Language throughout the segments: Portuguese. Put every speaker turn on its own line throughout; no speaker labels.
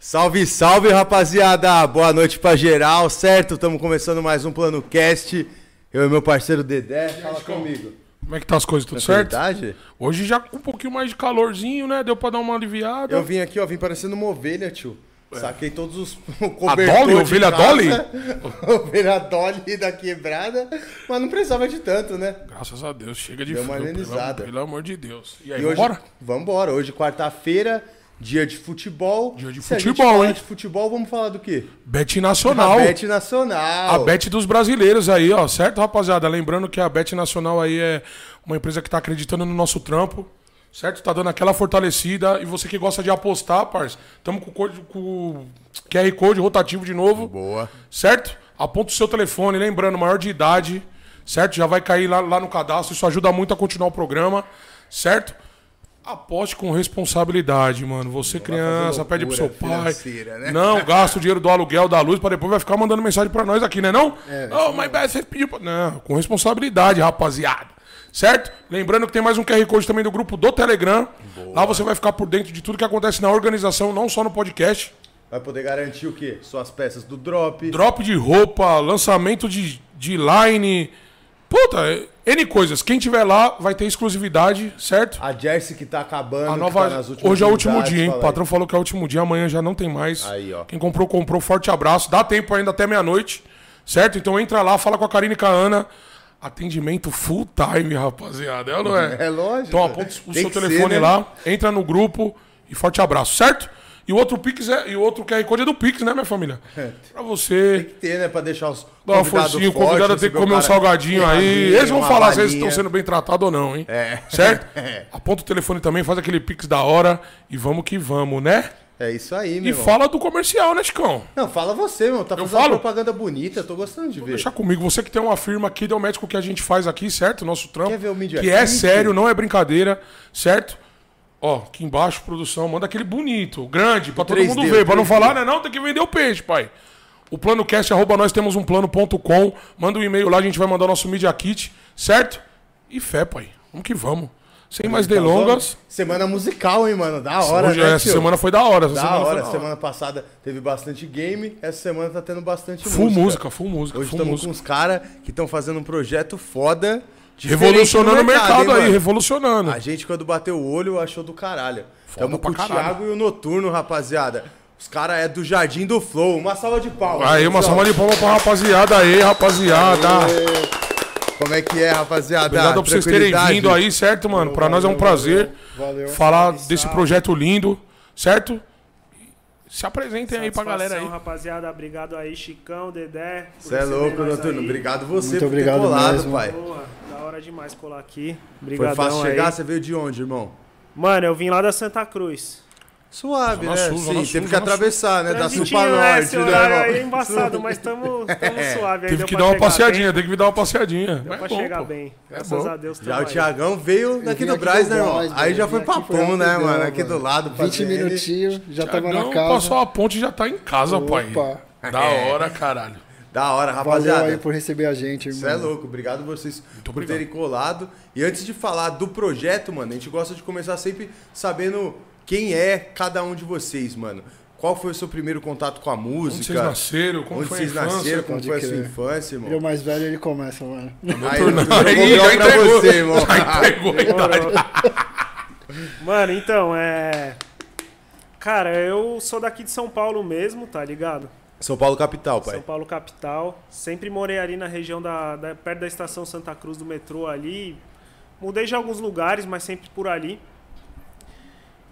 Salve, salve, rapaziada! Boa noite pra geral, certo? Estamos começando mais um Plano Cast. Eu e meu parceiro Dedé, fala comigo.
Como é que tá as coisas? Tudo certo?
Verdade?
Hoje já com um pouquinho mais de calorzinho, né? Deu pra dar uma aliviada.
Eu vim aqui, ó, vim parecendo uma ovelha, tio. Saquei todos os o
É. Dolly?
de
Ovelha
casa,
Dolly?
ovelha Dolly da quebrada, mas não precisava de tanto, né?
Graças a Deus, chega de
Deu
frio,
uma amenizada.
Pelo, pelo amor de Deus. E aí,
E hoje,
bora?
Vambora. Hoje, quarta-feira, dia de futebol.
Dia de
Se a gente
futebol,
falar
hein?
de futebol, vamos falar do quê?
Bet
A
Nacional.
Bet Nacional.
A Bet dos brasileiros aí, ó, certo, rapaziada? Lembrando que a Bet Nacional aí é uma empresa que tá acreditando no nosso trampo, certo? Tá dando aquela fortalecida. E você que gosta de apostar, parça, tamo com o code- com o QR Code rotativo de novo.
Boa.
certo? Aponta o seu telefone, lembrando, maior de idade, certo? Já vai cair lá, lá no cadastro, isso ajuda muito a continuar o programa, certo? Aposte com responsabilidade, mano. Você
fazer
criança, pede pro seu
loucura
pai.
financeira, né?
Não gasta o dinheiro do aluguel, da luz, pra depois vai ficar mandando mensagem pra nós aqui, né não?
É,
oh, mas bad, você pediu pra... Não, com responsabilidade, rapaziada. Certo? Lembrando que tem mais um QR Code também do grupo do Telegram. Lá você vai ficar por dentro de tudo que acontece na organização, não só no podcast.
Vai poder garantir o quê? Suas peças do drop.
Drop de roupa, lançamento de, de line. Puta, N coisas. Quem tiver lá vai ter exclusividade, certo?
A Jersey que tá acabando,
A
que
nova.
tá nas últimas
Hoje é o último
unidades,
dia, hein?
fala
O
aí.
patrão falou que é o último dia, amanhã já não tem mais.
Aí, ó.
Quem comprou, comprou. Forte abraço. Dá tempo ainda até meia-noite, certo? Então entra lá, fala com a Karine e com a Ana. Atendimento full time, rapaziada. É, não é?
É lógico.
Então aponta o
Tem
seu
que ser,
telefone
né?
lá, entra no grupo e forte abraço, certo? E o outro Pix é, e o outro QR Code é do Pix, né, minha família?
É.
Pra você.
Tem que ter, né? Pra deixar os
Dá uma
convidados
forcinha, o
fortes,
convidado tem que
receber o
comer um
cara
salgadinho aí.
ferradinho,
Eles vão
uma
falar se eles
balinha.
estão sendo bem tratados ou não, hein?
É.
Certo?
É.
Aponta o telefone também, faz aquele pix da hora e vamos que vamos, né?
É isso aí,
E
meu irmão.
fala do comercial, né, Chicão?
Não, fala você, meu. Tá fazendo
falo?
propaganda bonita, tô gostando de ver.
Deixa comigo, você que tem uma firma aqui, deu médico que a gente faz aqui, certo? Nosso trampo.
Quer ver o Media
Que é
Kit?
sério, não é brincadeira, certo? Ó, aqui embaixo, produção, manda aquele bonito, grande, pra todo
3D,
mundo ver. Pra não
3D.
falar, né? Não, tem que vender o peixe, pai. O plano cast, arroba nós temos um plano.com. Manda um e-mail lá, a gente vai mandar o nosso Media Kit, certo? E fé, pai. Vamos que vamos. Sem mais delongas.
Então, Semana musical, hein, mano? Da tá hora,
Hoje, é
né,
essa
tio?
semana foi da hora. Essa
Da
semana foi
hora. Semana passada teve bastante game. Essa semana tá tendo bastante
Full
música.
música, full música,
Hoje
full
estamos com
música.
uns caras que estão fazendo um projeto foda. diferente
Revolucionando o
no
mercado,
hein,
aí,
mano?
revolucionando.
A gente, quando bateu o olho, achou do caralho. Tamo
pra
com o
caralho.
Thiago e o Noturno, rapaziada. Os caras é do Jardim do Flow. Uma salva de palmas.
Aí, uma
pessoal.
salva de palmas pra rapaziada aí, rapaziada.
Como é que é, rapaziada?
Obrigado por vocês terem
Tranquilidade?
vindo aí, certo, mano? Pra nós é um
valeu,
prazer
valeu.
falar desse projeto lindo, certo? Se apresentem aí pra
Satisfação,
galera aí.
rapaziada. Obrigado aí, Chicão, Dedé. por
Você é
receber
louco,
nós
Noturno.
aí.
Obrigado você
Muito
por
obrigado
ter colado,
mesmo.
pai.
Boa, da hora demais colar aqui.
Foi
Obrigadão
fácil
aí.
chegar, você veio de onde, irmão?
Mano, eu vim lá da Santa Cruz.
Suave,
Zona
né?
Sul, Zona
Sim,
Sul,
teve que
Zona
atravessar, né? Da Sul
Transitinho,
pra
né?
Norte,
Esse
né,
horário
irmão? É,
aí é embaçado, mas estamos suave. aí,
Teve
deu
que
pra
dar uma
chegar
passeadinha,
bem.
teve que dar uma passeadinha.
Deu
Mas
pra
é bom,
chegar
pô.
bem. Graças
bom.
a Deus
Já o
tamo aí.
Thiagão veio daqui
vim
do
aqui
Braz,
do
né, irmão?
Brás,
aí
mano.
já
Vim
foi
aqui
pra
pro
Pum, né,
Rapidão,
mano? Aqui
mano.
do lado. pra
20
ver ele.
minutinhos, já tava na
Tá Não,
casa.
passou a ponte e já tá em casa,
Opa.
pai. Da
É.
hora, caralho.
Da hora,
Valeu
rapaziada.
aí por receber a gente,
Isso é louco, obrigado vocês por
obrigado.
terem colado. E antes de falar do projeto, mano, a gente gosta de começar sempre sabendo quem é cada um de vocês, mano. Qual foi o seu primeiro contato com a música?
Onde vocês nasceram, como
Onde
foi a
vocês
infância?
nasceram, como
Pode
foi a sua
crer.
infância,
Ele é o
irmão?
mais velho, ele começa, mano.
Aí, eu
Aí,
vou
já
virar pra
entregou.
você, irmão. Ah,
Já entregou a idade.
Mano, então, é. Cara, eu sou daqui de São Paulo mesmo, tá ligado?
São Paulo capital,
São
pai.
Paulo capital. Sempre morei ali na região da, da- perto da estação Santa Cruz do metrô ali. Mudei de alguns lugares, mas sempre por ali.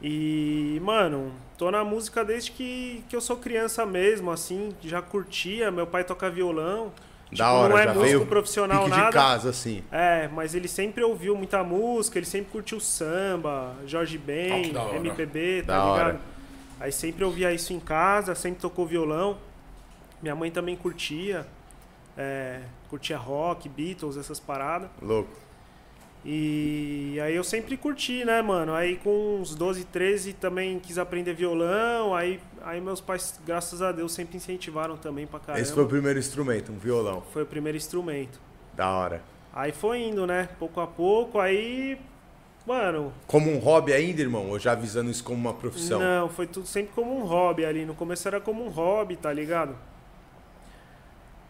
E, mano, tô na música desde que, que eu sou criança mesmo, assim, já curtia, meu pai toca violão.
da hora,
não é
já
músico
veio
profissional
pique
nada.
de casa, assim.
É, mas ele sempre ouviu muita música, ele sempre curtiu samba, Jorge
Ah, que
Ben,
da hora.
MPB, tá
Da
ligado?
hora.
Aí sempre ouvia isso em casa, sempre tocou violão. Minha mãe também curtia, é, curtia rock, Beatles, essas paradas.
Louco.
E aí eu sempre curti, né, mano? Aí com uns 12, 13 também quis aprender violão, aí, aí meus pais, graças a Deus, sempre incentivaram também pra caramba.
Esse foi o primeiro instrumento, um violão.
foi o primeiro instrumento.
Da hora.
Aí foi indo, né? Pouco a pouco, aí Mano,
Como um hobby ainda, irmão? Ou já avisando isso como uma profissão?
Não, foi tudo sempre como um hobby ali. No começo era como um hobby, tá ligado?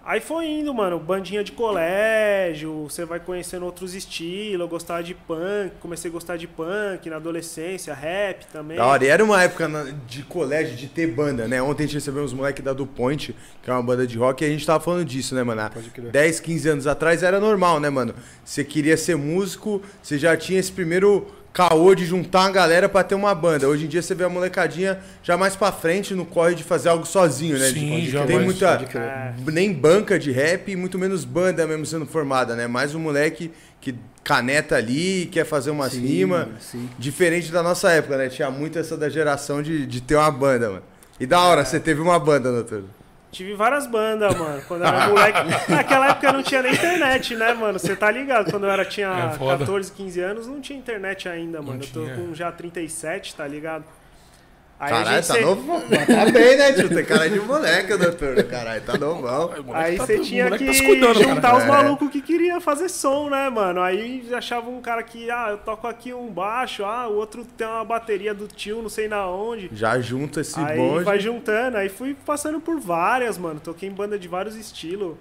Aí foi indo, mano, bandinha de colégio, você vai conhecendo outros estilos, eu gostava de punk, comecei a gostar de punk na adolescência, rap também.
Da hora, e era uma época na- de colégio de ter banda, né? Ontem a gente recebeu uns moleques da Du Point, que é uma banda de rock, e a gente tava falando disso, né, mano? Há
crer.
10, 15 anos atrás era normal, né, mano? Você queria ser músico, você já tinha esse primeiro caô de juntar uma galera pra ter uma banda. Hoje em dia você vê a molecadinha já mais pra frente no corre de fazer algo sozinho, né?
Sim,
de,
já
tem
mais-
muita
pode crer.
É.
nem banca de rap e muito menos banda mesmo sendo formada, né? Mais um moleque que caneta ali, quer fazer uma
Sim,
rima.
sim.
Diferente da nossa época, né? Tinha muito essa da geração de, de ter uma banda, mano. E da
É.
hora, você teve uma banda, doutor.
Tive várias bandas, mano, quando eu era moleque. Naquela época não tinha nem internet, né, mano? Você tá ligado? Quando eu era, tinha
É foda.
14, 15 anos, não tinha internet ainda, mano. Eu tô
tinha.
com já 37, tá ligado? Aí a
Caralho,
gente
tá
se-
novo. Mas tá bem, né, tio? Tem cara de moleque, doutor. Caralho, tá
Aí o
novão.
moleque
Aí
tá-
você
o
tinha
moleque
que
tá se cuidando, cara.
juntar os malucos que queria fazer som, né, mano? Aí achava um cara que, ah, eu toco aqui um baixo, ah, o outro tem uma bateria do tio, não sei na onde.
Já junta esse
aí
bonde.
vai juntando, aí fui passando por várias, mano. Toquei em banda de vários estilos.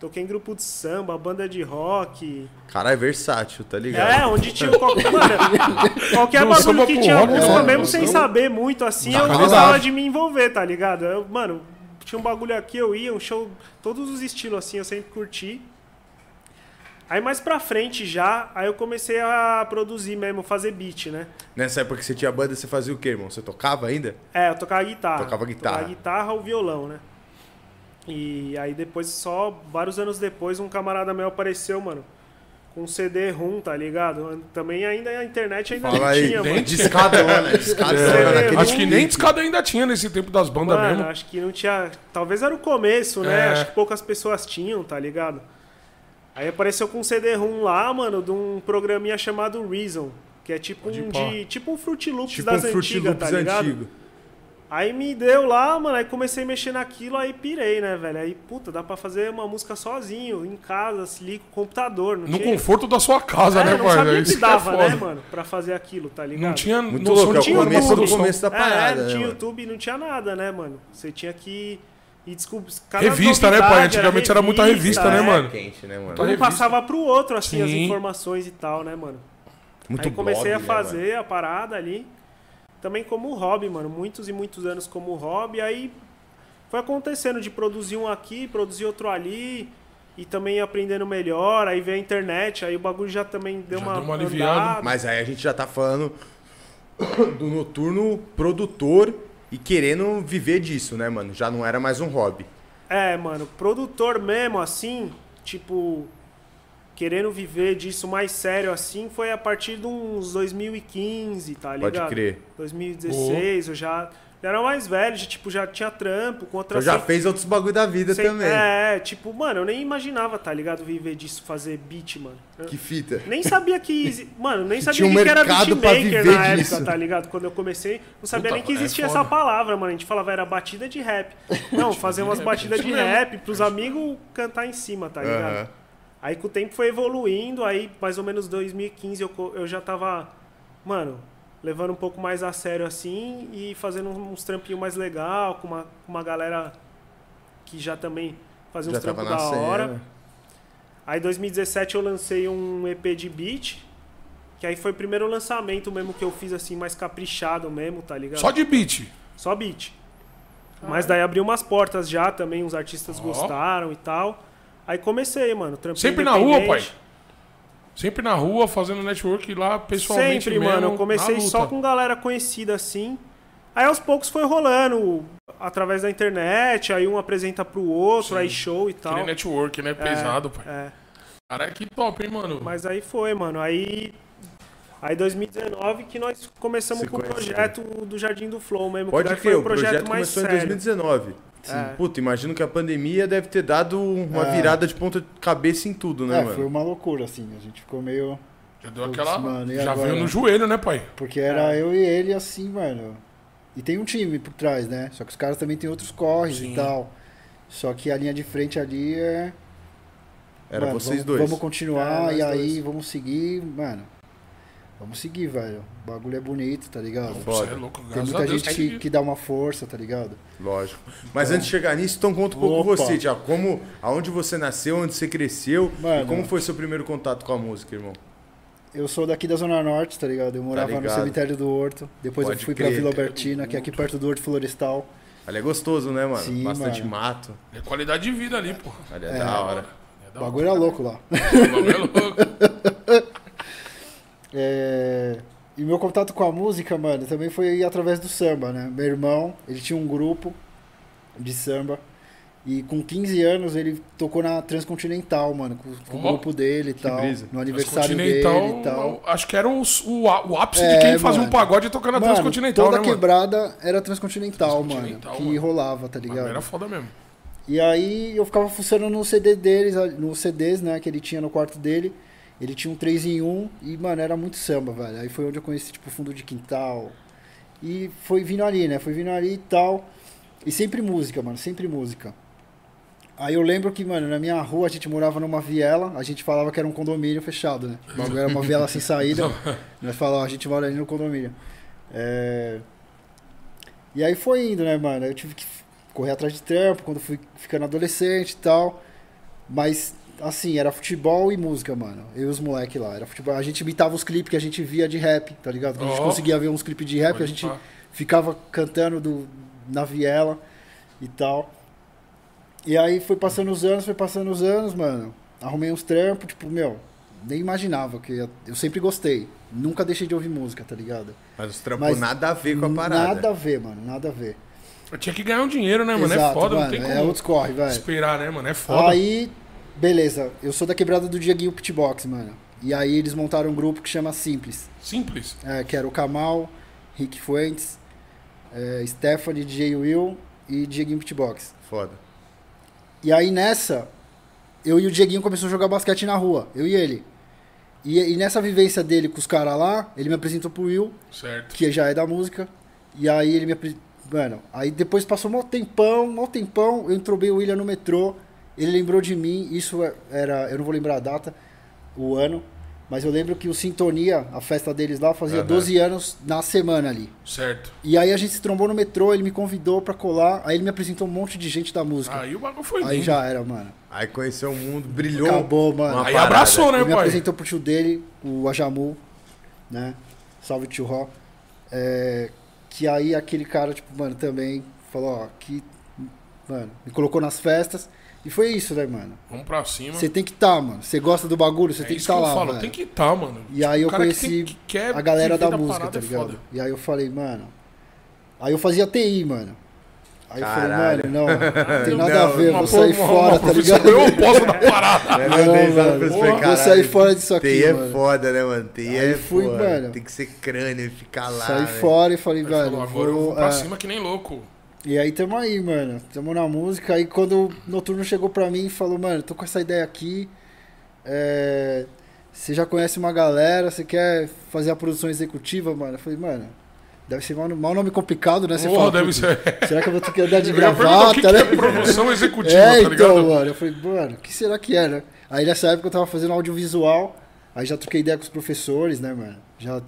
Toquei em grupo de samba, banda de rock.
Caralho, versátil, tá ligado?
É, onde tinha qualquer. Mano, qualquer
Do samba
bagulho que
pro
tinha
rock,
música,
é,
mesmo
do
sem
samba.
saber muito assim, eu
Caralho.
gostava de me envolver, tá ligado? Eu, mano, tinha um bagulho aqui, eu ia, um show, todos os estilos assim, eu sempre curti. Aí mais pra frente já, aí eu comecei a produzir mesmo, fazer beat, né?
Nessa época que você tinha banda, você fazia o quê, irmão? Você tocava ainda?
É, eu tocava guitarra.
Tocava guitarra.
Tocava guitarra ou violão, né? E aí depois, só vários anos depois, um camarada meu apareceu, mano, com um CD-ROM, tá ligado? Também ainda a internet ainda não
Fala aí, né?
tinha, mano.
discadona, discadona.
É,
naquele
Acho que nem
pique.
discada ainda tinha nesse tempo das bandas
Mano,
mesmo.
acho que não tinha. Talvez era o começo, né?
É.
Acho que poucas pessoas tinham, tá ligado? Aí apareceu com um CD-ROM lá, mano, de um programinha chamado Reason, que é tipo um
pá.
de. Tipo um Fruit Loops
Tipo um
das
Fruit
antigas, tá
Loops
ligado?
antigo.
Aí me deu lá, mano, aí comecei a mexer naquilo, aí pirei, né, velho? Aí, puta, dá pra fazer uma música sozinho, em casa, se liga com o computador. Não
No
tinha...
conforto da sua casa,
É,
né,
não
pai?
sabia o
Isso
que
é
dava, né,
foda.
mano, pra fazer aquilo, tá ligado?
Não tinha
Muito
noção
louco, é o
de como
começo do
produção.
começo da-
É,
parada,
é, não
né,
tinha
mano?
YouTube, não tinha nada, né, mano? Você tinha que ir descobrir. cada
Revista, né, pai?
novidade,
Antigamente era muita revista, né,
é.
mano?
Quente, né, mano?
Tá
Um
revista.
passava pro outro, assim, as
Sim.
informações e tal, né, mano?
Muito
aí comecei
blog,
a
né,
fazer a parada ali. Também como hobby, mano. Muitos e muitos anos como hobby. Aí foi acontecendo de produzir um aqui, produzir outro ali. E também aprendendo melhor. Aí veio a internet. Aí o bagulho já também deu
Já
uma.
deu uma
andada.
aliviada.
Mas aí a gente já tá falando do noturno produtor e querendo viver disso, né, mano? Já não era mais um hobby.
É, mano. Produtor mesmo, assim. Tipo. Querendo viver disso mais sério assim. Foi a partir de uns 2015, tá ligado?
Pode crer.
2016. Eu já. Já era mais velho, já, tipo, já tinha trampo, com outra
Então já
certeza.
fez outros bagulho da vida
Sei-
também.
É, é, tipo, mano, eu nem imaginava, tá ligado? Viver disso, fazer beat, mano. Eu
Que fita.
Nem sabia que. exi- Mano, nem sabia
tinha um
nem que era
mercado pra
beatmaker
viver
na época,
disso.
tá ligado? Quando eu comecei, não sabia
Puta,
nem que
é
existia
foda.
essa palavra, mano. A gente falava, era batida de rap. Não, fazer umas batidas de rap pros amigos cantar em cima, tá ligado?
Aham.
Aí com o tempo foi evoluindo, aí mais ou menos 2015 eu, co- eu já tava, mano, levando um pouco mais a sério assim e fazendo uns trampinhos mais legal, com uma, com uma galera que já também fazia
Já
uns trampos
tava
da
na cena.
hora. Aí em 2017 eu lancei um EP de beat, que aí foi o primeiro lançamento mesmo que eu fiz assim, mais caprichado mesmo, tá ligado?
Só de beat.
Só beat. Mas daí abriu umas portas já também, uns artistas
Ó.
gostaram e tal. Aí comecei, mano. trampinho
Sempre na rua,
independente.
pai? Sempre na rua, fazendo network lá pessoalmente
Sempre,
mesmo,
mano. Eu
na
comecei
luta.
só com galera conhecida assim. Aí aos poucos foi rolando através da internet, aí um apresenta pro outro, aí show e tal.
Aquele
é
network, né? Pesado, pai.
É,
Caralho, que top, hein, mano?
mas aí foi, mano. Aí aí 2019 que nós começamos
Se
com o
conheceu.
projeto do Jardim do Flow mesmo,
Pode
que daí
crer,
foi
o
um projeto,
projeto
mais
começou em
sério.
2019.
É.
Puta, imagino que a pandemia deve ter dado uma
É.
virada de ponta de cabeça em tudo, né,
É,
mano?
foi
um-
uma loucura, assim. A gente ficou meio.
Já deu
Putz,
aquela.
mano, e
já
agora?
veio no joelho, né, pai?
É.
Porque era eu e ele assim, mano. E tem um time por trás, né? Só que os caras também tem outros corres
Sim.
e tal. Só que a linha de frente ali é.
Era
mano,
vocês
vamos,
dois.
Vamos continuar
É, nós
e aí
dois.
vamos seguir, mano. Vamos seguir, velho. O bagulho é bonito, tá ligado?
Você é louco,
Tem
graças a
muita
Deus.
gente
tem
que, que dá uma força, tá ligado?
Lógico. Mas antes de chegar nisso, então conta um pouco
Opa.
você, Tiago. Como, aonde você nasceu, onde você cresceu e
Mano.
como foi seu primeiro contato com a música, irmão?
Eu sou daqui da Zona Norte, tá ligado? Eu morava
ligado.
no cemitério do Horto. Depois
Pode
eu fui
crer,
pra Vila
cara.
Albertina, que é aqui perto do Horto Florestal.
Ali é gostoso, né, mano?
Sim,
Bastante
mano.
mato.
É qualidade de vida ali, pô.
Ali é, da hora.
um
O bagulho era louco lá.
O bagulho é louco.
É, E meu contato com a música, mano, também foi através do samba, né? Meu irmão, ele tinha um grupo de samba. E com 15 anos ele tocou na Transcontinental, mano, com, com o
Ó,
grupo dele e tal.
brisa.
No aniversário dele
Transcontinental,
e tal.
acho que era o, o, a- o ápice
É,
de quem fazia um
mano.
pagode tocando na
Mano,
Transcontinental,
toda
né, mano?
quebrada era transcontinental,
Transcontinental,
mano, que
mano.
rolava, tá
Mas
ligado?
Era foda mesmo.
E aí eu ficava funcionando no CD deles, nos CDs, né, que ele tinha no quarto dele. Ele tinha um 3 em 1 e, mano, era muito samba, velho. Aí foi onde eu conheci, tipo, fundo de quintal. E foi vindo ali, né? Foi vindo ali e tal. E sempre música, mano, sempre música. Aí eu lembro que, mano, na minha rua a gente morava numa viela, a gente falava que era um condomínio fechado, né? Mas era uma viela sem saída. Nós falávamos, a gente mora ali no condomínio. É... E aí foi indo, né, mano? Eu tive que correr atrás de trampo quando fui ficando adolescente e tal. Mas, assim, era futebol e música, mano. Eu e os moleques lá. Era futebol. A gente imitava os clipes que a gente via de rap, tá ligado? Quando a gente
Ó.
conseguia ver uns clipes de rap, a
Pode
gente
pá.
ficava cantando do, na viela e tal. E aí foi passando os anos, foi passando os anos, mano. Arrumei uns trampos, tipo, meu, nem imaginava que ia- eu sempre gostei. Nunca deixei de ouvir música, tá ligado?
Mas os trampos
Mas
nada a ver com a parada.
Nada a ver, mano, nada a ver.
Eu tinha que ganhar um dinheiro, né, mano? é
Exato,
foda, não
mano,
tem
é
como
outros corre, velho.
esperar, né, mano? É foda.
Aí, beleza, eu sou da quebrada do Dieguinho Pitbox, mano. E aí eles montaram um grupo que chama Simples.
Simples.
É, que era o Kamal, Rick Fuentes, é, Stephanie, DJ Will e Dieguinho Pitbox.
Foda.
E aí nessa, eu e o Dieguinho começamos a jogar basquete na rua, eu e ele. E, e nessa vivência dele com os caras lá, ele me apresentou pro Will,
Certo.
que já é da música. E aí ele me apre- Mano, aí depois passou um tempão, um tempão, eu entrobei o William no metrô, ele lembrou de mim, isso é- era, eu não vou lembrar a data, o ano, mas eu lembro que o Sintonia, a festa deles lá, fazia
Aham.
12 anos na semana ali.
Certo.
E aí a gente se trombou no metrô, ele me convidou pra colar, aí ele me apresentou um monte de gente da música.
Aí o bagulho foi
aí
lindo.
já era, mano.
Aí conheceu o mundo, brilhou.
Acabou, mano.
uma
Aí
parada.
abraçou, né,
Ele me
pai?
apresentou pro tio dele, o Ajamu, né? Salve tio Ró. É, que aí aquele cara, tipo, mano, também falou, ó, que. Mano, me colocou nas festas. E foi isso, né, mano?
Vamos pra cima.
Você tem que estar, tá, mano. Você gosta do bagulho, você
é
tem que
isso que
estar
eu
lá.
falo,
mano.
tem que estar, mano.
E aí
O
eu
cara que
conheci
tem- que quer
a galera
viver
da música,
parada
tá
é
ligado?
foda.
e aí eu falei, mano. Aí eu fazia TI, mano. Aí
Caralho.
eu falei, mano, não, não tem nada a
Não,
ver,
É, Uma
vou sair
porra, uma-
fora,
uma
tá
profissão,
ligado?
Eu posso dar parada.
É,
Não,
meu Deus,
mano.
olha pra esse
Porra,
caralho.
vou sair fora disso aqui,
TI é
mano.
foda, né, mano? TI é
Aí fui,
foda.
mano.
Tem que ser crânio e ficar lá. né?
Saí
velho.
fora e falei,
Ele
velho,
falou, agora eu vou
vou,
pra
é.
cima que nem louco.
E aí tamo aí, mano. Tamo na música. Aí quando o Noturno chegou pra mim e falou, mano, tô com essa ideia aqui. é, Você já conhece uma galera, você quer fazer a produção executiva, mano? Eu falei, mano, deve ser mal, mal nome complicado, né? Você
Porra,
fala,
deve
"Putz,
ser.
Será que eu vou ter que andar de
é, Eu ia perguntar, o que,
gravata,
que é
né?
promoção executiva,
É,
tá ligado?
então, mano. Eu falei, mano, o que será que era? Aí nessa época eu tava fazendo audiovisual, aí já troquei ideia com os professores, né, mano? Já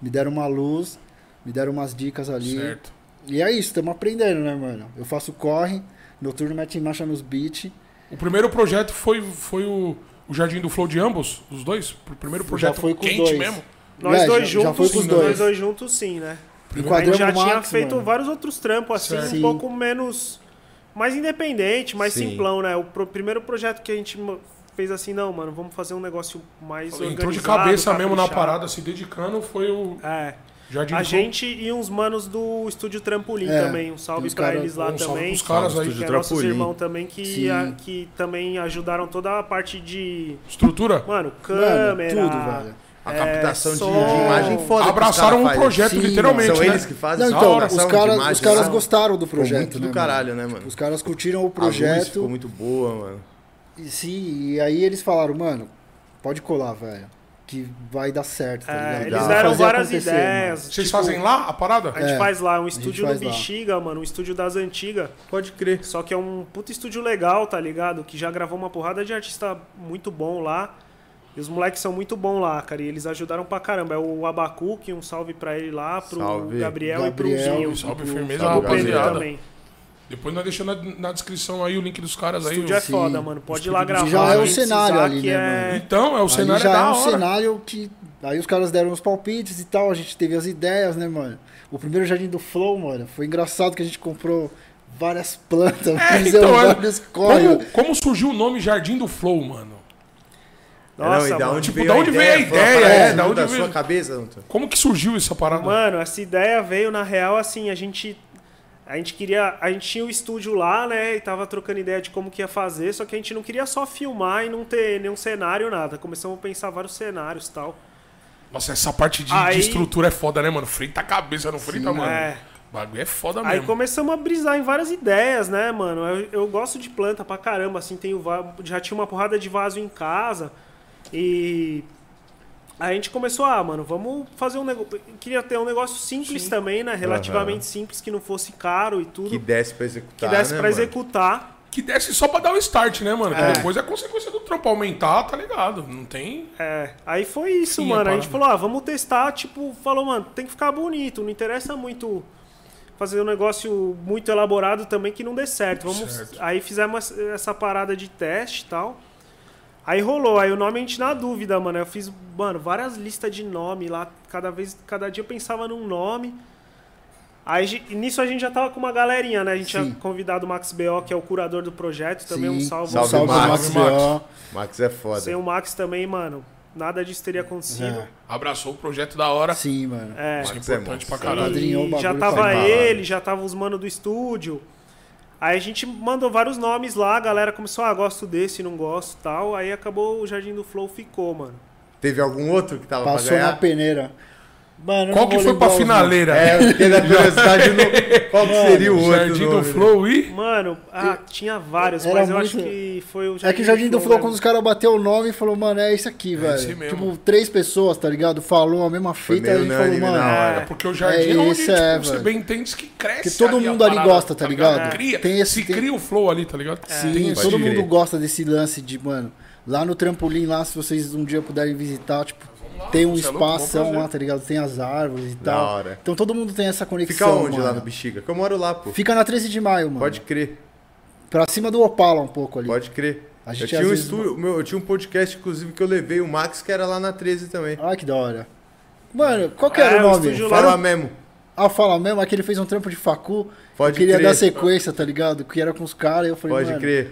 me deram uma luz, me deram umas dicas ali.
Certo.
E é isso, estamos aprendendo, né, mano? Eu faço corre, noturno mete em marcha nos beats.
O primeiro projeto foi, foi o, o Jardim do Flow de ambos, os dois? O primeiro projeto
foi com
quente
dois.
mesmo?
Nós
É,
dois
já- já foi
juntos,
com os
nós dois.
dois.
juntos sim, né? A gente
Enquadramos
já
o
tinha
Max,
feito
mano.
vários outros trampos assim,
Certo.
um
Sim.
pouco menos mais independente, mais
Sim.
simplão, né? O pro- primeiro projeto que a gente mo- fez assim, não, mano, vamos fazer um negócio mais
Entrou de
organizado, tá
cabeça mesmo na
caprichado.
parada, se dedicando, foi o
É.
Jardim
A
do Flow.
gente e uns manos do estúdio Trampolim
É,
também, um salve
uns
pra
cara-
eles lá
um salve
também.
pros caras
que
aí.
é
Estúdio
nossos
Trampolim.
irmãos também que,
Sim.
a- que também ajudaram toda a parte de,
Estrutura?
mano, câmera,
Mano, tudo, velho.
A
É,
captação de,
som.
de imagem foda. que os
Abraçaram
caras
um
fazem.
projeto,
Sim,
literalmente,
São
né?
eles que fazem
Não,
essa
então, os
abração de
caras,
imagem,
os caras
né?
gostaram do projeto,
muito do
né,
caralho,
mano?
né, mano?
Os caras curtiram o
A luz ficou
projeto.
muito boa, mano.
E sim, e aí eles falaram, mano, pode colar, velho. Que vai dar certo, tá
É,
ligado?
eles
Vamos
deram
fazer
várias
acontecer,
ideias.
Vocês
tipo,
fazem lá a parada?
A gente
É,
faz lá um
gente
estúdio do
faz lá.
Bexiga, mano, um estúdio das antigas.
Pode crer.
Só que é um puta estúdio legal, tá ligado? Que já gravou uma porrada de artista muito bom lá. E os moleques são muito bons lá, cara. E eles ajudaram pra caramba. É o Abacuque, um salve pra ele lá, pro
Salve.
Gabriel, e pro
Gabriel,
Zinho.
Salve,
Pro-
firmeza,
Pro
Salve,
Pedro
Tipo, rapaziada.
também.
Depois nós deixamos na, na descrição aí o link dos caras aí.
Estúdio é
o-
foda, mano. Pode ir lá gravar.
estúdio já é
se
um
precisar,
cenário ali,
que
né,
é-
mano?
Então, é o
Aí
cenário
já
é da
é um
hora.
cenário que. Aí os caras deram os palpites e tal, a gente teve as ideias, né, mano? O primeiro jardim do Flow, mano, foi engraçado que a gente comprou várias plantas,
É,
fizemos
então, é-
vários córregos.
como, como surgiu o nome Jardim do Flow, mano?
Nossa,
não, e um da
mano.
onde
Tipo,
veio
da
a
onde
ideia? Foi
veio a
uma
ideia,
parada
é, da
sua,
onde
da
veio-
sua cabeça, Antônio?
Como que surgiu essa parada?
Mano, essa ideia veio, na real, assim, a gente. A gente queria. A gente tinha o estúdio lá, né? E tava trocando ideia de como que ia fazer, só que a gente não queria só filmar e não ter nenhum cenário, nada. Começamos a pensar vários cenários e tal.
Nossa, essa parte de, de
Aí-
estrutura é foda, né, mano? Frita a cabeça, não frita, mano.
é.
O bagulho é foda
Aí
mesmo.
começamos a brisar em várias ideias, né, mano? Eu, eu gosto de planta pra caramba, assim, tenho, va- já tinha uma porrada de vaso em casa. E a gente começou, ah, mano, vamos fazer um negócio. Queria ter um negócio simples também, né? Relativamente
Aham.
simples, que não fosse caro e tudo.
Que
Que,
desse pra executar,
desse
né,
pra
mano?
executar.
Que desce só pra dar o start, né, mano? Que depois é consequência do trampo aumentar, tá ligado? Não tem.
É, aí foi isso,
Sim, a
mano. A,
parada.
gente falou, ah, vamos testar, tipo, falou, mano, tem que ficar bonito, não interessa muito fazer um negócio muito elaborado também que não dê certo. Vamos,
Certo.
aí fizemos essa- essa parada de teste e tal. Aí rolou, aí o nome a gente na dúvida, mano. Eu fiz, mano, várias listas de nome lá, cada vez, cada dia eu pensava num nome. Aí a gente- nisso a gente já tava com uma galerinha, né? A gente
Sim.
tinha convidado o Max B.O., que é o curador do projeto, também um
Sim,
salve,
Salve,
salve
Max.
Max,
Salve, Max.
Bió.
Max é foda.
Sem o Max também, mano, nada disso teria acontecido.
É,
Abraçou o projeto da hora.
Sim, mano.
É.
Isso é
Max é
importante
monstro.
pra caralho.
Padrinhou o
E já
bagulho
pra
tava
embalar,
ele, já tava os mano do estúdio. Aí a gente mandou vários nomes lá, a galera começou, ah, gosto desse, não gosto tal. Aí acabou o Jardim do Flow ficou, mano.
Teve algum outro que tava
Passou
pra
na
ganhar?
peneira. Mano, eu
Qual
não
um
que
vou
foi pra
lembrar
né?
os nomes.
finaleira?
É, eu fiquei na curiosidade no... qual que seria o outro
Jardim do
nome, né?
Flow e.
Mano, ah, tinha vários,
Era
mas eu
muito-
acho que foi o Jardim
É que o Jardim do Flow,
né?
quando os caras bateu o nome, falou, mano, é isso aqui, velho.
esse mesmo.
Tipo, três pessoas, tá ligado? Falou a mesma
Foi
fita, aí
meio
a gente falou,
unânime
mano.
na hora.
É.
Porque o jardim é,
É,
onde
isso
tipo,
é,
você
velho.
bem entende que cresce.
Que todo
a
mundo ali
parada,
gosta, tá ligado?
Cria,
Tem esse-
se
tem-
cria o flow ali, tá ligado?
É.
Sim,
Pode
todo
crer.
mundo gosta desse lance de, mano, lá no trampolim, lá, se vocês um dia puderem visitar, tipo,
lá,
tem um
você é louco, vamos
espaço
fazer.
lá, tá ligado? Tem as árvores e
Da
tal.
hora.
Então todo mundo tem essa conexão.
Fica onde lá
mano.
no Bexiga? Que eu moro lá, pô.
Fica na 13 de maio, mano.
Pode crer,
Pra cima do Opala um pouco ali.
pode crer.
A
Eu
gente
tinha,
às
um
vezes-
estúdio, meu, eu tinha um podcast, inclusive, que eu levei o Max, que era lá na 13 também.
Ai, que da hora. Mano, qual que
É,
era o
o
nome?
estúdio lá-
Fala
Fala...
mesmo.
Ah, fala mesmo, aquele fez um trampo de facu.
Pode
eu queria
crer.
dar sequência, tá ligado? Que era com os caras, eu falei,
Pode
mano,
crer.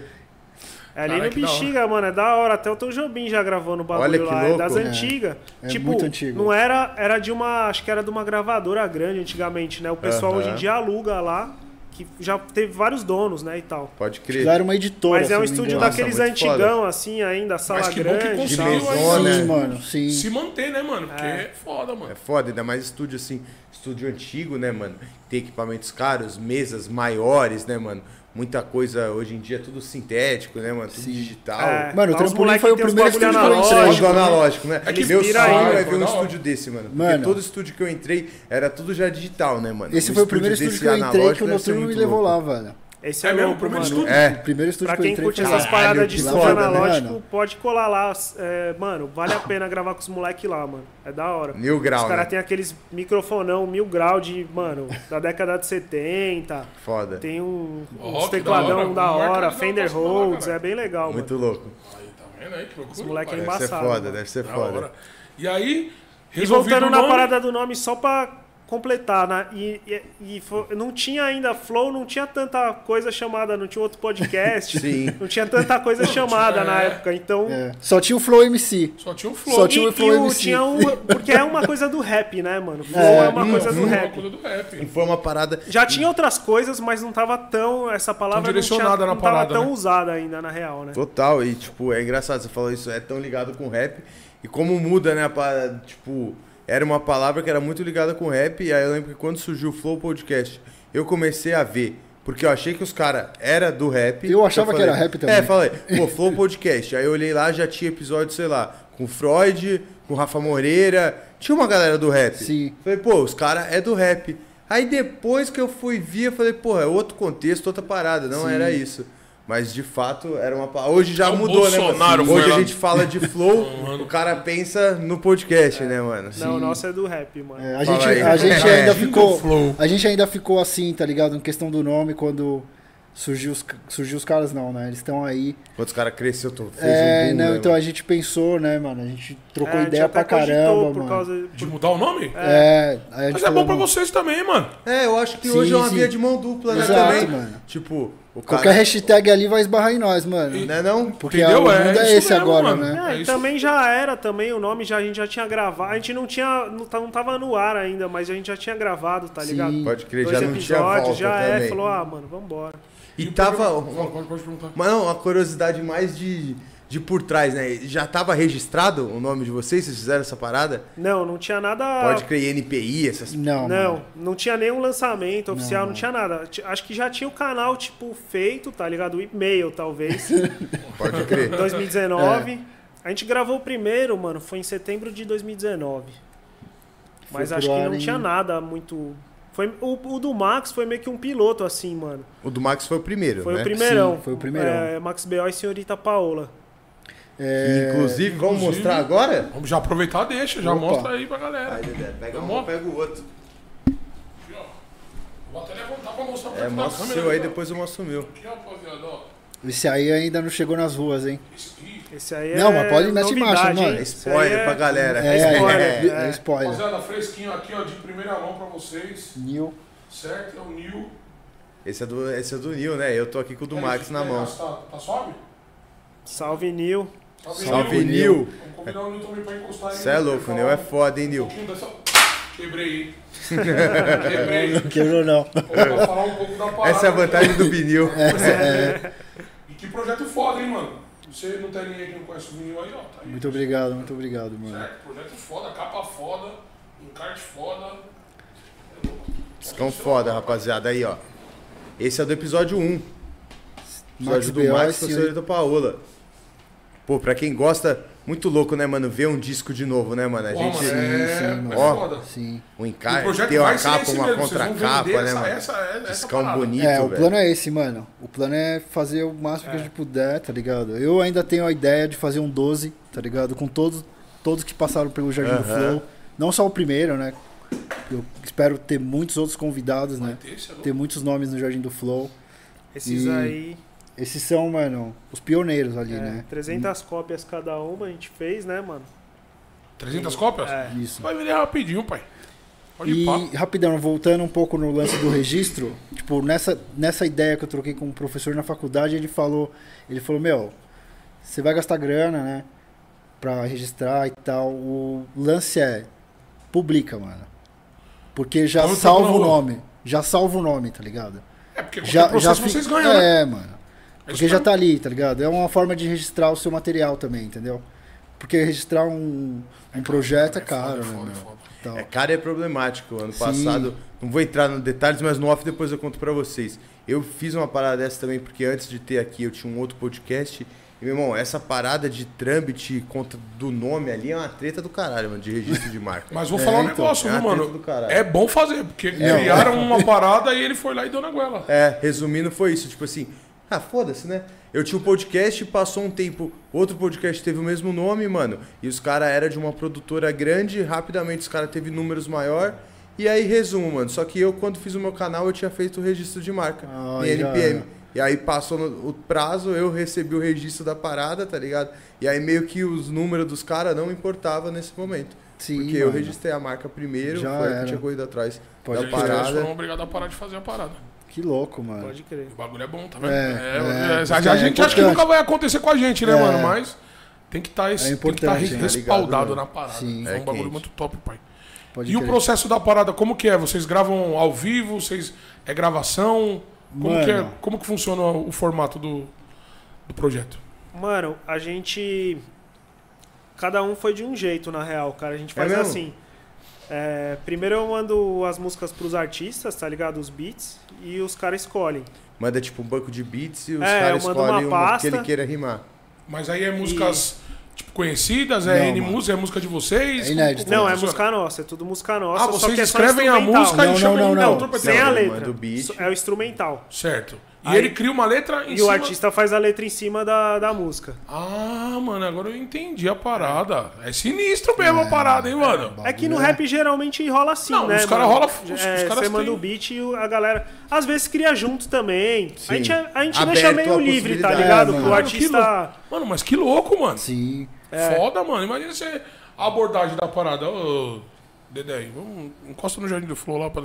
É ali
Cara,
no
que da
Bexiga, mano, é da hora. Até o Tom Jobim já gravou no bagulho
Olha que
lá,
louco.
é das
É,
antigas.
é
tipo,
muito antigo.
não era, era de uma, acho que era de uma gravadora grande antigamente, né? O pessoal
Aham.
hoje em dia aluga lá, que já teve vários donos, né, e tal.
Pode
lá
crer.
era uma editora.
Mas é
se
um
não me
estúdio
engano.
daqueles
muito foda.
antigão, assim, ainda, sala
Mas que bom que
grande.
De
Saiu aí,
mesona,
Sim,
né?
mano, sim.
Se manter, né, mano? Porque é, foda, mano.
É foda, ainda mais estúdio assim, estúdio antigo, né, mano? Tem equipamentos caros, mesas maiores, né, mano? Muita coisa hoje em dia é tudo sintético, né, mano? Tudo digital.
É.
Mano,
Lá os
o trampolim
moleque
foi o
tem uns
primeiro
bagulho
estúdio que eu
Só
analógico,
entrei.
do analógico, né?
É que
Meu
inspira
sonho
aí,
é
pô,
ver um
da hora.
estúdio desse, mano. Porque
Mano.
todo estúdio que eu entrei era tudo já digital, né, mano?
Esse
Um
foi o primeiro
desse
estúdio que eu entrei que
analógico
o
deve ser
Noturno me
muito
levou
louco.
lá, velho.
Esse
É
é,
mesmo,
louco,
o primeiro
mano.
estúdio?
O
É,
primeiro estúdio
Pra
que eu
quem
entrei
curte
foi
essas
lá.
paradas
que
de
foda,
estúdio
né,
analógico,
mano?
pode colar lá. É, mano, vale a pena gravar com os moleques lá, mano. É da hora.
mil grau,
Os caras
né?
têm aqueles microfonão mil grau de, mano, da década de 70.
Foda.
Tem um,
Ó,
uns
que
tecladão
da
da
hora.
hora,
Marca de dar
Fender
uma passada lá,
Rhodes,
caralho.
é bem legal,
Muito
mano.
louco.
Aí, tá vendo aí? Que loucura.
Os moleque é
pai.
Deve ser
Embaçado,
foda,
né?
mano.
deve ser
Da
foda.
hora. E aí,
E
resolvido
voltando
o
na
nome,
parada do nome, só pra completar, né? E, e- e fo- não tinha ainda Flow, não tinha tanta coisa chamada, não tinha outro podcast,
Sim.
não tinha tanta coisa chamada na
é.
época, então...
É. Só tinha o Flow MC.
Só tinha o flow.
Só
E
tinha o Flow
o-
MC.
tinha um, porque é uma coisa do rap, né, mano? Flow
É,
é, uma
não,
coisa do
não, uma
rap.
coisa do rap.
Foi uma parada.
Já tinha outras coisas, mas não tava tão. Essa palavra
Tão
não, tinha,
direcionada na
não tava
parada,
tão
né?
usada ainda, na real, né?
Total, e tipo, é engraçado, você falou isso, é tão ligado com rap. E como muda, né? Pra, tipo, era uma palavra que era muito ligada com rap. E aí eu lembro que quando surgiu o Flow Podcast, eu comecei a ver. Porque eu achei que os caras era do rap.
Eu achava que
falei-
era rap também.
É, falei, pô, Flow Podcast. Aí eu olhei lá, já tinha episódio, sei lá, com Freud, com Rafa Moreira. Tinha uma galera do rap.
Sim.
Falei, pô, os caras é do rap. Aí depois que eu fui ver, eu falei, pô, é outro contexto, outra parada. Não era isso. Mas de fato era uma. pa- Hoje já
O
mudou, né? Mano?
Bolsonaro foi
Hoje a
lá.
gente fala de flow, o cara pensa no podcast, né, mano?
Não, o nosso é do rap, mano.
É,
Fala
a gente,
aí.
a gente
É,
ainda
Jingle
ficou.
Flow.
A gente ainda ficou assim, tá ligado? Em questão do nome, quando surgiu os, surgiu os caras, não, né? Eles estão aí.
Quando os caras cresceu, tô- fez
É,
um boom,
não,
né,
então
mano?
a gente pensou, né, mano? A gente
É,
trocou
a gente
ideia
até
pra
cogitou
caramba,
por
mano.
causa.
De mudar o nome?
É, aí a
tipo,
Mas é
gente
bom
falou,
pra
não,
vocês também, mano.
É, eu acho que
Sim,
hoje é uma
sim.
via de mão dupla, né,
Exato,
também?
mano.
Tipo, o cara...
Qualquer hashtag ali vai esbarrar em nós, mano.
Né, não?
Porque
Entendeu?
o mundo
É
é,
isso
esse
mesmo,
agora,
mano.
né?
Ah,
É
e
isso.
também já era também o nome, já, a gente já tinha gravado. A gente não tinha. Não, tá- não tava no ar ainda, mas a gente já tinha gravado, tá
Sim.
ligado?
Pode crer,
Dois
já não
episódios,
tinha volta
já
também.
é, falou, ah, mano, vambora.
E tava...
Fala, Pode, pode perguntar.
Mas não, a curiosidade mais de, de por trás, né? Já tava registrado o nome de vocês? Vocês fizeram essa parada?
Não, não tinha nada.
Pode crer NPI, essas...
Não, mano.
Não, não tinha nenhum lançamento oficial, não,
não.
tinha nada. Ti- Acho que já tinha o canal, tipo, feito, tá ligado? O e-mail, talvez,
É.
Pode crer.
2019. A gente gravou o primeiro, mano, foi em setembro de 2019.
Foi
Mas
pro
acho que
ar
não
em-
tinha nada muito... Foi, o, o do Max foi meio que um piloto, assim, mano.
O do Max foi o primeiro,
Foi
né?
o primeirão.
Sim, foi o primeirão.
É, Max B.O. e Senhorita Paola.
É,
Que, É, inclusive, vamos
Inclusive.
mostrar agora?
Vamos já aproveitar, deixa, já
Opa.
mostra aí pra galera.
Pega
um, Vamos?
pega o outro.
Vou até levantar pra mostrar pra
É, mostra o seu aí,
então.
depois eu mostro o meu.
Aqui, rapaziada, ó.
Esse aí ainda não chegou nas ruas, hein?
Esse aí
Não,
é
mas pode mete
novidade,
marcha, mano.
hein?
É
Esse aí
spoiler
é-
pra galera.
É,
spoiler,
é, é spoiler.
Rapaziada, fresquinho aqui, ó, de primeira mão pra vocês.
New.
Certo? É o Nil.
Esse é, do, esse é do Nil, né? Eu tô aqui com o do
Pera,
Max na
pera,
mão.
Tá, tá suave? Tá
Salve, Nil.
Salve, Nil.
Vamos combinar o Nil também pra encostar aí.
Cê é louco, o Nil é foda, hein,
Um
Nil?
pouquinho dessa... Quebrei, hein? Quebrei.
Quebrou não.
Vamos falar um pouco da parada.
Essa é a vantagem do vinil.
E que projeto foda, hein, mano? Você não tem ninguém que não conhece o Nil aí, ó. Tá aí.
Muito né? obrigado, muito obrigado, mano.
Certo? Projeto foda, capa foda, encarte foda.
Discão foda, rapaziada. Aí, ó. Esse é do episódio 1.
Max
Episódio do
B.O.
Max com a
senhor-
senhorita Paola. Pô, pra quem gosta, muito louco, né, mano? Ver um disco de novo, né, mano? A
Pô,
gente.
mano, é,
sim, mano.
é foda.
Sim.
Um
O
encarte,
projeto
tem uma
vai ser
capa,
esse
uma
mesmo, vocês vão vender
contracapa, né,
essa-
mano?
Essa, essa, essa
Discão
parada.
bonito,
É, o
velho.
plano é esse, mano. O plano é fazer o máximo que a gente puder, tá ligado? Eu ainda tenho a ideia de fazer um 12, tá ligado? Com todos, todos que passaram pelo Jardim do Flow. Não só o primeiro, né? Eu espero ter muitos outros convidados, né?
Esse é louco.
Ter muitos nomes no Jardim do Flow.
Esses
E-
aí...
Esses são, mano, os pioneiros ali,
é,
né?
300 cópias cada uma a gente fez, né, mano?
300 cópias?
É.
Isso.
Vai vender rapidinho, pai. Pode ir pá.
E rapidão, voltando um pouco no lance do registro, tipo, nessa, nessa ideia que eu troquei com um professor na faculdade, ele falou, ele falou, meu, você vai gastar grana, né? Pra registrar e tal. O lance é publica, mano. Porque já
Então eu tô
salva
na
o
rua.
nome. Já salva o nome, tá ligado?
É porque qualquer
Já, já
processo
fi-
vocês ganham, né?
É, mano. Porque
isso
já
mesmo.
tá ali, tá ligado? É uma forma de registrar o seu material também, entendeu? Porque registrar um, um projeto é caro, né? meu? Tal.
É caro e é problemático. Ano
Sim.
passado, não vou entrar nos detalhes, mas no off depois eu conto pra vocês. Eu fiz uma parada dessa também, porque antes de ter aqui eu tinha um outro podcast. E, meu irmão, essa parada de trâmite conta do nome ali é uma treta do caralho, mano, de registro de marca.
Mas vou
É,
falar um
então,
negócio,
é
viu,
a treta do
mano?
caralho.
É bom fazer, porque criaram uma parada e ele foi lá e deu na goela.
É, resumindo, foi isso. Tipo assim, ah, foda-se, né? Eu tinha um podcast, passou um tempo, outro podcast teve o mesmo nome, mano. E os caras era de uma produtora grande, rapidamente os caras teve números maior. E aí, resumo, mano. Só que eu, quando fiz o meu canal, eu tinha feito o registro de marca
Ah,
em
já
NPM.
era.
E aí passou no- o prazo, eu recebi o registro da parada, tá ligado? E aí meio que os números dos caras não importavam nesse momento.
Sim,
porque eu
mano.
registrei a marca primeiro,
Já
foi eu que
era.
tinha corrido atrás
Pode
da
Eles foram
parada.
obrigados a parar de fazer a parada.
Que louco, mano.
Pode crer.
O bagulho é bom, tá vendo?
É,
É,
é,
a- a,
é
gente acha que
importante.
nunca vai acontecer com a gente, né,
É.
mano? Mas tem que tá estar
É importante, né?
respaldado
Ligado,
na parada.
Sim.
É
é um bagulho
quente.
muito top, pai.
Pode
e o
crer.
processo da parada, como que é? Vocês gravam ao vivo? Vocês é gravação? Como,
Mano.
que, é, como que funciona o formato do, do projeto?
Mano, a gente. Cada um foi de um jeito, na real, cara. A gente
É
faz
mesmo?
assim. é, primeiro eu mando as músicas pros artistas, tá ligado? Os beats. E os caras escolhem.
Manda tipo um banco de beats e os
É,
caras
eu mando uma
escolhem uma, que
pasta.
ele queira rimar.
Mas aí é músicas tipo conhecidas? É
Não,
N
mano.
música? É música de vocês?
É inédito.
Como- como
Não, é
funciona?
música nossa, é tudo música nossa.
Ah,
só
vocês
que é só
escrevem a
instrumental.
música
Não,
e chamam
não,
ele
não,
não,
não.
trompeteiro.
Sem a
Não,
letra.
manda o beat.
É o instrumental.
Certo. E
Aí-
ele cria uma letra em
E
cima...
o artista faz a letra em cima da, da música.
Ah, mano, agora eu entendi a parada. É sinistro mesmo a parada, hein, mano?
É que no rap geralmente rola assim,
Não,
né?
os cara
mano?
rola- os- os
É,
caras
Você manda
têm-
o beat e o- a galera. Às vezes cria junto também. A gente, é, a gente
Aberto
deixa
a
meio livre, tá
possibilidade.
É,
ligado?
mano.
Pro
Mano, que
artista.
lou- Mano, mas que louco, mano.
Sim.
Foda, mano. Imagina você a abordagem da parada. Ô, Dedé, vamos, encosta no Jardim do Flor lá pra.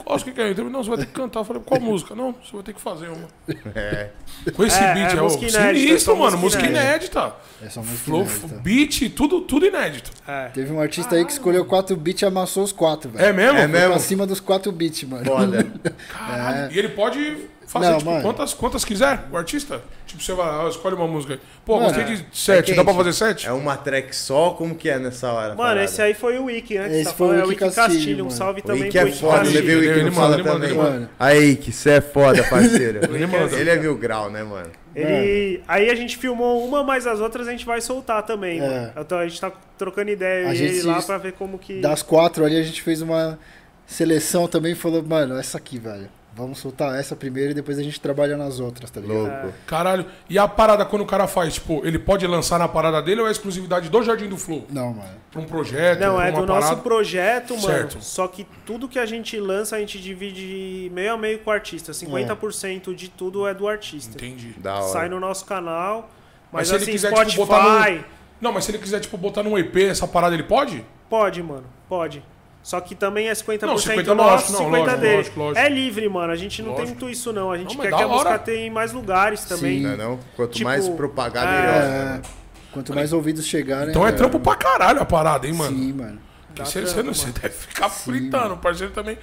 Encosta, o que, que é? isso? Não, você vai ter que cantar. Eu falei, qual música? Não, você vai ter que fazer uma.
É.
Com esse
É,
beat,
é
é, o
música inédita,
sinistro,
só
mano.
música
Música inédita.
É só música
Flow,
inédita.
beat, tudo, tudo inédito.
É.
Teve um artista aí que escolheu quatro beats e amassou os quatro, velho.
É mesmo?
É
Foi
mesmo?
pra cima dos quatro beats, mano.
Foda.
Caralho. E ele pode fazer
Não,
tipo,
mano.
quantas, quantas quiser, o artista. Tipo, você vai, ah, escolhe uma música. aí. Pô,
Mano,
gostei de sete.
É
Dá
quente.
pra fazer sete?
É uma track só? Como que é nessa hora? a
Mano,
parada?
esse aí foi o Wiki, né? que
Esse
você tá
foi o
falando. É
Wiki Castilho,
Um
mano.
salve
O
também
Ike é
pro Wiki
foda,
Castilho.
você viu o Ike
Ele
não
manda,
fala
ele manda,
também.
ele
manda.
Aí, Ike, você é foda, parceiro.
Ele manda.
Ele é mil grau, né, mano?
Ele... Aí a gente filmou uma, mas as outras a gente vai soltar também.
É.
mano. Então a gente tá trocando ideia
A
eu e
gente
ele
se-
lá pra ver como que.
Das quatro ali, a gente fez uma seleção também e falou, mano, essa aqui, velho. Vamos soltar essa primeiro e depois a gente trabalha nas outras,
É.
tá ligado?
Louco.
Caralho. E a parada, quando o cara faz, tipo, ele pode lançar na parada dele ou é exclusividade do Jardim do Flow?
Não, mano.
Pra um projeto,
Não,
pra
é
uma
do
parada.
nosso projeto, mano.
Certo.
Só que tudo que a gente lança, a gente divide meio a meio com o artista. 50% de tudo é do artista.
Entendi.
Da hora.
Sai no nosso canal.
Mas
Mas,
se ele
assim,
quiser, tipo,
Spotify.
botar Não, mas se ele quiser, tipo, botar num EP essa parada, ele pode?
Pode, mano. Pode. Só que também é 50%
Não, 50
nosso,
lógico, não,
50
lógico,
dele.
lógico, lógico.
É livre, mano. A gente não tem
Lógico.
muito isso, não. A gente
Não, mas
quer
da
que a
hora.
música tenha em mais lugares também.
Não é não? Quanto
Tipo,
mais propagada,
é.
melhor.
É,
né?
quanto mais ouvidos chegarem.
Então é trampo pra caralho a parada, hein, mano?
Sim, mano.
Porque você, você não, você deve ficar fritando, o parceiro também.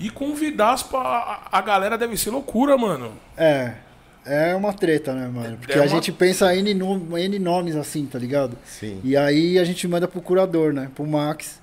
E convidar as pa- a, a galera deve ser loucura, mano.
É. É uma treta, né, mano? Porque
É uma-
a gente pensa N, nom- N nomes assim, tá ligado?
Sim.
E aí a gente manda pro curador, né? Pro Max.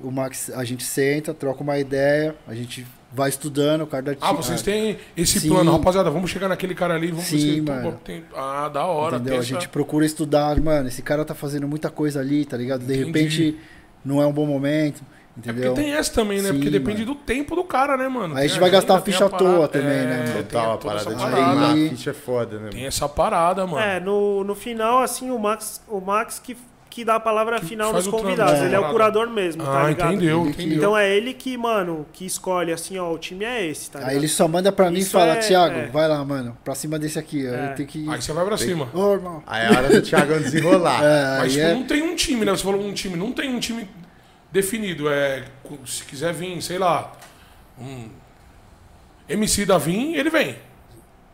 O Max, a gente senta, troca uma ideia, a gente vai estudando cada
Ah, vocês têm esse
é. Sim.
plano, rapaziada. Vamos chegar naquele cara ali, vamos
Sim,
ver se- tá
mano.
tem- Ah, da hora.
Entendeu?
tem
A
essa-
gente procura estudar, mano, esse cara tá fazendo muita coisa ali, tá ligado? De
Entendi.
repente não é um bom momento,
É porque
entendeu?
tem essa também, né?
Sim,
porque depende
mano.
do tempo do cara, né, mano?
Aí a gente
Tem
vai gastar
agenda, tem
ficha
a
à toa
parada-
também, né,
É,
mano?
tem
Total, a
toda
parada
essa
de
parada.
queimar a
Aí-
ficha é foda, né?
Tem
mano?
essa parada, mano.
É, no, no final, assim, o Max, o Max que, que dá a palavra final
faz
nos
o trampo,
convidados.
né?
Ele é o
Parada.
curador mesmo, tá
ah,
ligado?
entendeu,
Ele que-
entendeu.
Então é ele que, mano, que escolhe, assim, ó, o time é esse,
né?
tá ligado?
Aí ele só manda pra mim e
Isso
fala,
é-
Thiago,
é.
vai lá, mano, pra cima desse aqui. Aí
É.
tem que.
Aí você vai pra cima.
Ô, irmão.
Aí é a hora do Thiago desenrolar.
É,
Mas
aí
tipo,
é.
não tem um time, né? Você falou um time. Não tem um time definido. É, cu- se quiser vir, sei lá, um MC da Vim, ele vem.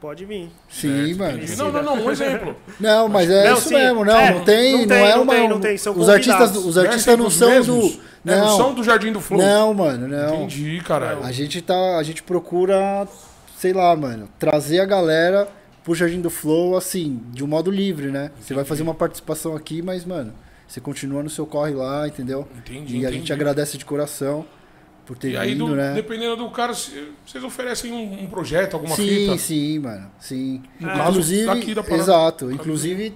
Pode vir.
Sim, né? mano.
Não, não, não. Um exemplo.
Não, mas é
Não,
isso
sim.
mesmo, não,
É,
não tem, não, é
não
uma.
tem, não tem, são
os artistas,
convidados.
os
Não é
artistas
sempre
não
os
são
mesmos,
do.
né? Não são
Não,
do Jardim do Flow.
não, mano, não.
Entendi, caralho.
A gente tá, a gente procura, sei lá, mano, trazer a galera pro Jardim do Flow assim, de um modo livre, né? Você vai fazer uma participação aqui, mas mano, você continua no seu corre lá, entendeu?
Entendi,
E a
entendi.
gente agradece de coração por ter
E aí,
vindo,
do-
né?
dependendo do cara, se- vocês oferecem um, um projeto, alguma
Sim,
fita.
sim, mano. Sim.
No
É.
caso,
Inclusive,
daqui da parada.
exato. Inclusive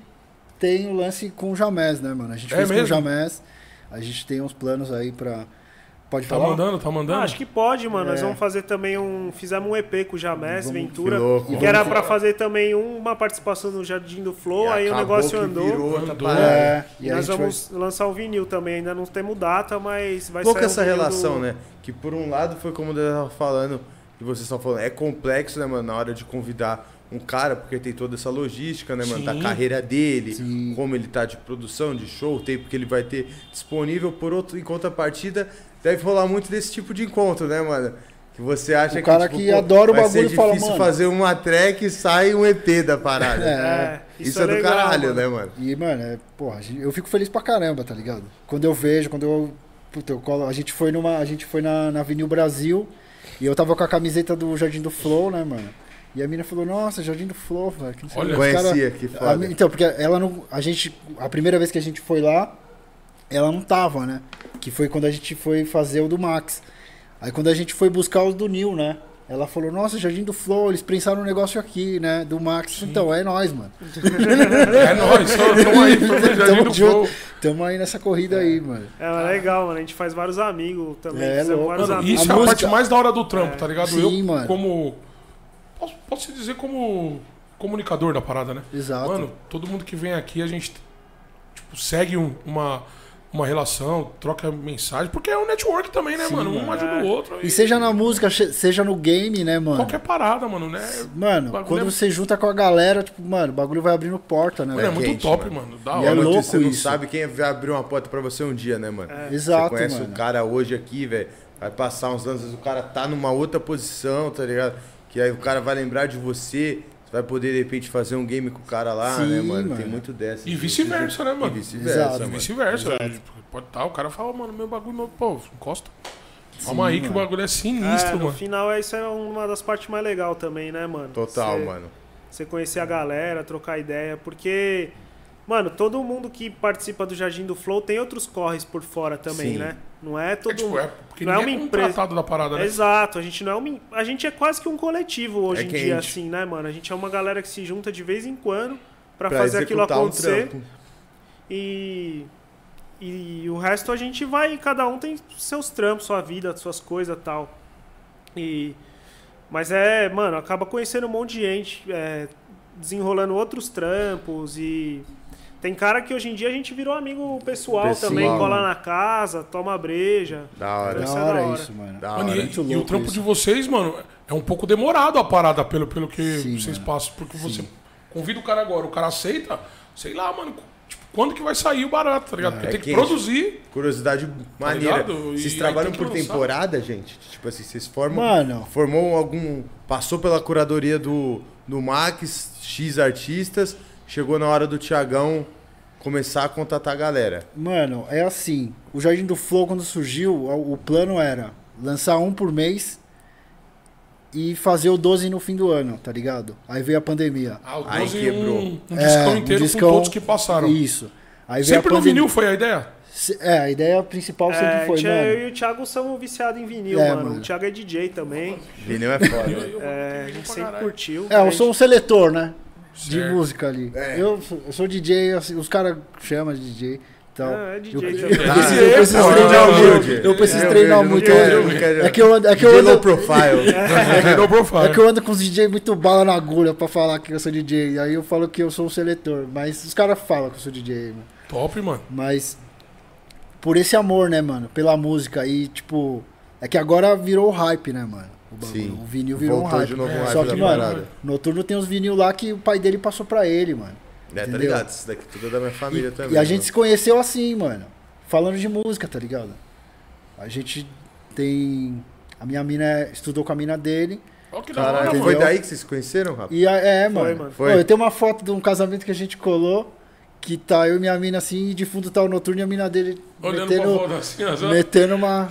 tem o lance com o Jamés, né, mano? A gente
É
fez com
mesmo?
o Jamés. A gente tem uns planos aí pra pode
Tá
falar.
mandando, tá mandando?
Ah, acho que pode, mano. Nós
É.
vamos fazer também um. Fizemos um EP com o Jamés, Ventura.
que louco.
Que era pra fazer também um, uma participação no Jardim do Flow.
E
aí o
acabou que
negócio andou.
Virou outra
Andou.
parada.
É,
E
a
nós
gente vai-
vamos lançar o vinil também. Ainda não temos data, mas vai
pouco
sair um
é essa
vinil
relação,
do-
né? Que por um lado foi como eu tava falando, e vocês estão falando, é complexo, né, mano, na hora de convidar um cara, porque tem toda essa logística, né, mano, da
Sim.
carreira dele,
Sim.
como ele tá de produção, de show, o tempo que ele vai ter disponível, por outro, em contrapartida, deve rolar muito desse tipo de encontro, né, mano? Que você acha
O cara
que, tipo,
que adora o
vai
bagulho
ser
fala,
difícil
"Mano."
fazer uma track e sai um EP da parada.
É,
Isso, é, do
legal,
caralho,
mano.
né, mano?
E, mano, é, porra, a gente- eu fico feliz pra caramba, tá ligado? Quando eu vejo, quando eu. Puta, eu colo, a gente foi numa. A gente foi na, na Avenil Brasil e eu tava com a camiseta do Jardim do Flow, né, mano? E a mina falou, nossa, Jardim do Flow, velho. que não sei o
Olha,
que, os
Conhecia, que
a mi-
foda.
então, porque ela não. A gente. A primeira vez que a gente foi lá, ela não tava, né? Que foi quando a gente foi fazer o do Max. Aí quando a gente foi buscar os do Nil, né? Ela falou, nossa, Jardim do Flow, eles pensaram um negócio aqui, né? Do Max. Então, é nós, mano.
É nóis, estamos aí, professor Jardim
Tamo
do
junto.
Flow.
Tamo aí nessa corrida aí, mano.
É, mas legal, mano. A gente faz vários amigos também.
É,
fizemos
louco.
vários
Mano,
amigos.
isso é
A
a parte
música-
mais da hora do trampo, tá ligado?
Sim,
eu,
mano.
como. Posso, posso te dizer como comunicador da parada, né?
Exato.
Mano, todo mundo que vem aqui, a gente tipo, segue um- uma, uma relação, troca mensagem, porque é um network também, né, mano? Um ajuda o outro.
E seja na música, che- seja no game, né, mano?
qualquer parada, mano, né?
Mano,
bagulho
quando
é-
você junta com a galera, tipo, mano, o bagulho vai abrindo porta, né?
Mano, é
velho?
muito
quente,
top,
mano.
mano. Da
E é
hora.
Quando
louco
você não
isso.
sabe quem vai abrir uma porta pra você um dia, né, mano?
É.
Você
Exato,
conhece
mano.
o cara hoje aqui, velho. Vai passar uns anos, o cara tá numa outra posição, tá ligado? Que aí o cara vai lembrar de você. Você vai poder, de repente, fazer um game com o cara lá,
Sim,
né, mano? Tem
mano.
muito dessa.
E vice-versa, né, mano?
E vice-versa,
Exato.
mano.
Vice-versa. Pode tá, o cara fala, mano, meu bagulho, meu, pô, encosta. Calma aí, que o
mano.
bagulho é
É,
sinistro,
no
mano.
final, isso é uma das partes mais legais também, né, mano?
Total,
Você-
mano.
Você conhecer a galera, trocar ideia, porque, mano, todo mundo que participa do Jardim do Flow tem outros corres por fora também,
Sim.
né? Não é todo
É, tipo,
mundo.
é porque ninguém é contratado da parada, né?
Exato, a gente não é uma, a gente é quase que um coletivo hoje
É
em
que a
dia
gente-
assim, né, mano? A gente é uma galera que se junta de vez em quando pra
Pra
fazer aquilo
executar um
acontecer
trampo.
e e o resto a gente vai, cada um tem seus trampos, sua vida, suas coisas, tal. E mas é, mano, acaba conhecendo um monte de gente, é, desenrolando outros trampos e tem cara que hoje em dia a gente virou amigo pessoal,
Pessoal,
também, cola
mano.
na casa, toma breja.
Da hora.
Da
Isso é
hora
da hora.
isso, mano.
Da
Mano,
hora.
e,
Muito
e o
louco
trampo
isso.
de vocês, mano, é um pouco demorado a parada pelo, pelo que
Sim, é.
vocês
mano.
passam. Porque você convida o cara agora, o cara aceita, sei lá, mano, tipo, quando que vai sair o barato, tá ligado? Porque
é
tem que
quente.
produzir.
Curiosidade maneira.
ligado? E
vocês
aí
trabalham
tem que
por
lançar.
temporada, gente? Tipo assim, vocês formam.
Mano.
Formou algum. Passou pela curadoria do, do Max, X artistas. Chegou na hora do Tiagão começar a contatar a galera.
Mano, é assim. O Jardim do Flow, quando surgiu, a- o plano era lançar um por mês e fazer o 12 no fim do ano, tá ligado? Aí veio a pandemia.
Ah, o
Aí
12
quebrou.
Um, um
É,
discão
um
inteiro
discão-
com todos que passaram.
Isso. Aí veio
Sempre
a
no
pandemia.
vinil foi a ideia?
Se- É, a ideia principal
É,
sempre foi,
tia-
mano.
eu e o Thiago somos viciados em vinil,
É,
mano.
mano.
O Thiago é DJ também.
Vinil é foda.
É, a gente sempre curtiu.
É, eu
A
sou um
gente-
seletor, né? De
Certo.
música ali.
É.
Eu, sou- eu sou DJ, assim, os caras chamam de DJ e tal.
Ah, é DJ
Eu-
também.
Tá?
Eu preciso, eu
Ah,
preciso
é,
treinar
é,
muito.
é,
Eu preciso
é,
treinar
eu não
muito.
quero, eu não
é.
quero.
É que eu ando, é que eu
DJ low
ando,
profile.
Virou
é
profile.
que eu ando com os DJ muito bala na agulha pra falar que eu sou DJ. Aí eu falo que eu sou um seletor. Mas os caras falam que eu sou DJ, mano.
Top, mano.
Mas por esse amor, né, mano? Pela música. E, tipo, é que agora virou hype, né, mano? O, bagulho.
Sim.
o vinil virou um
Voltou
hype.
de novo
É,
um
Só
hype
que,
da
mano,
parada.
noturno tem uns vinil lá que o pai dele passou pra ele, mano.
É, tá
entendeu?
ligado? Isso daqui tudo é da minha família também. né?
E a
mano.
gente se conheceu assim, mano. Falando de música, tá ligado? A gente tem. A minha mina estudou com a mina dele.
Olha que da hora,
Caralho,
mano.
foi daí que vocês se conheceram, rapaz?
E a- é, mano.
mano.
Foi.
Ô, eu tenho uma foto de um casamento que a gente colou. Que tá eu e minha mina assim, e de fundo tá o noturno e a mina dele
Olhando pra
metendo,
fora assim, ó, só-
metendo uma.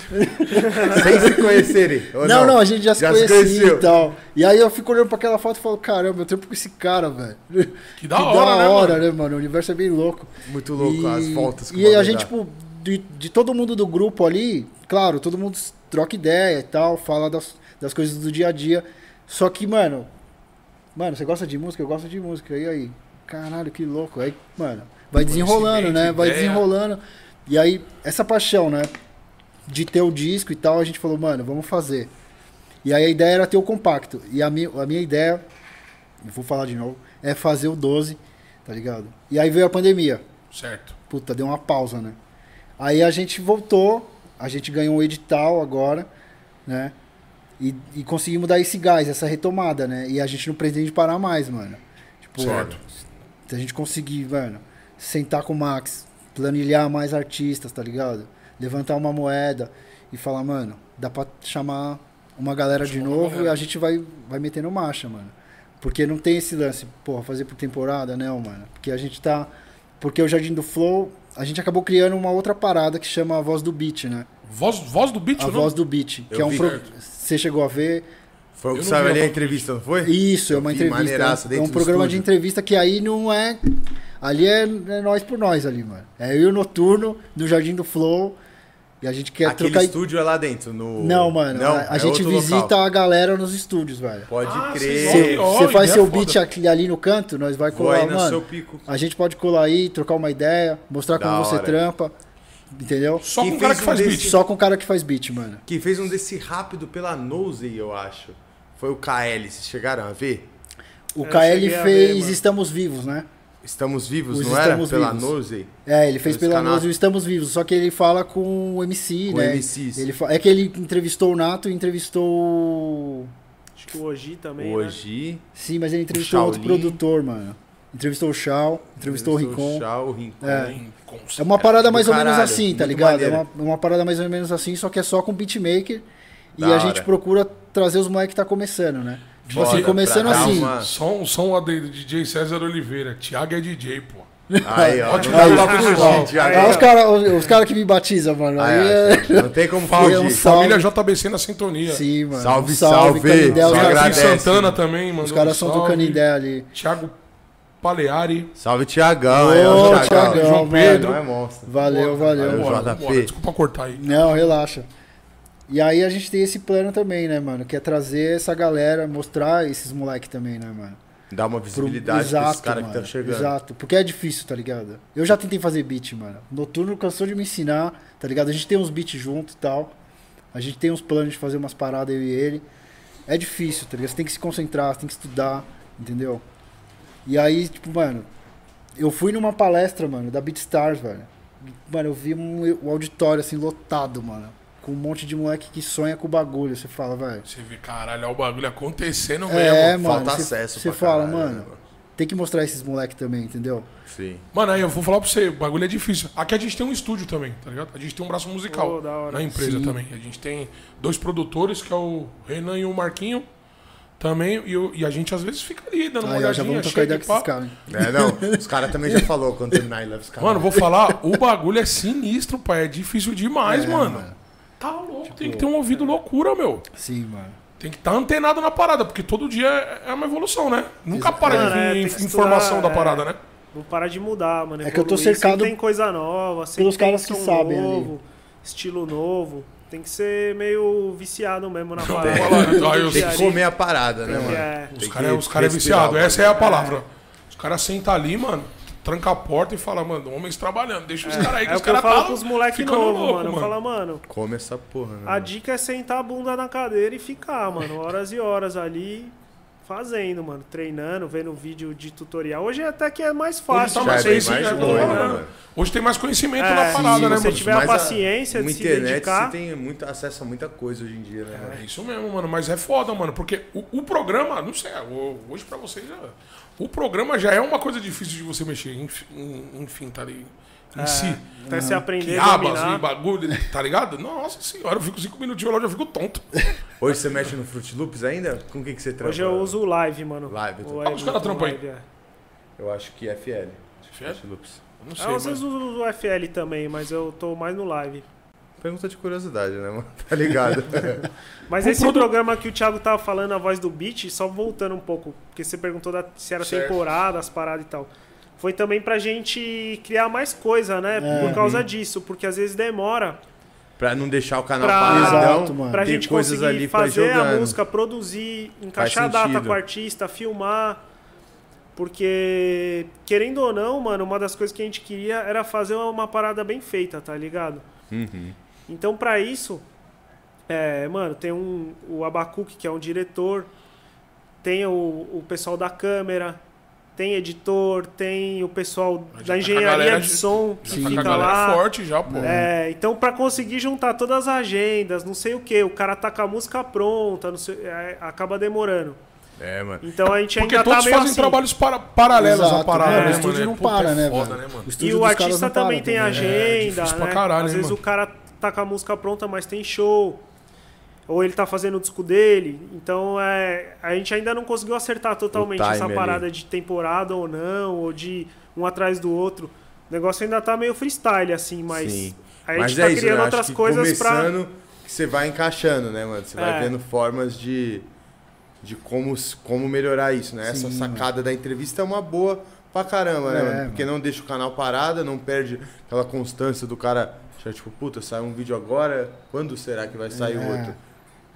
Sem se conhecerem. ou
Não, não, a gente já se
Já se
conhecia
conheceu.
e tal. E aí eu fico olhando pra aquela foto e falo, caramba, eu tempo com esse cara, velho.
Que da hora, né, mano?
né, mano? O universo é bem louco.
Muito louco as voltas que
E
o bagulho
a
dá.
gente, tipo, de, de todo mundo do grupo ali, claro, todo mundo s- troca ideia e tal, fala das, das coisas do dia a dia. Só que, mano, mano, você gosta de música? Eu gosto de música. E aí? Caralho, que louco. Aí, mano, vai desenrolando, né? Vai
ideia.
desenrolando. E aí, essa paixão, né? De ter o disco e tal, a gente falou, mano, vamos fazer. E aí a ideia era ter o compacto. E a, mi a minha ideia, eu vou falar de novo, é fazer o 12, tá ligado? E aí veio a pandemia.
Certo.
Puta, deu uma pausa, né? Aí a gente voltou, a gente ganhou um edital agora, né? E, e conseguimos dar esse gás, essa retomada, né? E a gente não pretende parar mais, mano. Tipo,
Certo.
se a gente conseguir, mano, sentar com o Max, planilhar mais artistas, tá ligado? Levantar uma moeda e falar, mano, dá pra chamar uma galera de
Chamar uma
novo e
galera.
a gente vai, vai metendo marcha, mano. Porque não tem esse lance, porra, fazer por temporada, não, mano. Porque a gente tá. Porque o Jardim do Flow, a gente acabou criando uma outra parada que chama a voz do beat, né?
Voz, voz do beat, né?
A
ou não?
voz do beat. Que
Eu
é um
vi.
pro... Você chegou a ver.
Foi o
Eu
que
não
saiu
vi
ali
a
a entrevista, não foi?
Isso, é uma
Que
entrevista.
maneiraça,
é
dentro
um
do
programa de
estúdio.
entrevista que aí não é. Ali é, é nós por nós ali, mano. É eu e o Noturno, do Jardim do Flow. E a gente quer
Aquele
trocar.
estúdio é lá dentro, no...
Não, mano. a a
é
gente
outro
visita
local. é,
a galera nos estúdios, velho.
Pode
Ah,
crer.
vocês
Você
vão- Ó,
você faz
ideia
seu
foda.
beat aqui, ali no canto, nós vai
Vou
colar,
aí no
mano.
seu pico.
A gente pode colar aí, trocar uma ideia, mostrar
Da
como você
hora.
trampa, entendeu?
Só
Quem
com o cara
fez
que
um
faz
desse-
beat.
Só com o cara que faz beat, mano.
Quem fez um desse rápido pela Nose, eu acho. Foi o KL, vocês chegaram a ver?
O
Eu
KL
cheguei a ver,
fez
mano.
Estamos Vivos, né?
Estamos vivos,
Os
não era?
Estamos
Pela
Vivos.
Nose?
É, ele fez
Esse
pela
canal-
nós o Estamos Vivos, só que ele fala com o MC,
Com
né?
MCs.
Ele fa- É que ele entrevistou o Nato e entrevistou. o-
Acho que o Oji também, né?
Hoje.
Sim, mas ele entrevistou outro
Shaolin.
produtor, mano. Entrevistou o Shao, entrevistou o Ricon.
Chau, o Rincon.
É uma parada
do
mais ou menos
caralho,
assim, tá
muito
ligado? É uma,
maneiro.
uma parada mais ou menos assim, só que é só com beatmaker. E
Da
a
hora.
gente procura trazer os moleques que tá começando, né? Tipo
Foda,
assim, começando
pra dar
assim.
uma-
Som, som lá dele, DJ César Oliveira. Thiago é DJ, pô.
Aí, ó.
Ótimo
não tem
aí,
como
ó.
fugir, Thiago.
Ah, os caras os cara que me batizam, mano.
Aí,
Aí
ó,
é...
Thiago, Não tem como
Fala, um
fugir.
salve.
Família JBC na sintonia.
Sim, mano.
Salve,
Um
salve,
Canindé, os
salve,
caras-
Thiago
agradece.
Santana também, mano.
Os caras são do Canindé ali.
Thiago Paleari.
Salve, Tiagão.
Ô,
aí, ó,
Thiagão,
Thiagão.
João
mano.
Pedro.
Não é monstro.
Bora,
Valeu, valeu.
Valeu,
Bora,
JP.
bora. Desculpa cortar aí.
Não, relaxa. E aí a gente tem esse plano também, né, mano? Que é trazer essa galera, mostrar esses moleques também, né, mano?
Dá uma
Pro-
visibilidade pra esses caras que estão
mano,
chegando.
Exato, porque é difícil, tá ligado? Eu já tentei fazer beat, mano. Noturno cansou de me ensinar, tá ligado? A gente tem uns beats junto e tal. A gente tem uns planos de fazer umas paradas, eu e ele. É difícil, tá ligado? Você tem que se concentrar, você tem que estudar, entendeu? E aí, tipo, mano, eu fui numa palestra, mano, da BeatStars, velho. Mano, eu vi um, o auditório, assim, lotado, mano. Com um monte de moleque que sonha com o bagulho. Você fala, velho.
Você vê, caralho, olha o bagulho acontecendo
É,
mesmo.
mano.
falta
você-
acesso
Você
pra
fala,
caralho, né,
mano,
mano?
tem que mostrar esses moleque também, entendeu?
Sim.
Mano, aí eu vou falar pra você, o bagulho é difícil. Aqui a gente tem um estúdio também, tá ligado? A gente tem um braço musical
Pô, da hora.
na empresa
Sim.
também. A gente tem dois produtores, que é o Renan e o Marquinho. Também, e, o- e a gente às vezes fica ali dando uma
Aí, ó, já
olhadinha,
vamos trocar
chega
ideia
e
com
pá.
esses caras. hein?
É, não, os caras também já falou quando terminar I Love os caras.
Mano, vou falar, o bagulho é sinistro, pai. É difícil demais, mano. Tá louco,
Tipo,
tem que ter um ouvido loucura, meu.
Sim, mano.
Tem que estar antenado na parada, porque todo dia é é uma evolução, né? Nunca
Mano,
para
é,
de
tem que
informação da
estudar,
parada,
é.
né?
Não para de mudar, mano.
É que eu tô
Evoluir,
cercado
sempre tem coisa nova, sempre
pelos
tem
caras que
som
sabem ali.
novo, estilo novo. Tem que ser meio viciado mesmo na
Não,
parada.
tem.
Todo
Ah, eu
dia
tem que
ali.
comer a parada, né,
Tem que-
mano?
é.
Tem
Os
que
caras os cara
respirar,
é viciado,
mano.
essa é a palavra. Os caras sentam ali, mano, tranca a porta e fala, mano, homens trabalhando, deixa os caras aí, que
É
os
o que eu
caras
falo
tá
pros moleques
ficando
novos,
louco,
mano. Eu falo, mano,
Come essa porra, né?
a
mano?
dica é sentar a bunda na cadeira e ficar, mano. Horas e horas ali fazendo, mano. Treinando, vendo vídeo de tutorial. Hoje até que é mais
Hoje
fácil.
tá
Já
mais
é bem
conhecimento,
mais
né?
doido, né,
Mano?
mano?
Hoje tem mais conhecimento
É,
na
sim,
parada, né,
você
mano?
tiver a
Mas
paciência
uma
de se
internet,
dedicar-
Você tem muito acesso a muita coisa hoje em dia, né? mano?
É isso mesmo, mano. Mas é foda, mano. Porque o, o programa, não sei, o- hoje pra vocês já. O programa já é uma coisa difícil de você mexer, enfi- em- enfim, tá ali.
É,
Em si.
Até se aprender
Que
a
abas e
dominar.
bagulho, tá ligado? Nossa senhora, eu fico cinco minutinhos lá, eu já fico tonto.
Hoje você mexe no Fruit Loops ainda? Com o que, que você trabalha?
Hoje eu uso o live, mano.
Live, tu-
O
Ah, os caras
o
trampam aí.
live, é.
Eu acho que FL.
FL?
Fruit Loops.
Não sei,
Ah,
mano.
vocês usam o FL também, mas eu tô mais no live.
Pergunta de curiosidade, né, mano? Tá ligado?
Mas
Pro
esse
produ-
programa que o Thiago tava falando, a voz do beat, só voltando um pouco, porque você perguntou da- se era
Certo.
temporada, as paradas e tal. Foi também pra gente criar mais coisa, né?
É.
Por causa disso, porque às vezes demora
pra não deixar o canal
Pra-
paradão.
Exato, mano.
pra
tem
gente
coisas
conseguir
ali pra ir
fazer a
jogando.
música, produzir, encaixar a
Faz
data
sentido.
com o artista, filmar. Porque, querendo ou não, mano, uma das coisas que a gente queria era fazer uma parada bem feita, tá ligado?
Uhum.
Então, pra isso, é, mano, tem um, o Abacuque, que é um diretor, tem o, o pessoal da câmera, tem editor, tem o pessoal
Mas já tá com
da
a
engenharia
galera
de
de-
som,
Já
que
tá com a
fica
galera
lá.
forte já, pô.
É, então para conseguir juntar todas as agendas, não sei o que, o cara tá com a música pronta, não sei, é, acaba demorando.
É, mano.
Então a gente
Porque
ainda
todos
tá meio
fazem
assim.
trabalhos para- paralelos à
Exato,
parada,
né?
né,
O
mano?
estúdio não
Puta,
para,
é
né,
foda,
velho?
né, mano?
O estúdio
E o
dos caras
artista
não para
também tem
também, né?
É,
agenda,
difícil
né?
pra caralho,
Às
hein,
vezes
mano?
o cara tá com a música pronta, mas tem show. Ou ele tá fazendo o disco dele. Então é, a gente ainda não conseguiu acertar totalmente
O time
essa
ali.
parada de temporada ou não, ou de um atrás do outro. O negócio ainda tá meio freestyle, assim, mas
Sim.
a gente
Mas
tá
é isso, né?
criando
Acho
outras
que
coisas pra.
começando, que você vai encaixando, né, mano? Você vai
É.
vendo formas de, de como, como melhorar isso, né? Essa
Sim,
sacada da entrevista é uma boa pra caramba, né,
É,
mano? Porque não deixa o canal parado, não perde aquela constância do cara Já tipo, puta, sai um vídeo agora, quando será que vai sair
É.
outro?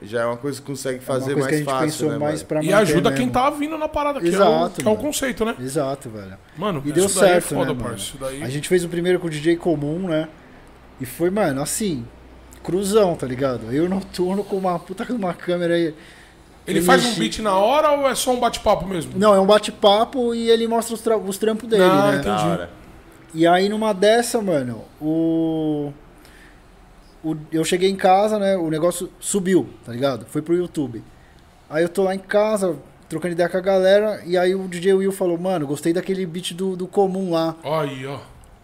Já é uma coisa que consegue
É uma
fazer
coisa que
mais
a gente
fácil,
pensou
né,
mais
mano?
pra
E
manter
ajuda
mesmo.
quem tá vindo na parada, que, é, o,
Exato,
que é o
mano.
conceito, né?
Exato, velho.
Mano,
E deu
isso daí
certo,
é foda,
né, mano?
parça. Isso daí...
A gente fez o primeiro com o DJ comum, né? E foi, mano, assim, cruzão, tá ligado? Eu noturno com uma puta com uma câmera aí.
Ele faz um beat na hora ou é só um bate-papo mesmo?
Não, é um bate-papo e ele mostra os, tra- os trampos dele,
Ah,
né?
entendi.
Da hora.
E aí numa dessa, mano, o... o. Eu cheguei em casa, né? O negócio subiu, tá ligado? Foi pro YouTube. Aí eu tô lá em casa, trocando ideia com a galera, e aí o DJ Will falou, mano, gostei daquele beat do, do comum lá.
Aí, ó.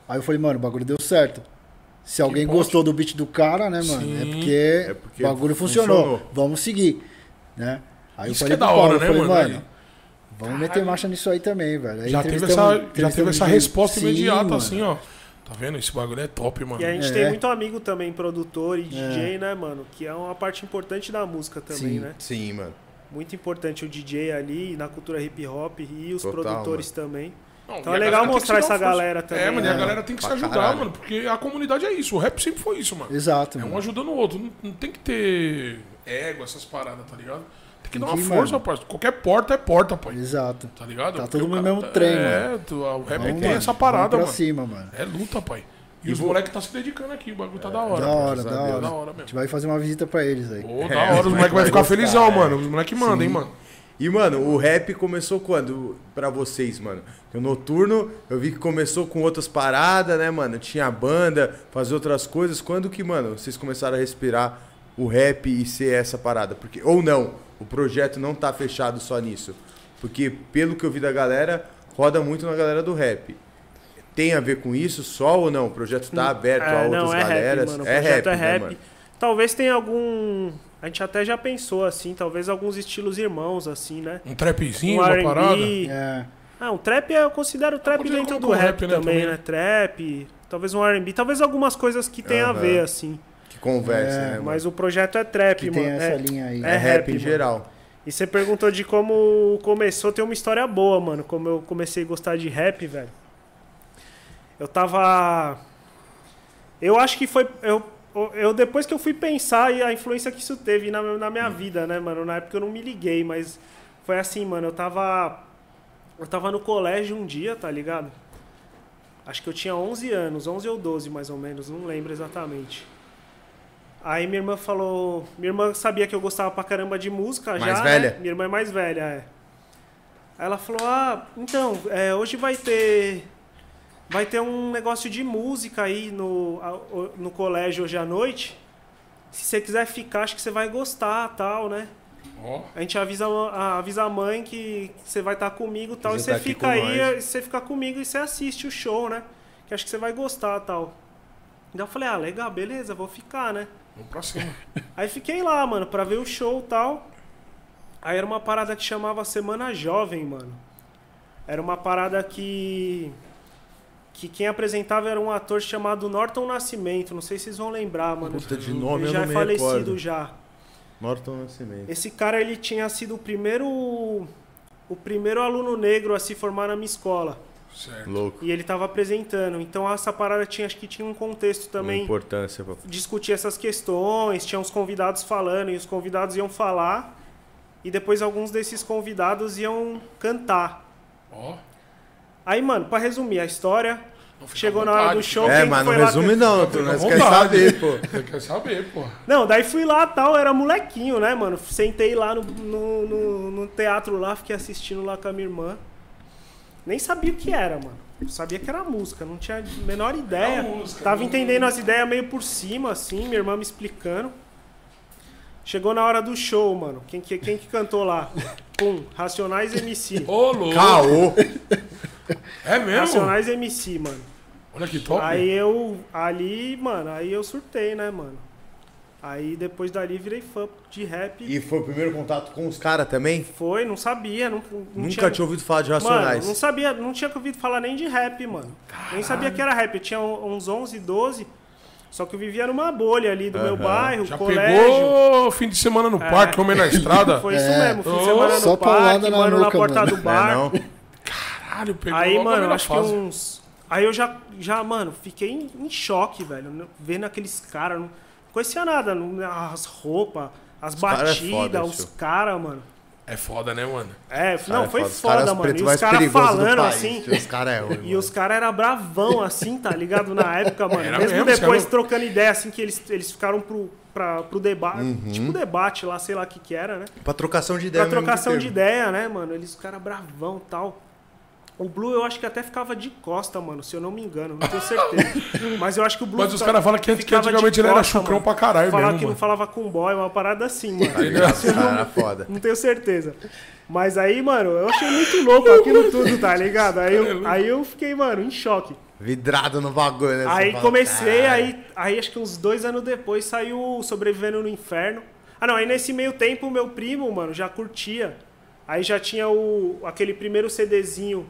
Aí eu falei, mano, o bagulho deu certo. Se alguém
ponte.
gostou do beat do cara, né, mano?
Sim.
é porque
É
o
porque
bagulho
funcionou.
funcionou. Vamos seguir, né? Aí
Isso
eu
que é
falei
da
pro Paulo,
hora,
eu
né,
falei,
mano?
mano,
Aí-
vamos meter marcha nisso aí também, velho. Aí
Já teve
entrevistamos-
essa, já teve
entrevistamos
essa
gente-
resposta
Sim,
imediata,
mano.
assim, ó. Tá vendo? Esse bagulho é top, mano.
E a gente
É.
tem muito amigo também, produtor e DJ, né, mano? Que é uma parte importante da música também,
Sim.
né?
Sim, mano.
Muito importante o DJ ali, na cultura hip hop e os
Total,
produtores também.
Não,
Então
e
é
a
legal
galera tem que se
mostrar
dar
essa
força.
galera também.
É, mano, e a
né?
galera tem que se
pra
ajudar,
caralho.
mano, porque a comunidade é isso. O rap sempre foi isso, mano.
Exato,
É um
mano.
ajudando o outro. Não, não tem que ter ego, essas paradas, tá ligado? Tem que dar uma
Entendi,
força,
mano.
parça. Qualquer porta é porta, pai.
Exato.
Tá ligado?
Tá
Porque
todo
o
mundo
cara
mesmo
tá-
trem,
É, tu- o rap
Vamos,
tem
mano,
essa parada,
vamos pra
mano.
cima, mano.
É luta, pai. E os moleques tá se dedicando aqui, o bagulho tá da hora.
É, Da hora,
graças a
da
Deus,
hora. Tipo, é,
da hora
A
mesmo.
gente vai fazer uma visita pra eles aí.
Ô, da hora, os moleques vai ficar felizão, mano. Os moleques mandam, hein, mano.
E, mano, o rap começou quando pra vocês, mano? Porque o Noturno, eu vi que começou com outras paradas, né, mano? Tinha banda, fazer outras coisas. Quando que, mano, vocês começaram a respirar o rap e ser essa parada? Porque, ou não, o projeto não tá fechado só nisso. Porque, pelo que eu vi da galera, roda muito na galera do rap. Tem a ver com isso só ou não? O projeto
Hum.
tá aberto a
É,
outras
não, é rap,
galeras.
mano. O
é
projeto
rap,
é
né,
rap.
mano?
Talvez tenha algum. A gente até já pensou, assim, talvez alguns estilos irmãos, assim, né?
Um trapzinho,
Um
uma parada.
R&B.
É,
Ah, um trap é- eu considero trap
Podia
dentro do
colocar um
rap,
rap, né,
também,
também.
né? Trap, talvez um R&B, talvez algumas coisas que tem a
Aham.
ver, assim.
Que conversa,
É,
né, mano?
Mas o projeto é trap,
que
mano.
tem essa
é.
linha aí.
é,
é
rap,
rap,
em
mano.
geral.
E você perguntou de como começou, tem uma história boa, mano. Como eu comecei a gostar de rap, velho. Eu tava. Eu acho que foi. Eu, eu depois que eu fui pensar e a influência que isso teve na, na minha vida, né, mano? Na época eu não me liguei, mas foi assim, mano. Eu tava. Eu tava no colégio um dia, tá ligado? Acho que eu tinha 11 anos, 11 ou 12 mais ou menos, não lembro exatamente. Aí minha irmã falou. Minha irmã sabia que eu gostava pra caramba de música já.
Mais
né?
velha?
Minha irmã é mais velha, é. Aí ela falou: Ah, então, é, hoje vai ter. Vai ter um negócio de música aí no, a- o- no colégio hoje à noite. Se você quiser ficar, acho que você vai gostar, tal, né?
Ó.
A gente avisa, a- a- avisa a mãe que que você vai estar comigo tal,
Você
e você
tá aqui
fica
com
aí,
nós.
e você fica comigo e você assiste o show, né? Que acho que você vai gostar tal. Então eu falei, ah, legal, beleza, vou ficar, né?
Vamos pra cima.
Aí fiquei lá, mano, pra ver o show e tal. Aí era uma parada que chamava Semana Jovem, mano. Era uma parada que. Que quem apresentava era um ator chamado Norton Nascimento. Não sei se vocês vão lembrar, mano.
Puta, de nome
Ele
eu
já
não
é
me
falecido
recordo.
já.
Norton Nascimento.
Esse cara ele tinha sido o primeiro o primeiro aluno negro a se formar na minha escola
Certo.
Louco.
e ele tava apresentando. Então essa parada tinha acho que tinha um contexto
Uma
também Então,
importância, papai.
discutir essas questões, tinha os convidados falando e os convidados iam falar e depois alguns desses convidados iam cantar.
Ó.
Aí, mano, pra resumir a história,
Não fica
chegou
à
na hora
vontade,
do show,
É,
quem
mas não
foi lá né?
resume
can-
não, tu nós
Fica à
quer
vontade.
saber, pô.
Você quer saber, pô.
Não, daí fui lá tal, era molequinho, né, mano? Sentei lá no, no, no- no teatro lá, fiquei assistindo lá com a minha irmã. Nem sabia o que era, mano. Sabia que era música, não tinha a menor ideia.
música,
Tava
não-
entendendo as ideias meio por cima, assim, minha irmã me explicando. Chegou na hora do show, mano. Quem que, quem que cantou lá? Pum, Racionais MC.
Ô, louco.
Caô.
É mesmo?
Racionais MC, mano.
Olha que top.
Aí eu, ali, mano, aí eu surtei, né, mano? Aí depois dali virei fã de rap.
E foi o primeiro contato com os caras também?
Foi, não sabia, não, não
Nunca
tinha...
tinha ouvido falar de Racionais.
Mano, não sabia, não tinha ouvido falar nem de rap, mano. Nem sabia que era rap. Eu tinha um, uns 11, 12, só que eu vivia numa bolha ali do meu bairro,
Já
colégio. É.
pegou fim de semana no parque, homem na estrada.
Foi isso
É.
mesmo, fim de
Oh.
semana no
Só
parque,
paulada na
mano, na
nuca,
porta
mano.
do
Não é
bar.
não?
Caralho, pegou
Aí,
logo a
mano,
primeira
acho que
fase.
uns Aí eu já, já mano, fiquei em, em choque, velho. n- Vendo aqueles caras. Não conhecia nada. não- as roupas, as
cara é
batidas,
foda,
os
tio.
caras, mano.
É foda, né, mano?
É, não,
Cara,
foi
Os
foda,
caras
mano.
preto
E os
mais
caras
perigoso do
falando
país,
assim.
tio. Os caras é ruim,
E os caras eram bravão, assim, tá ligado? Na época, mano.
Era
mesmo
mesmo, os caras-
depois trocando ideia, assim, que eles, eles ficaram pro, pra, pro debate.
Uhum.
Tipo debate lá, sei lá o que que era, né?
Pra trocação de ideia.
Pra
mesmo É, que
trocação
teve.
de ideia, né, mano? Eles, os caras bravão e tal. O Blue eu acho que até ficava de costa, mano, se eu não me engano, não tenho certeza. Mas eu acho que o Blue.
Mas os
ficava-
caras falam que antes- que
ficava de
antigamente ele era chucrão
mano.
pra caralho
Falar
mesmo,
que
mano.
não falava com boy, uma parada assim, mano.
Tá ligado? Os caras é foda.
Não tenho certeza. Mas aí, mano, eu achei muito louco aquilo tudo, tá ligado? Aí eu, aí eu fiquei, mano, em choque.
Vidrado no bagulho, né? Você
Aí
fala,
comecei,
"Caralho".
aí, aí acho que uns dois anos depois saiu o Sobrevivendo no Inferno. Ah não, aí nesse meio tempo o meu primo, mano, já curtia. Aí já tinha o, aquele primeiro CDzinho,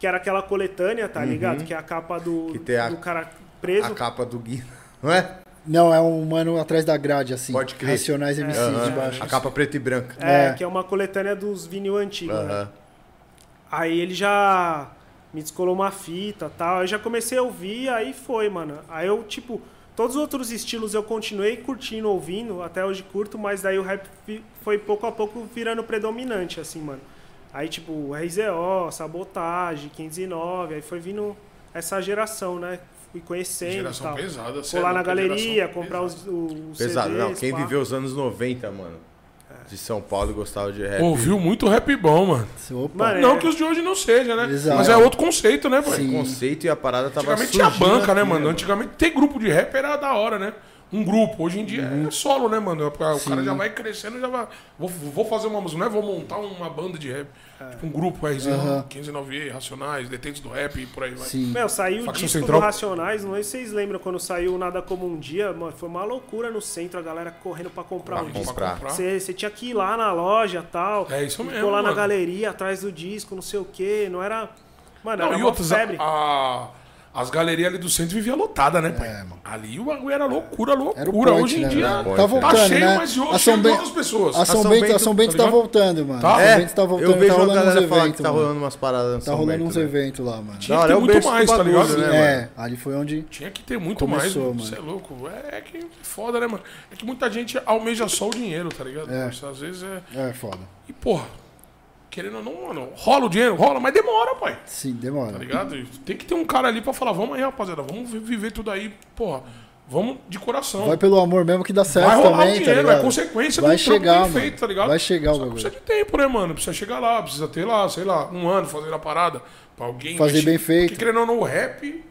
que era aquela coletânea, tá ligado? Que é a capa do,
Uhum. Que tem a-
do cara
A
preso.
capa do Gui, não é?
Não, é um mano atrás da grade, assim.
Pode crer.
É.
Racionais MCs
Aham.
de baixo.
A capa preta e branca.
É,
É.
que é uma coletânea dos vinil antigos, né?
Aham.
Aí ele já me descolou uma fita e tal. Aí já comecei a ouvir, aí foi, mano. Aí eu, tipo, todos os outros estilos eu continuei curtindo, ouvindo, até hoje curto, mas daí o rap fi- foi pouco a pouco virando predominante, assim, mano. Aí, tipo, RZO, Sabotagem, 509, aí foi vindo essa geração, né? Fui conhecendo. e
Geração
tal.
pesada,
então. Vou
cê é
lá na
louco,
galeria,
geração
comprar os, os
Pesado,
CDs,
não. Quem
pá.
viveu os anos 90, mano, de São Paulo e gostava de rap.
Ouviu muito rap bom, mano.
Assim, Opa.
Mano,
Não
é-
que os de hoje não seja, né?
Exato.
Mas é outro conceito, né,
O
velho?
conceito e a parada tava
Antigamente tinha
surgindo
banca, né,
aqui,
mano? Antigamente ter grupo de rap era da hora, né? Um grupo. Hoje em dia é solo, né, mano? O cara já vai crescendo, já vai. Vou, vou fazer uma música, não é? Vou montar uma banda de rap.
É.
Tipo um grupo, RZ, 159E, Racionais, Detentes do Rap e por aí vai.
Sim.
Meu, saiu o
Facção
disco
Central.
do Racionais, não sei se vocês lembram quando saiu o Nada Como Um Dia, mano, foi uma loucura no centro, a galera correndo pra comprar
Pra
um disco.
comprar.
Você você tinha que ir lá na loja tal.
É isso
ficou
mesmo,
lá na
mano.
galeria, atrás do disco, não sei o quê. Não era. Mano,
Não,
era
e
uma
outras. a-
febre.
a- as galerias ali do centro viviam lotada, né, pai?
É, mano.
Ali o bagulho era loucura, loucura.
Era o point,
Hoje em
né,
dia.
velho?
Point,
tá
né?
voltando,
Tá cheio,
né?
mas de hoje
a São
chegou
Bento,
outras pessoas.
A São,
A São
Bento,
Bento,
a São Bento
tá
tá,
ligado?
voltando, mano.
Tá?
A São
É,
Bento tá voltando,
eu vejo
tá
a
rolando uns
galera falar que
eventos.
tá
mano.
rolando umas paradas no
Tá
São
rolando
Bento,
uns
né?
eventos lá,
Tinha
mano.
Da
que
hora,
ter
é o
muito
berço do
mais, tá
bagulho,
ligado?
né, mano?
É, ali foi onde.
Tinha que ter muito
Começou,
mais. Você é
mano.
louco. É que é foda, né, mano? É que muita gente almeja só o dinheiro, tá ligado?
É.
Isso Às vezes é.
É, foda.
E, porra, querendo ou não, mano, rola o dinheiro, rola, mas demora, pai.
Sim,
Tá
demora.
ligado? E Tem que ter um cara ali pra falar, vamos aí, rapaziada, vamos vi- viver tudo aí, porra. Vamos de coração.
Vai pelo amor mesmo que dá certo
Vai rolar
também,
o
tá
dinheiro,
ligado?
é consequência
Vai
do trampo
chegar,
bem
mano.
feito, tá ligado?
Vai chegar o
Só que
bagulho.
Precisa de tempo, né, mano? Precisa chegar lá, precisa ter lá, sei lá, um ano fazendo a parada pra alguém.
Fazer bem feito.
Porque querendo ou não, o rap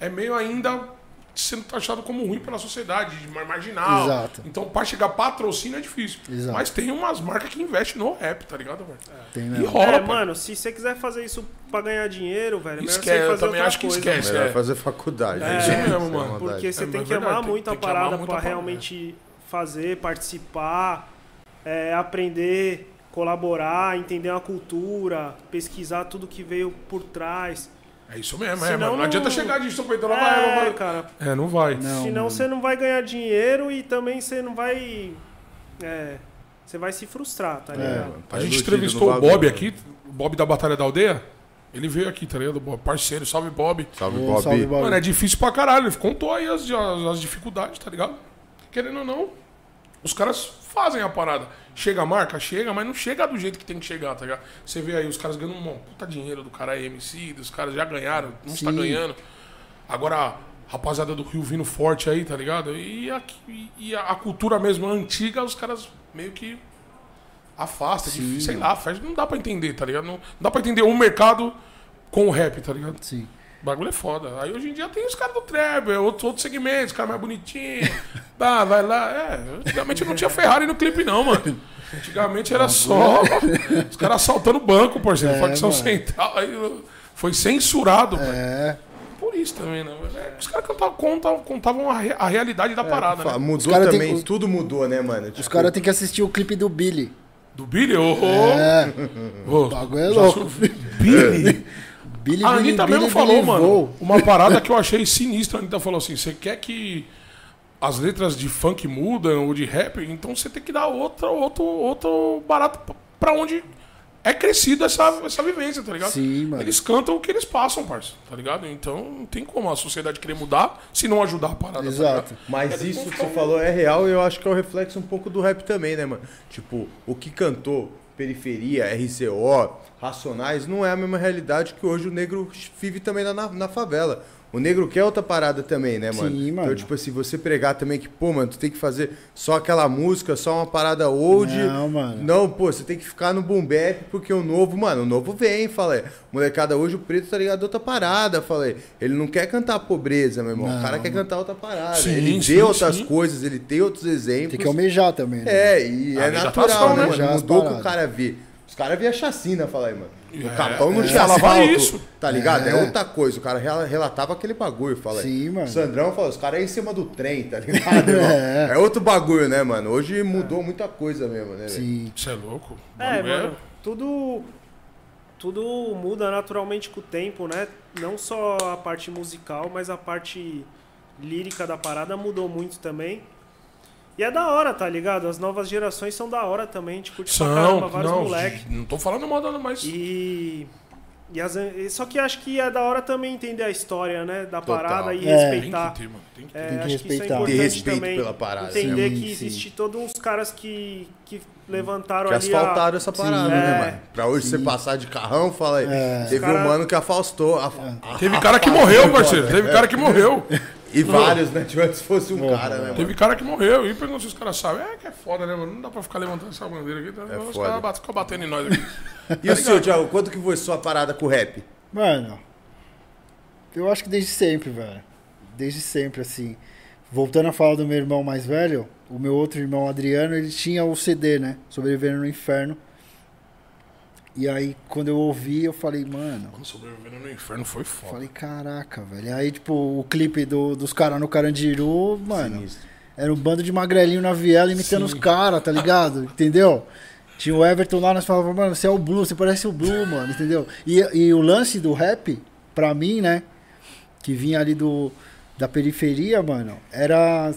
é meio ainda sendo taxado como ruim pela sociedade, de mar- marginal.
Exato.
Então, pra chegar patrocínio é difícil.
Exato.
Mas tem umas marcas que investem no rap, tá ligado, mano?
Tem
E
mesmo.
rola,
é,
pai.
mano, se você quiser fazer isso pra ganhar dinheiro, velho, é melhor
Esquece,
você
eu
fazer
também
outra
acho que
coisa,
esquece.
mano.
Melhor
É.
fazer faculdade.
É,
né?
isso mesmo,
Sem
mano,
maldade.
Porque você
É,
tem
mas
que
é
amar
verdade, tem-
muito
tem
a
que amar
parada
muito a
pra
parada.
realmente fazer, participar, é, aprender, colaborar, entender uma cultura, pesquisar tudo que veio por trás.
É isso mesmo, é,
Senão
mano. Não
não-
adianta chegar de estupendo lá, vai, eu
É,
vou-
cara,
É, não vai.
Não,
senão
mano.
você não vai ganhar dinheiro e também você não vai. é, você vai se frustrar, tá
É,
ligado?
mano, tá
A gente
iludido
entrevistou
no
o Bob
bagulho. né?
aqui, o Bob da Batalha da Aldeia. Ele veio aqui, tá ligado? Bob? Parceiro, salve Bob.
Salve,
Ô,
Bob.
salve, Bob.
Mano, é difícil pra caralho. Ele contou aí as, as- as dificuldades, tá ligado? Querendo ou não, os caras fazem a parada. Chega a marca, chega, mas não chega do jeito que tem que chegar, tá ligado? Você vê aí os caras ganhando um puta dinheiro do cara é MC, dos caras já ganharam, uns tá
Sim.
ganhando. Agora, rapaziada do Rio vindo forte aí, tá ligado? E, aqui- e a, a cultura mesmo antiga, os caras meio que afasta, difícil, sei lá, faz, não dá pra entender, tá ligado? Não, não dá pra entender o mercado com o rap, tá ligado?
Sim.
O bagulho é foda. Aí hoje em dia tem os caras do trap, é outro, outro segmento, os caras mais bonitinhos. Tá, vai lá. É, antigamente não tinha Ferrari no clipe, não, mano. Antigamente era só os caras assaltando o banco, parceiro.
É,
facção
mano.
central. Aí foi censurado, mano.
É.
Por isso também, né? É, Os caras cantavam, contavam, contavam a, re- a realidade
É,
da parada,
Fa-
né?
Mudou
cara tem
também,
que-
tudo mudou, né, mano?
Os caras têm que assistir o clipe do Billy.
Do Billy? Ô,
É.
ô, ô,
bagulho é
já
louco.
sou- Billy? Ah,
Billy,
A
Billy,
Anitta
Billy,
mesmo
Billy,
falou, mano,
Vou.
uma parada que eu achei sinistra. A Anitta falou assim: você quer que as letras de funk mudam ou de rap, então você tem que dar outra, outro, outro barato pra onde é crescido essa, essa vivência, tá ligado?
Sim, mano.
Eles cantam o que eles passam, parça, tá ligado? Então não tem como a sociedade querer mudar se não ajudar a parada. tá
Exato.
ligado?
Mas
Eles
isso
não
que você
são-
falou é real e eu acho que é o reflexo um pouco do rap também, né, mano? Tipo, o que cantou Periferia, RCO, Racionais, não é a mesma realidade que hoje o negro vive também na, na, na favela. O negro quer outra parada também, né, mano?
Sim, mano.
Então, tipo assim, você pregar também que, pô, mano, tu tem que fazer só aquela música, só uma parada old.
Não, mano.
Não, pô, você tem que ficar no boom bap, porque o novo, mano, o novo vem, falei. Molecada, hoje o preto tá ligado a outra parada, falei. Ele não quer cantar pobreza, meu irmão. o cara quer cantar outra parada.
Sim,
ele
sim,
vê outras
sim.
coisas, ele tem outros exemplos.
Tem que almejar também. né?
É, e é
Almejação,
natural,
né?
né,
Almejar
mano?
as
Mudou que o
paradas.
cara vê. Os caras via chacina, falei, mano. O
É,
capão não
é.
tinha
Falava
asfalto,
isso.
tá ligado? É.
É.
outra coisa. O cara rela- relatava aquele bagulho, falei.
Sim, mano.
Sandrão falou, os caras é em cima do trem, tá ligado? irmão?
É.
É outro bagulho, né, mano? Hoje mudou muita coisa mesmo, né, velho?
Sim.
Isso é louco.
É,
Bagulho
mano, tudo, tudo muda naturalmente com o tempo, né? Não só a parte musical, mas a parte lírica da parada mudou muito também. E é da hora, tá ligado? As novas gerações são da hora também, a gente curte pra caramba,
São,
vários
não,
moleques.
não tô falando mal dela, mas...
E, e as- e- só que acho que é da hora também entender a história, né? Da
Total.
parada e
Tem
É.
que
respeitar.
ter, mano. Tem que ter.
É,
Tem que
acho que isso é
respeitar.
importante
Ter respeito
também.
pela parada,
Entender
né?
que
Sim, sim.
existe todos uns caras que, que levantaram
Que
ali
asfaltaram
a...
essa parada,
Sim.
né,
É.
mano? Pra hoje você passar de carrão, fala aí.
É.
Teve
Cara-
um mano que afastou. af- a-
Teve cara que morreu, parceiro. Teve cara que morreu.
E vários, né? Tipo, se fosse um cara, né, mano?
Teve cara que morreu. E perguntou se os caras sabem. É que é foda, né, mano? Não dá pra ficar levantando essa bandeira aqui. Tá? os
É foda.
caras bat- ficam batendo em nós aqui.
E o seu, Thiago, quanto que foi sua parada com o rap?
Mano, eu acho que desde sempre, velho. Desde sempre, assim. Voltando a falar do meu irmão mais velho, o meu outro irmão, Adriano, ele tinha o CD, né? Sobrevivendo no Inferno. E aí, quando eu ouvi, eu falei, mano.
Mano, sobrevivendo no inferno foi foda.
Falei, caraca, velho. Aí, tipo, o clipe do- dos caras no Carandiru, mano.
Sinistro.
Era um bando de magrelinho na viela imitando os caras, tá ligado? Entendeu? Tinha o Everton lá, nós falávamos, mano, você é o Blue, você parece o Blue, mano, entendeu? E, e o lance do rap, pra mim, né? Que vinha ali do, da periferia, mano, era.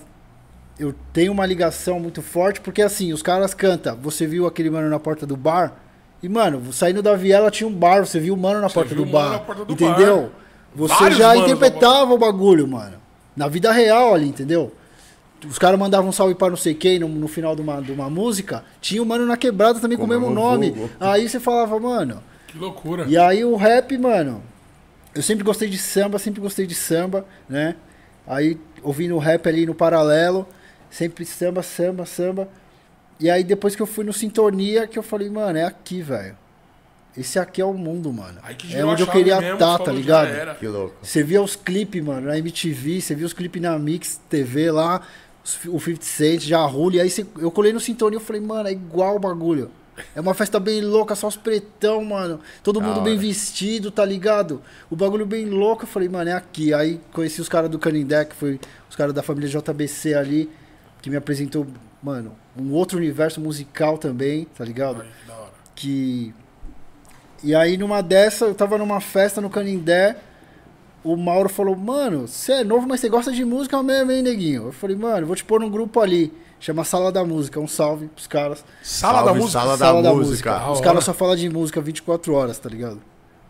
Eu tenho uma ligação muito forte, porque assim, os caras cantam, você viu aquele mano na porta do bar, e, mano, saindo da viela tinha um bar, você viu o mano na,
Você
porta,
viu
do
o mano
bar,
na porta do
Entendeu?
bar.
Você
Vários
já
manos na
interpretava o bagulho, mano. Na vida real ali, entendeu? Os caras mandavam um salve pra não sei quem no, no final de uma, de uma música. Tinha o mano na quebrada também com,
Com
o mesmo
o
um
nome.
vulgo.
Aí você falava, mano.
Que loucura.
E aí o rap, mano. Eu sempre gostei de samba, sempre gostei de samba, né? Aí ouvindo o rap ali no paralelo. Sempre samba, samba, samba. E aí depois que eu fui no Sintonia, que eu falei, mano, é aqui, velho. Esse aqui é o mundo, mano.
Aí que
É
girou a
onde eu
chave
queria
mesmo,
estar, tá
falou, já
ligado?
era.
Que louco.
Você via os clipes, mano, na MTV, você via os clipes na Mix TV lá, os fi- o 50 Cent, já rule. Aí você- eu colei no Sintonia e falei, mano, é igual o bagulho. É uma festa bem louca, só os pretão, mano. Todo
Da
mundo bem
hora.
vestido, tá ligado? O bagulho bem louco. Eu falei, mano, é aqui. Aí conheci os caras do Canindé, que foi os caras da família JBC ali, que me apresentou, mano, um outro universo musical também, tá ligado?
Ai, É, que da hora.
que e aí numa dessa eu tava numa festa no Canindé o Mauro falou mano você é novo mas você gosta de música mesmo hein neguinho eu falei mano vou te pôr num grupo ali chama Sala da Música um salve pros caras
Sala
Salve,
da música.
sala da- música.
Da
os
hora.
caras só falam de música 24 horas tá ligado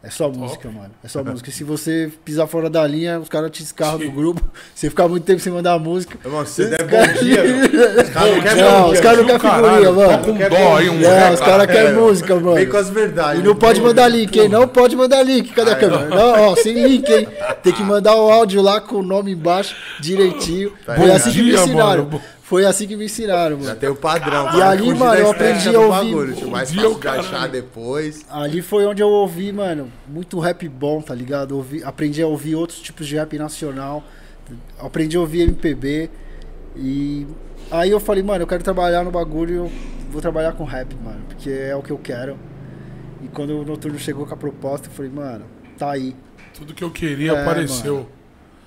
é só música, mano. É só música. E se você pisar fora da linha, os caras te escarram do grupo. Você ficar muito tempo sem mandar música.
Irmão, se você
Os
der bom
caras-
um dia, meu. Os caras não querem
Não,
né? bom
os
dia.
caras não querem
Caralho,
figurinha,
Tá com
mano.
Quer
dó
bom
aí, um
dia.
É,
moleque.
os caras querem
É,
música, mano.
Vem com as verdades.
E não pode mandar link, hein? Não pode mandar link. Cadê a câmera? Não, ó, sem link, hein? Tem que mandar o áudio lá com o nome embaixo, direitinho.
Tá
Foi
ligado.
assim que me
Bom dia,
ensinaram.
mano.
Foi assim que me ensinaram,
Já
mano.
tem o padrão.
E ali,
Fugiu
mano,
da
eu
estética
aprendi a
do
ouvir
bagulho, tio, Mais
dia,
fácil de
caralho.
achar depois.
Ali foi onde eu ouvi, mano, muito rap bom, tá ligado? Ouvi, aprendi a ouvir outros tipos de rap nacional. Aprendi a ouvir MPB. E aí eu falei, mano, eu quero trabalhar no bagulho, eu vou trabalhar com rap, mano, porque é o que eu quero. E quando o Noturno chegou com a proposta, eu falei, mano, tá aí.
Tudo que eu queria
É,
apareceu.
mano.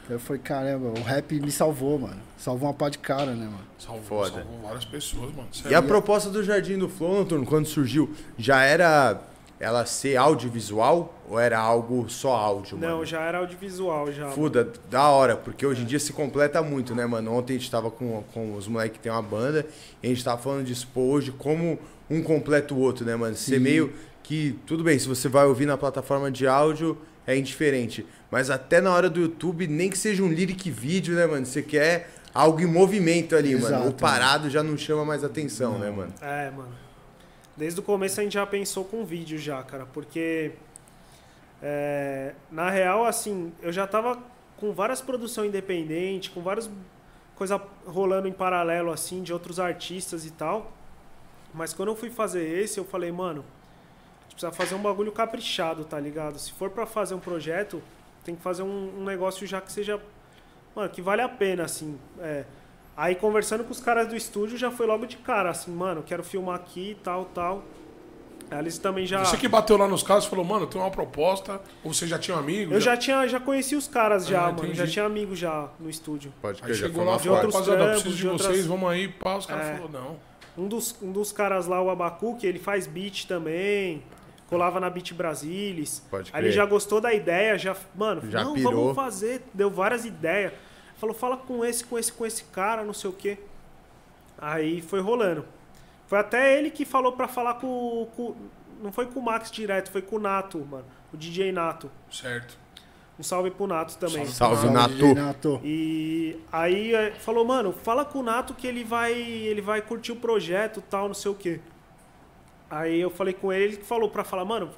Eu falei, caramba, o rap me salvou, mano. Salvou uma pá de cara, né, mano?
Salvou,
Foda.
salvou várias pessoas, mano. é
E a proposta do Jardim do Flow, Noturno, quando surgiu, já era ela ser audiovisual ou era algo só áudio, mano?
Não, já era audiovisual já.
Fuda, da hora, porque hoje em dia se completa muito, né, mano? Ontem a gente tava com, com os moleques que tem uma banda e a gente tava falando disso, pô, hoje como um completa o outro, né, mano? Você meio que tudo bem, se você vai ouvir na plataforma de áudio é indiferente, mas até na hora do YouTube, nem que seja um lyric vídeo, né, mano? Você quer algo em movimento ali,
Exato,
mano. O parado já não chama mais atenção, né, mano?
É, mano. Desde o começo a gente já pensou com vídeo já, cara, porque é, na real, assim, eu já tava com várias produções independentes, com várias coisas rolando em paralelo, assim, de outros artistas e tal. Mas quando eu fui fazer esse, eu falei, mano, a gente precisa fazer um bagulho caprichado, tá ligado? Se for pra fazer um projeto, tem que fazer um, um negócio já que seja. Mano, que vale a pena, assim. é. Aí conversando com os caras do estúdio, já foi logo de cara, assim, mano, quero filmar aqui e tal, tal. Aí eles também já.
Você que bateu lá nos casos e falou, mano, tem uma proposta, ou você já tinha um amigo?
Eu já tinha, já conheci os caras já,
Ah,
mano.
entendi.
Já tinha amigos já no estúdio.
Pode
Aí chegou lá e
de
falou,
outros
rapaziada,
trampos,
preciso de,
de outras-
vocês, vamos aí, pá. Os caras
É.
falaram, não.
Um dos, um dos caras lá, o Abacuque, ele faz beat também. Colava na Beat Brasilis.
Pode
Aí ele
crer.
já gostou da ideia, já. Mano,
Já
não,
pirou.
vamos fazer. Deu várias ideias. Falou, fala com esse, com esse, com esse cara, não sei o quê. Aí foi rolando. Foi até ele que falou pra falar com, com. Não foi com o Max direto, foi com o Nato, mano. O DJ Nato.
Certo.
Um salve pro Nato também.
Salve,
DJ
Natu.
Nato.
E aí é, falou, mano, fala com o Nato que ele vai, ele vai curtir o projeto, tal, não sei o quê. Aí eu falei com ele, ele que falou pra falar, mano,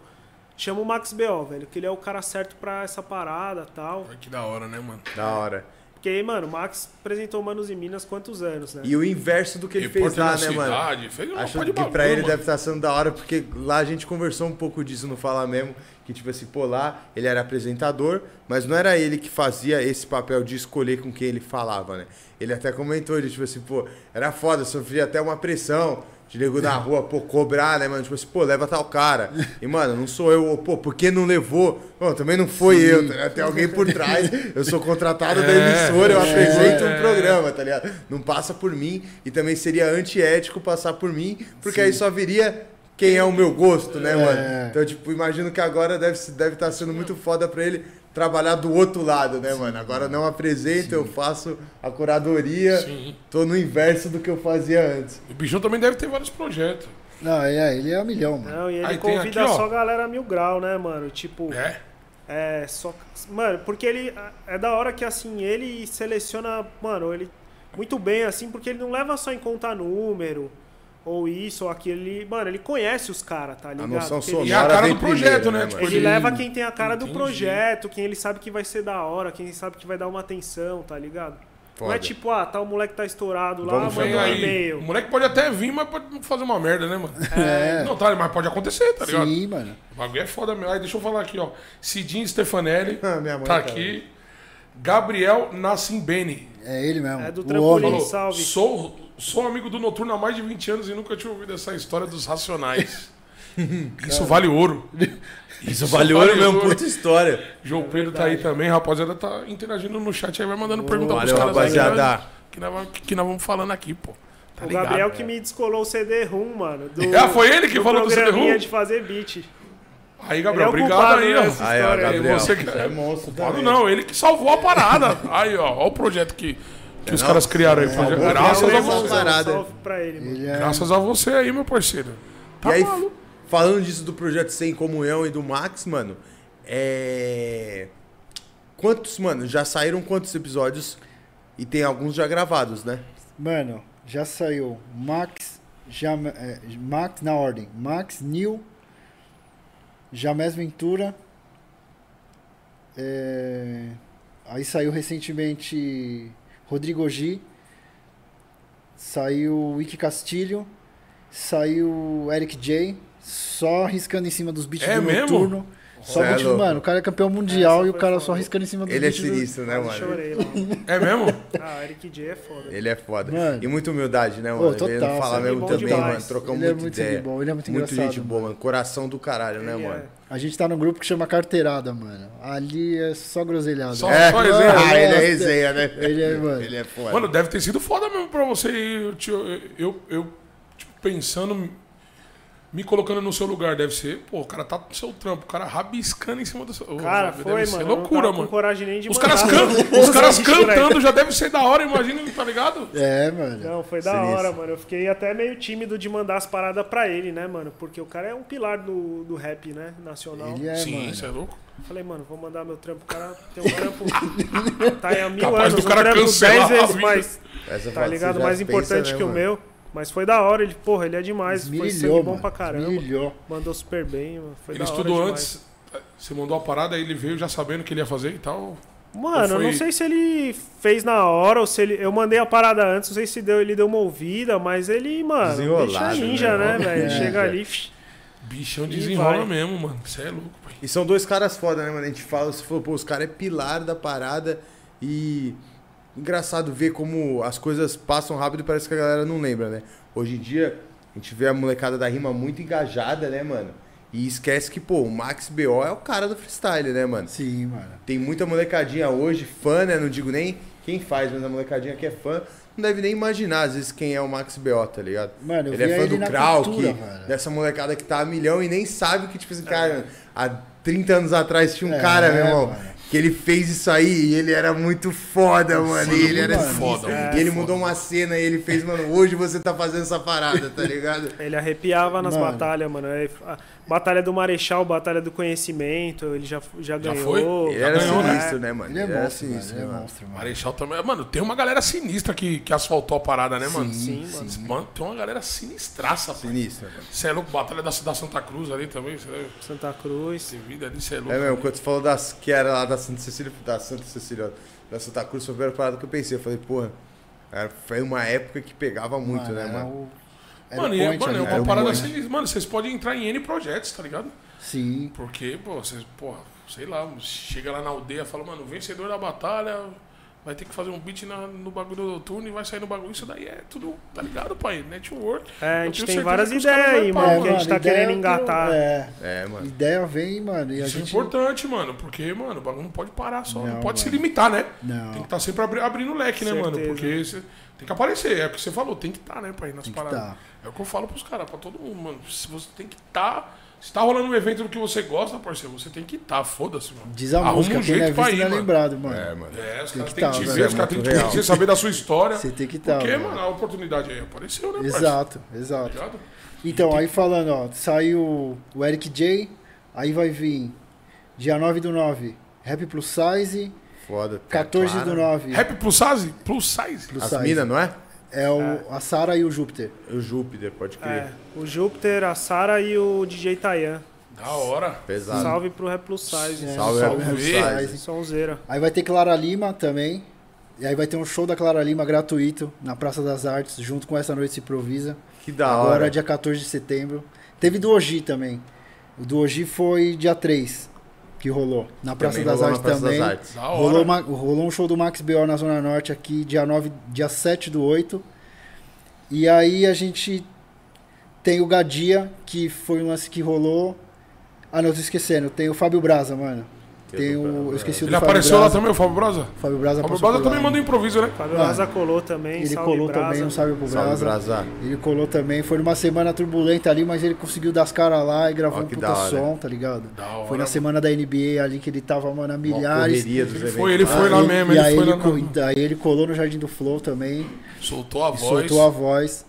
chama o Max BO, velho, que ele é o cara certo pra essa parada, tal.
Olha que da hora, né, mano?
Da hora.
Porque aí, mano, o Max apresentou Manos e Minas quantos anos, né?
E o inverso do que ele fez
Repórter
lá,
é na
né, mano?
cidade, Fez uma
Acho
pá de
que
bagulho,
pra ele
mano.
deve estar sendo da hora, porque lá a gente conversou um pouco disso no Fala Mesmo, que tipo assim, pô, lá ele era apresentador, mas não era ele que fazia esse papel de escolher com quem ele falava, né? Ele até comentou, ele tipo assim, pô, era foda, sofria até uma pressão de nego na rua, pô, cobrar, né, mano? Tipo assim, pô, leva tal cara. E, mano, não sou eu, ou, pô, por que não levou? Bom, também não foi eu, tá ligado? Tem alguém por trás, eu sou contratado da
É,
emissora, eu
é.
apresento um programa, tá ligado? Não passa por mim e também seria antiético passar por mim, porque aí só viria quem é o meu gosto, né, mano? Então, tipo, imagino que agora deve estar deve tá sendo muito foda pra ele trabalhar do outro lado, né, mano? Agora não apresento, eu faço a curadoria, tô no inverso do que eu fazia antes.
O bichão também deve ter vários projetos.
Não, é, ele é um milhão, mano.
Não, e ele
Aí tem
convida
aqui, ó.
só a galera mil grau, né, mano? Tipo,
É.
É, só. Mano, porque ele. É da hora que, assim, ele seleciona. Mano, ele. Muito bem, assim, porque ele não leva só em conta número. Ou isso, ou aquilo. Ele, mano, ele conhece os caras, tá ligado?
noção
Porque ele-
E a
Agora
cara
vem
do projeto,
primeiro, né,
né?
mano?
Tipo,
Ele
de-
leva quem tem a cara do
Entendi.
projeto, quem ele sabe que vai ser da hora, quem ele sabe que vai dar uma atenção, tá ligado? Não
Foda.
é tipo, ah, tá o moleque tá estourado lá,
Vamos
Vem
manda um
aí.
e-mail.
O moleque pode até vir, mas pode fazer uma merda, né, mano?
É.
Não, tá, mas pode acontecer, tá ligado?
Sim, mano.
O bagulho é foda mesmo. Aí deixa eu falar aqui, ó. Cidinho Stefanelli
Ah, minha mãe
tá
tá
aqui. Gabriel Nassimbene.
É ele mesmo.
É do
o
trampolim.
homem.
Falou,
salve.
Sou, sou amigo do Noturno há mais de 20 anos e nunca tinha ouvido essa história dos Racionais. Isso vale ouro.
Isso
valeu
valeu mesmo,
mesmo,
puta
puta
história.
João
É
Pedro tá aí também, rapaziada, tá interagindo no chat aí, vai mandando pergunta
valeu, rapaziada.
aí, né? Que nós, vamos- que nós vamos falando aqui, pô. Tá
o
ligado?
Gabriel que me descolou o CD-ROM, mano. Do,
Ah, foi ele que
do
falou do CD-ROM?
programinha de fazer beat.
Aí, Gabriel,
Ele é o
obrigado
culpado
aí, ó.
dessa
Aí, ó,
história.
Gabriel.
Você que-
É monstro
Culpado
também.
não, ele que salvou a parada. Aí, ó, ó o projeto que,
É
que os caras criaram aí. projeto-
salvou
Graças a
mesmo,
você.
cara. parada.
um Salve pra ele, mano.
Ele é-
Graças a você aí, meu parceiro. Tá
e
Tá
aí, falando disso do projeto Sem Comunhão e do Max, mano, é. Quantos, mano, já saíram quantos episódios? E tem alguns já gravados, né?
Mano, já saiu Max, Jam- é, Max na ordem. Max, Neil, Jamés Ventura. é, aí saiu recentemente Rodrigo G. Saiu Wiki Castilho. Saiu Eric J. Só riscando em cima dos beats
É
do
mesmo?
noturno.
Cê
Só
é
beat-
louco.
mano, o cara é campeão mundial
Essa
e o
foi
cara
foda.
só riscando em cima dos
Ele é
beats do-
sinistro, né,
Quase
mano?
chorei, mano.
É mesmo?
Ah, Eric J é foda.
Ele é foda.
Mano.
E muita humildade, né, mano?
Pô,
Ele
total,
fala
sabe?
mesmo
Bom
também,
demais.
mano. Trocam
Ele é
muita
muito
ideia.
gente boa, ele é muito engraçado,
gente boa, mano. Coração do caralho, né,
Ele é.
mano?
A gente tá num grupo que chama Carteirada, mano. Ali é só groselhada.
Só-
É,
resenha.
ah, ele é
Nossa.
resenha, né?
Ele é, mano.
Ele é foda.
Mano, deve ter sido foda mesmo pra você. Eu, eu, eu, tipo, pensando. me colocando no seu lugar, deve ser. Pô, o cara tá no seu trampo, o cara rabiscando em cima do seu. Ô,
Cara,
deve
foi,
ser
mano. eu não
loucura,
tava
mano.
Com coragem nem de
Os
mandar
caras,
as
can-
outras
Os caras
coisas por aí.
cantando já deve ser da hora, imagina, tá ligado?
É, mano.
Não, foi da
Sinistro.
hora, mano. Eu fiquei até meio tímido de mandar as paradas pra ele, né, mano? Porque o cara é um pilar do, do rap, né? Nacional.
Ele é,
Sim,
mano.
isso é louco.
Falei, mano, vou mandar meu trampo. O cara tem um trampo. tá aí há mil
Capaz
anos.
do cara
um trampo
cancelar a
vezes
vida.
mais.
Essa
Tá
foto
ligado?
você já
Mais
pensa,
importante
né,
que o
mano?
meu. Mas foi da hora, ele, porra, ele é demais. Foi
Esmirilhou,
sangue bom
mano.
pra caramba.
Esmirilhou.
Mandou super bem, mano. Foi
Ele
da hora
estudou
demais.
antes, você mandou a parada, aí ele veio já sabendo o que ele ia fazer e tal.
Mano,
Ou
eu
foi-
não sei se ele fez na hora ou se ele. Eu mandei a parada antes, não sei se deu, ele deu uma ouvida, mas ele, mano, deixa
Desenrolado,
ninja,
né?
né, velho?
É.
Chega ali. psh,
Bichão
E
desenrola
vai.
mesmo, mano. Você é louco, pai.
E são dois caras foda, né, mano? A gente fala, você falou, pô, os caras é pilar da parada e. Engraçado ver como as coisas passam rápido e parece que a galera não lembra, né? Hoje em dia, a gente vê a molecada da rima muito engajada, né, mano? E esquece que, pô, o Max B.O. é o cara do freestyle, né, mano?
Sim, mano.
Tem muita molecadinha hoje, fã, né? Não digo nem quem faz, mas a molecadinha que é fã não deve nem imaginar, às vezes, quem é o Max B.O., tá ligado?
Mano, eu
ele é
via
fã
ele
do
na
Krauk,
cultura, mano.
dessa molecada que tá a milhão e nem sabe que, tipo assim, cara, há 30 anos atrás tinha um
É,
cara, meu irmão,
mano.
que ele fez isso aí e ele era muito foda, mano. e ele era
mano.
foda,
Foda,
E ele
foda.
mudou uma cena e ele fez, mano, hoje você tá fazendo essa parada, tá ligado?
Ele arrepiava nas
Mano.
batalhas, mano. Aí, a Batalha do Marechal, Batalha do Conhecimento, ele já, já ganhou.
foi?
Ele
Já
era
ganhou, né?
sinistro, né, mano?
Ele é
era
monstro, mano. Ele é
né, mano?
monstro, mano.
Marechal também. Mano, tem uma galera sinistra que, que asfaltou a parada, né, mano?
Sim, mano.
Mano, tem uma galera sinistraça, pai.
Sinistro, mano.
Você é louco, Batalha da, da Santa Cruz ali também, você é
Santa Cruz.
Esse vídeo ali, você é louco.
um
É mesmo, quando você falou das, que era lá da Santa Cecília, da Santa Cecília, ó, da Santa Cruz, foi a primeira parada que eu pensei. Eu falei, porra, era- foi uma época que pegava muito, né,
era
mano?
o- era
Mano,
é o
e é,
point
mano, é
ali,
uma
era o
parada
point.
assim. Mano, vocês podem entrar em N projetos, tá ligado?
Sim.
Porque, pô, vocês, porra, sei lá, um, chega lá na aldeia e fala, mano, o vencedor da batalha vai ter que fazer um beat na- no bagulho do noturno e vai sair no bagulho. Isso daí é tudo, tá ligado, pai? Network.
É, a gente
Eu tenho
tem
certeza
várias
que os caras
ideias aí,
vão
mano,
pau,
que a gente tá
ideia
querendo
eu tô-
engatar.
É.
É, mano.
Ideia vem, mano. E a
Isso é
gente.
importante, mano, porque, mano, o bagulho não pode parar só. Não,
Não,
pode se
mano.
limitar, né?
Não.
Tem que estar sempre abri- abrindo o leque, né, mano?
Certeza.
Porque você tem que aparecer. É o que você falou, tem que estar, né, pai, nas
Tem que
paradas.
tá.
É o que eu falo pros caras, pra todo mundo, mano. Se você tem que estar. Se tá rolando um evento do que você gosta, parceiro, você tem que estar, foda-se, mano.
Diz a
Arruma
música,
um
quem não é
jeito pra
visto
ir,
não é
mano.
lembrado, mano.
É, mano.
É, os
Tem
caras
que
têm
tá,
que te
velho,
ver,
é
os caras têm que
muito
te
real.
conhecer, saber da sua história.
Você tem que
Porque,
estar.
mano, a oportunidade aí apareceu, né, parceiro?
Exato, exato.
Tá ligado?
Então, aí falando, ó, saiu o Eric J, aí vai vir dia 9 do 9, Rap Plus Size,
Foda.
14 do 9,
Rap plus size? Plus size.
Plus
As
Size.
minas, não é?
É o, a Sara e o Júpiter.
O Júpiter, pode
É,
crer.
o Júpiter, a Sara e o DJ Tayan.
Da hora.
Pesado. Salve,
Salve pro Replus Size.
Salve, Rap
Salve,
Rap
Size.
Sonzeira.
Aí vai ter Clara Lima também. E aí vai ter um show da Clara Lima gratuito na Praça das Artes, junto com essa noite se improvisa.
Que da
Agora
hora.
dia 14 de setembro. Teve do Oji também. O do Oji foi dia 3 que rolou. Na Praça
Também rolou
das
na
Artes
Praça das
também.
Artes.
Da hora.
Rolou, uma- rolou um show do Max B.O. na Zona Norte aqui, dia, 9, dia 7 do 8. E aí a gente tem o Gadia, que foi um lance que rolou. Ah, não, tô esquecendo. Tem o Fábio Braza, mano.
Tem
Tem
é do Fábio
o, eu esqueci o
Ele
do Fábio
apareceu lá
Braza.
também, o Fábio Brosa?
Fábio Braza
O Fábio
passou
Brosa
por Tá lá.
também manda improviso, né?
Fábio
Mano,
Braza colou também.
Ele
salve
colou
Brasa.
também, um salve pro Braza.
Salve, Brasa.
Ele colou também. Foi numa semana turbulenta ali, mas ele conseguiu dar as caras lá e gravou
Ó,
um
que
puta
da hora.
som, tá ligado?
Da hora,
foi na
mano.
semana da NBA ali que ele tava, mano, a
Mó
milhares.
correria dos eventos.
foi, ele
lá.
Ah, foi lá.
Aí-
mesmo,
e
ele
aí
foi
ele,
lá na-
co- e aí ele colou no Jardim do Flow também.
Soltou a
e
voz.
soltou a voz.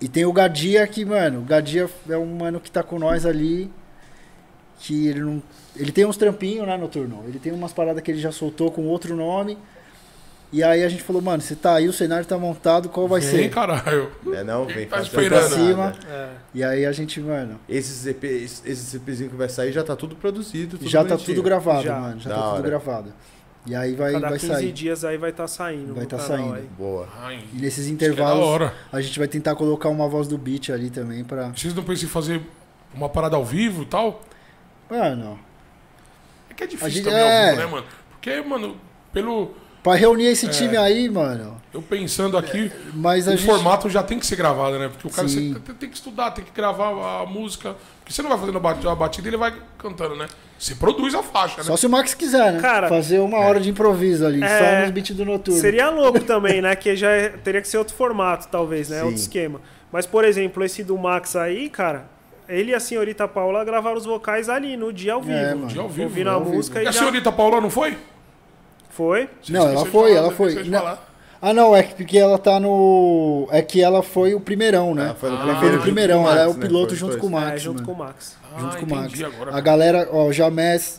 E tem o Gadia que, mano, o Gadia é um mano que tá com nós ali. Que ele não. Ele tem uns trampinhos, né, noturno? Ele tem umas paradas que ele já soltou com outro nome. E aí a gente falou, mano, você tá aí, o cenário tá montado, qual vai
Vem,
ser?
caralho.
É, não, vem
Tá
fazer
esperando.
essa
Pra
parada.
É.
E aí a gente, mano,
Esses EP, esses EPzinho que vai sair já tá tudo produzido. Tudo
já tá
bonitinho.
tudo gravado,
Já.
mano. Já
Da
tá tudo
hora.
gravado. E aí vai,
Cada
vai
15
sair.
dias aí vai estar saindo.
Vai
no
tá
canal
saindo.
aí.
Boa.
Ai,
E nesses
que é da
intervalos,
hora.
a gente vai tentar colocar uma voz do beat ali também pra.
Vocês não pensam em fazer uma parada ao vivo e tal?
Mano,
É que é
A
difícil
gente-
também
é.
ao vivo, né, mano? Porque, mano, pelo...
pra reunir esse
É.
time aí, mano.
Eu pensando aqui,
É, Mas a
o
gente.
formato já tem que ser gravado, né? Porque o cara
Sim.
você tem- tem que estudar, tem que gravar a música. Porque você não vai fazendo a bat- a batida e ele vai cantando, né? Você produz a faixa, né?
Só se o Max quiser, né?
Cara,
Fazer uma hora de improviso ali,
é,
só nos beats do noturno.
Seria louco também, né? Que já é- teria que ser outro formato, talvez, né?
Sim.
Outro esquema. Mas, por exemplo, esse do Max aí, cara, ele e a senhorita Paula gravaram os vocais ali, no dia ao vivo.
É, mano.
Dia ao vivo,
Ouvindo a
ao
vivo.
música
E
e
a
já...
senhorita Paula não foi?
Foi?
Não, ela
Esqueceu de
foi,
falar,
ela foi.
esqueceu de
Não.
falar.
Ah, não, é que- porque ela tá no. É que ela foi o primeirão, né?
Ela Ah, foi no
ela
primeiro
foi o
junto
primeirão,
com o
ela é o
Max, né?
piloto
Foi os
junto
dois.
com o Max.
É, junto
mano.
com o Max.
junto
Ah,
com o Max.
entendi agora,
a
cara.
galera, ó, o Jamés.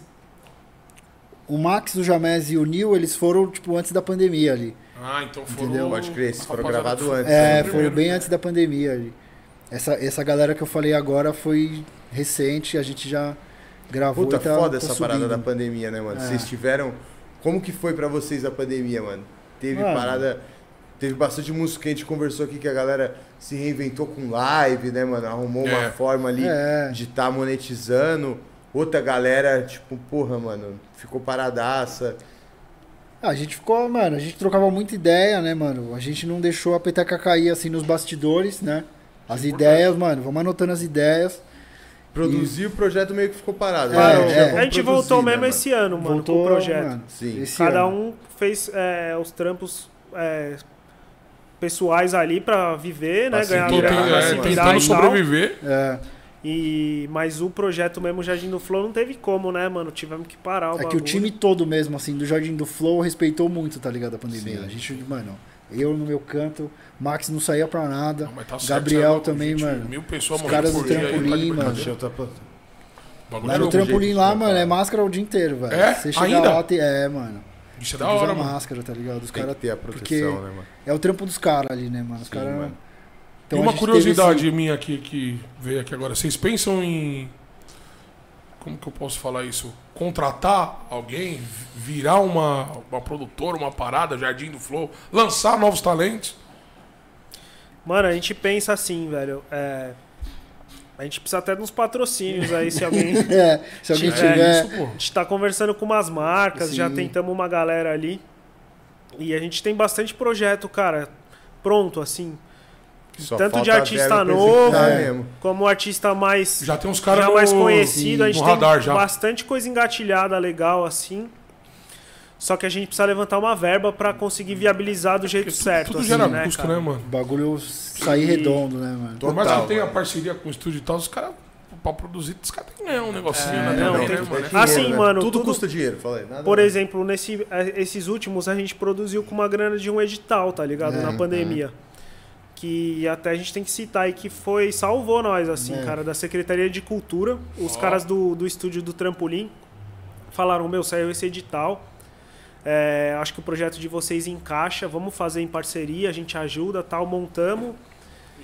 O Max, o Jamés e o Neil, eles foram, tipo, antes da pandemia ali.
Ah, então foram...
Entendeu?
Pode crer, se foram
Rapaziada,
gravado antes.
É,
né?
foi
primeiro,
bem
né?
antes da pandemia ali. Essa, essa galera que eu falei agora foi recente, a gente já gravou
Puta,
e tá
foda
tá
essa parada
subindo.
da pandemia, né, mano?
É.
Vocês tiveram. Como que foi pra vocês a pandemia, mano? Teve
Mano.
parada. Teve bastante música que a gente conversou aqui que a galera se reinventou com live, né, mano? Arrumou
É.
uma forma ali
É.
de estar monetizando. Outra galera, tipo, porra, mano, ficou paradaça.
Ah, A gente ficou, mano, a gente trocava muita ideia, né, mano? A gente não deixou a peteca cair assim nos bastidores, né? As ideias, mano, vamos anotando as ideias.
Produzir o projeto meio que ficou parado.
É,
né?
é.
Já vamos
A gente
produzir,
voltou
né,
mesmo
mano?
esse ano, mano,
Voltou
com o projeto.
mano,
Sim.
esse
Cada
ano.
um fez é, os trampos é, pessoais ali pra viver, né?
Pra se
ganhar
Tô
virar,
grana,
tentando-
né,
pra
é,
se
mano?
virar
tentando
e tal.
sobreviver.
É,
E, mas o projeto mesmo, o Jardim do Flow, não teve como, né, mano? Tivemos que parar o
é que o
bagulho.
time todo mesmo, assim, do Jardim do Flow respeitou muito, tá ligado? A pandemia. A gente, mano, eu no meu canto, Max não saía pra nada,
Não, mas tá certo,
Gabriel
você é louco,
também,
gente.
mano.
Mil pessoas
Os
morrendo
caras do
por dia aí, tá de
trampolim, mano.
brincadeira. O bagulho
Lá no
é louco.
trampolim
jeito,
lá,
né,
mano,
cara?
é máscara o dia inteiro, velho.
É?
Você chega
Ainda?
lá, tem... é, mano.
Isso é
Tem
da
que usar
hora, mano.
máscara, tá ligado? Os
Tem que
caras.
ter a proteção,
porque
né, mano?
É o trampo dos caras ali, né, mano? Os
Sim,
caras.
mano.
e
Então, a
uma
gente teve esse-
curiosidade minha aqui que veio aqui agora. Vocês pensam em. Como que eu posso falar isso? Contratar alguém, vi- virar uma, uma produtora, uma parada, Jardim do Flow, lançar novos talentos.
Mano, a gente pensa assim, velho. é, A gente precisa até de uns patrocínios aí, se alguém.
É, se alguém
Tiver
tiver.
isso, pô.
A gente tá conversando com umas marcas, já
Sim.
tentamos uma galera ali. E a gente tem bastante projeto, cara, pronto, assim.
Só
Tanto de
falta a
artista
verba pra
novo, né?
executar
é.
mesmo.
como artista mais
Já tem uns caras
já é
no-
mais conhecido, a
no
gente
radar
tem
já.
bastante coisa engatilhada legal assim. Só que a gente precisa levantar uma verba pra conseguir viabilizar do jeito
É Porque tu-
certo,
tudo
assim,
gera
né,
custo,
cara?
né, mano?
O bagulho sair
E-
redondo, né, mano?
Por mais que
Total,
tenha
mano.
parceria com o estúdio e tal, os caras, pra produzir, os caras tem que ganhar um negocinho, né?
É, não,
também,
tem
né,
que-
mano?
Ah, sim, mano,
Tudo,
tudo-
custa dinheiro, falei. Nada
Por
mais.
exemplo, nesse, eh, esses últimos a gente produziu com uma grana de um edital, tá ligado?
É,
Na pandemia. Que até a gente tem que citar aí que foi, salvou nós, assim,
É.
cara, da Secretaria de Cultura. Os
Ó.
caras do, do estúdio do Trampolim falaram: Meu, saiu esse edital. eh, acho que o projeto de vocês encaixa, vamos fazer em parceria, a gente ajuda, tal, montamos.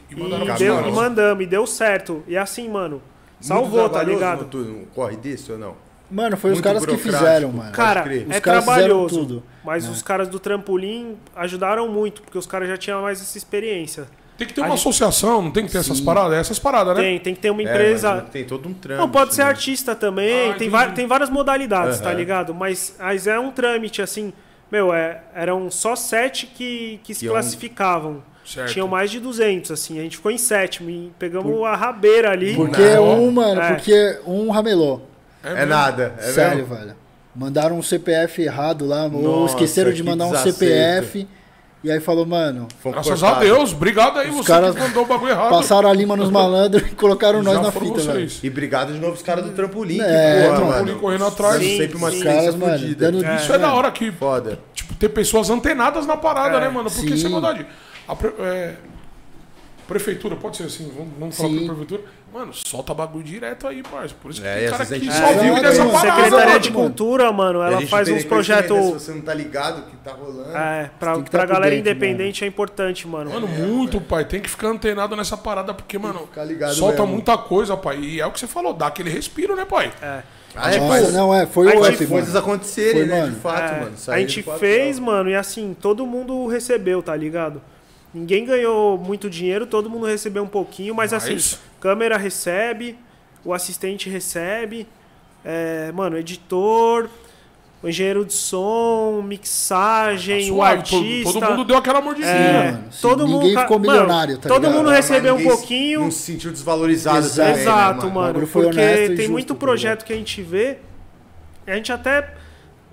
E
E,
mandaram pros
deu,
caras.
e mandamos, e deu certo. E assim, mano,
Muito
salvou, tá
trabalhoso,
ligado?
Montu, um corre desse ou não?
Mano, foi os
Muito
caras que
burocrático.
fizeram, mano.
Ca-
Cara,
crer.
é
Os caras fizeram
trabalhoso.
tudo, É.
mas os caras do trampolim ajudaram muito, porque os caras já tinham mais essa experiência.
Tem que ter
A
uma
gente-
associação, não tem que ter essas paradas? É Essas paradas, né?
Tem, tem que ter uma
É,
empresa.
mas tem todo um trâmite.
não, pode ser
né?
artista também,
Ah,
tem,
entendi.
va- tem várias modalidades, tá
Aham.
ligado? Mas, mas é um trâmite, assim. Meu, é, eram só sete que, que se
Que é um-
classificavam.
Certo.
Tinham mais de 200, assim. A gente ficou em sétimo e pegamos a rabeira ali.
Porque
Não.
um, mano,
É.
porque um ramelou.
É nada. É
Sério,
mesmo?
velho. Mandaram um CPF errado lá, ou
Nossa,
esqueceram de
que
mandar um
desacerto.
CPF. E aí falou, mano,
Foi um
Graças a
cortado.
Deus, obrigado aí, você
caras
que mandou o bagulho errado.
passaram a lima nos malandros e colocaram
Já
nós na
foram
fita, velho.
vocês.
E obrigado de novo os caras do trampolim.
É,
que porra,
trampolim
mano.
correndo atrás.
Mano,
Sim,
sempre uma
sim.
Os
ciência
caras, mano,
fodida.
dando
Isso é,
mano.
da hora que,
Foda.
tipo, ter pessoas antenadas na parada, né, mano? Porque
É, Sim.
sem maldade. A pre- é, prefeitura, pode ser assim, vamos, vamos falar
Sim.
pra prefeitura. Mano, solta bagulho direto aí, parça. Por isso que
É, né?
tem cara
essas
que só
entidades-
vive
É,
dessa
mano,
parada.
Secretaria
mano.
de
mano.
Cultura, mano,
E a
ela
gente
faz
tem
uns
que conhecer, né,
projetos.
Se você não tá ligado que tá rolando.
É, pra,
Tem que tá
pra
por
galera
dentro,
independente é importante, mano.
Mano, muito, pai. Tem que ficar antenado nessa parada, porque, mano,
é. ficar ligado
solta
mesmo.
muita coisa, pai. E é o que você falou, dá aquele respiro, né, pai?
É.
Ah, é,
Nossa,
faz
não, é, foi
Aí
o
tive
F, mano.
coisas acontecerem,
Foi,
né?
mano.
De fato,
É,
mano.
a
Sair
gente
do quadro.
fez, mano, e assim, todo mundo recebeu, tá ligado? Ninguém ganhou muito dinheiro, todo mundo recebeu um pouquinho, mas,
Mas-
assim, câmera recebe, o assistente recebe, é, mano, editor, o engenheiro de som, mixagem,
Tá
o
Suave, to-
um artista.
Todo mundo deu aquela mordidinha.
é,
mano. Sim,
todo
ninguém
mundo, ca-
ficou
mano,
milionário, tá
Todo
ligado?
mundo
Mas
recebeu um
ninguém se-
pouquinho.
Não se sentiu desvalorizado
Exato.
também, né,
Exato,
mano?
O
mano.
bagulho foi
Porque
honesto e
tem
justo,
muito
tá
projeto que a gente vê. A gente até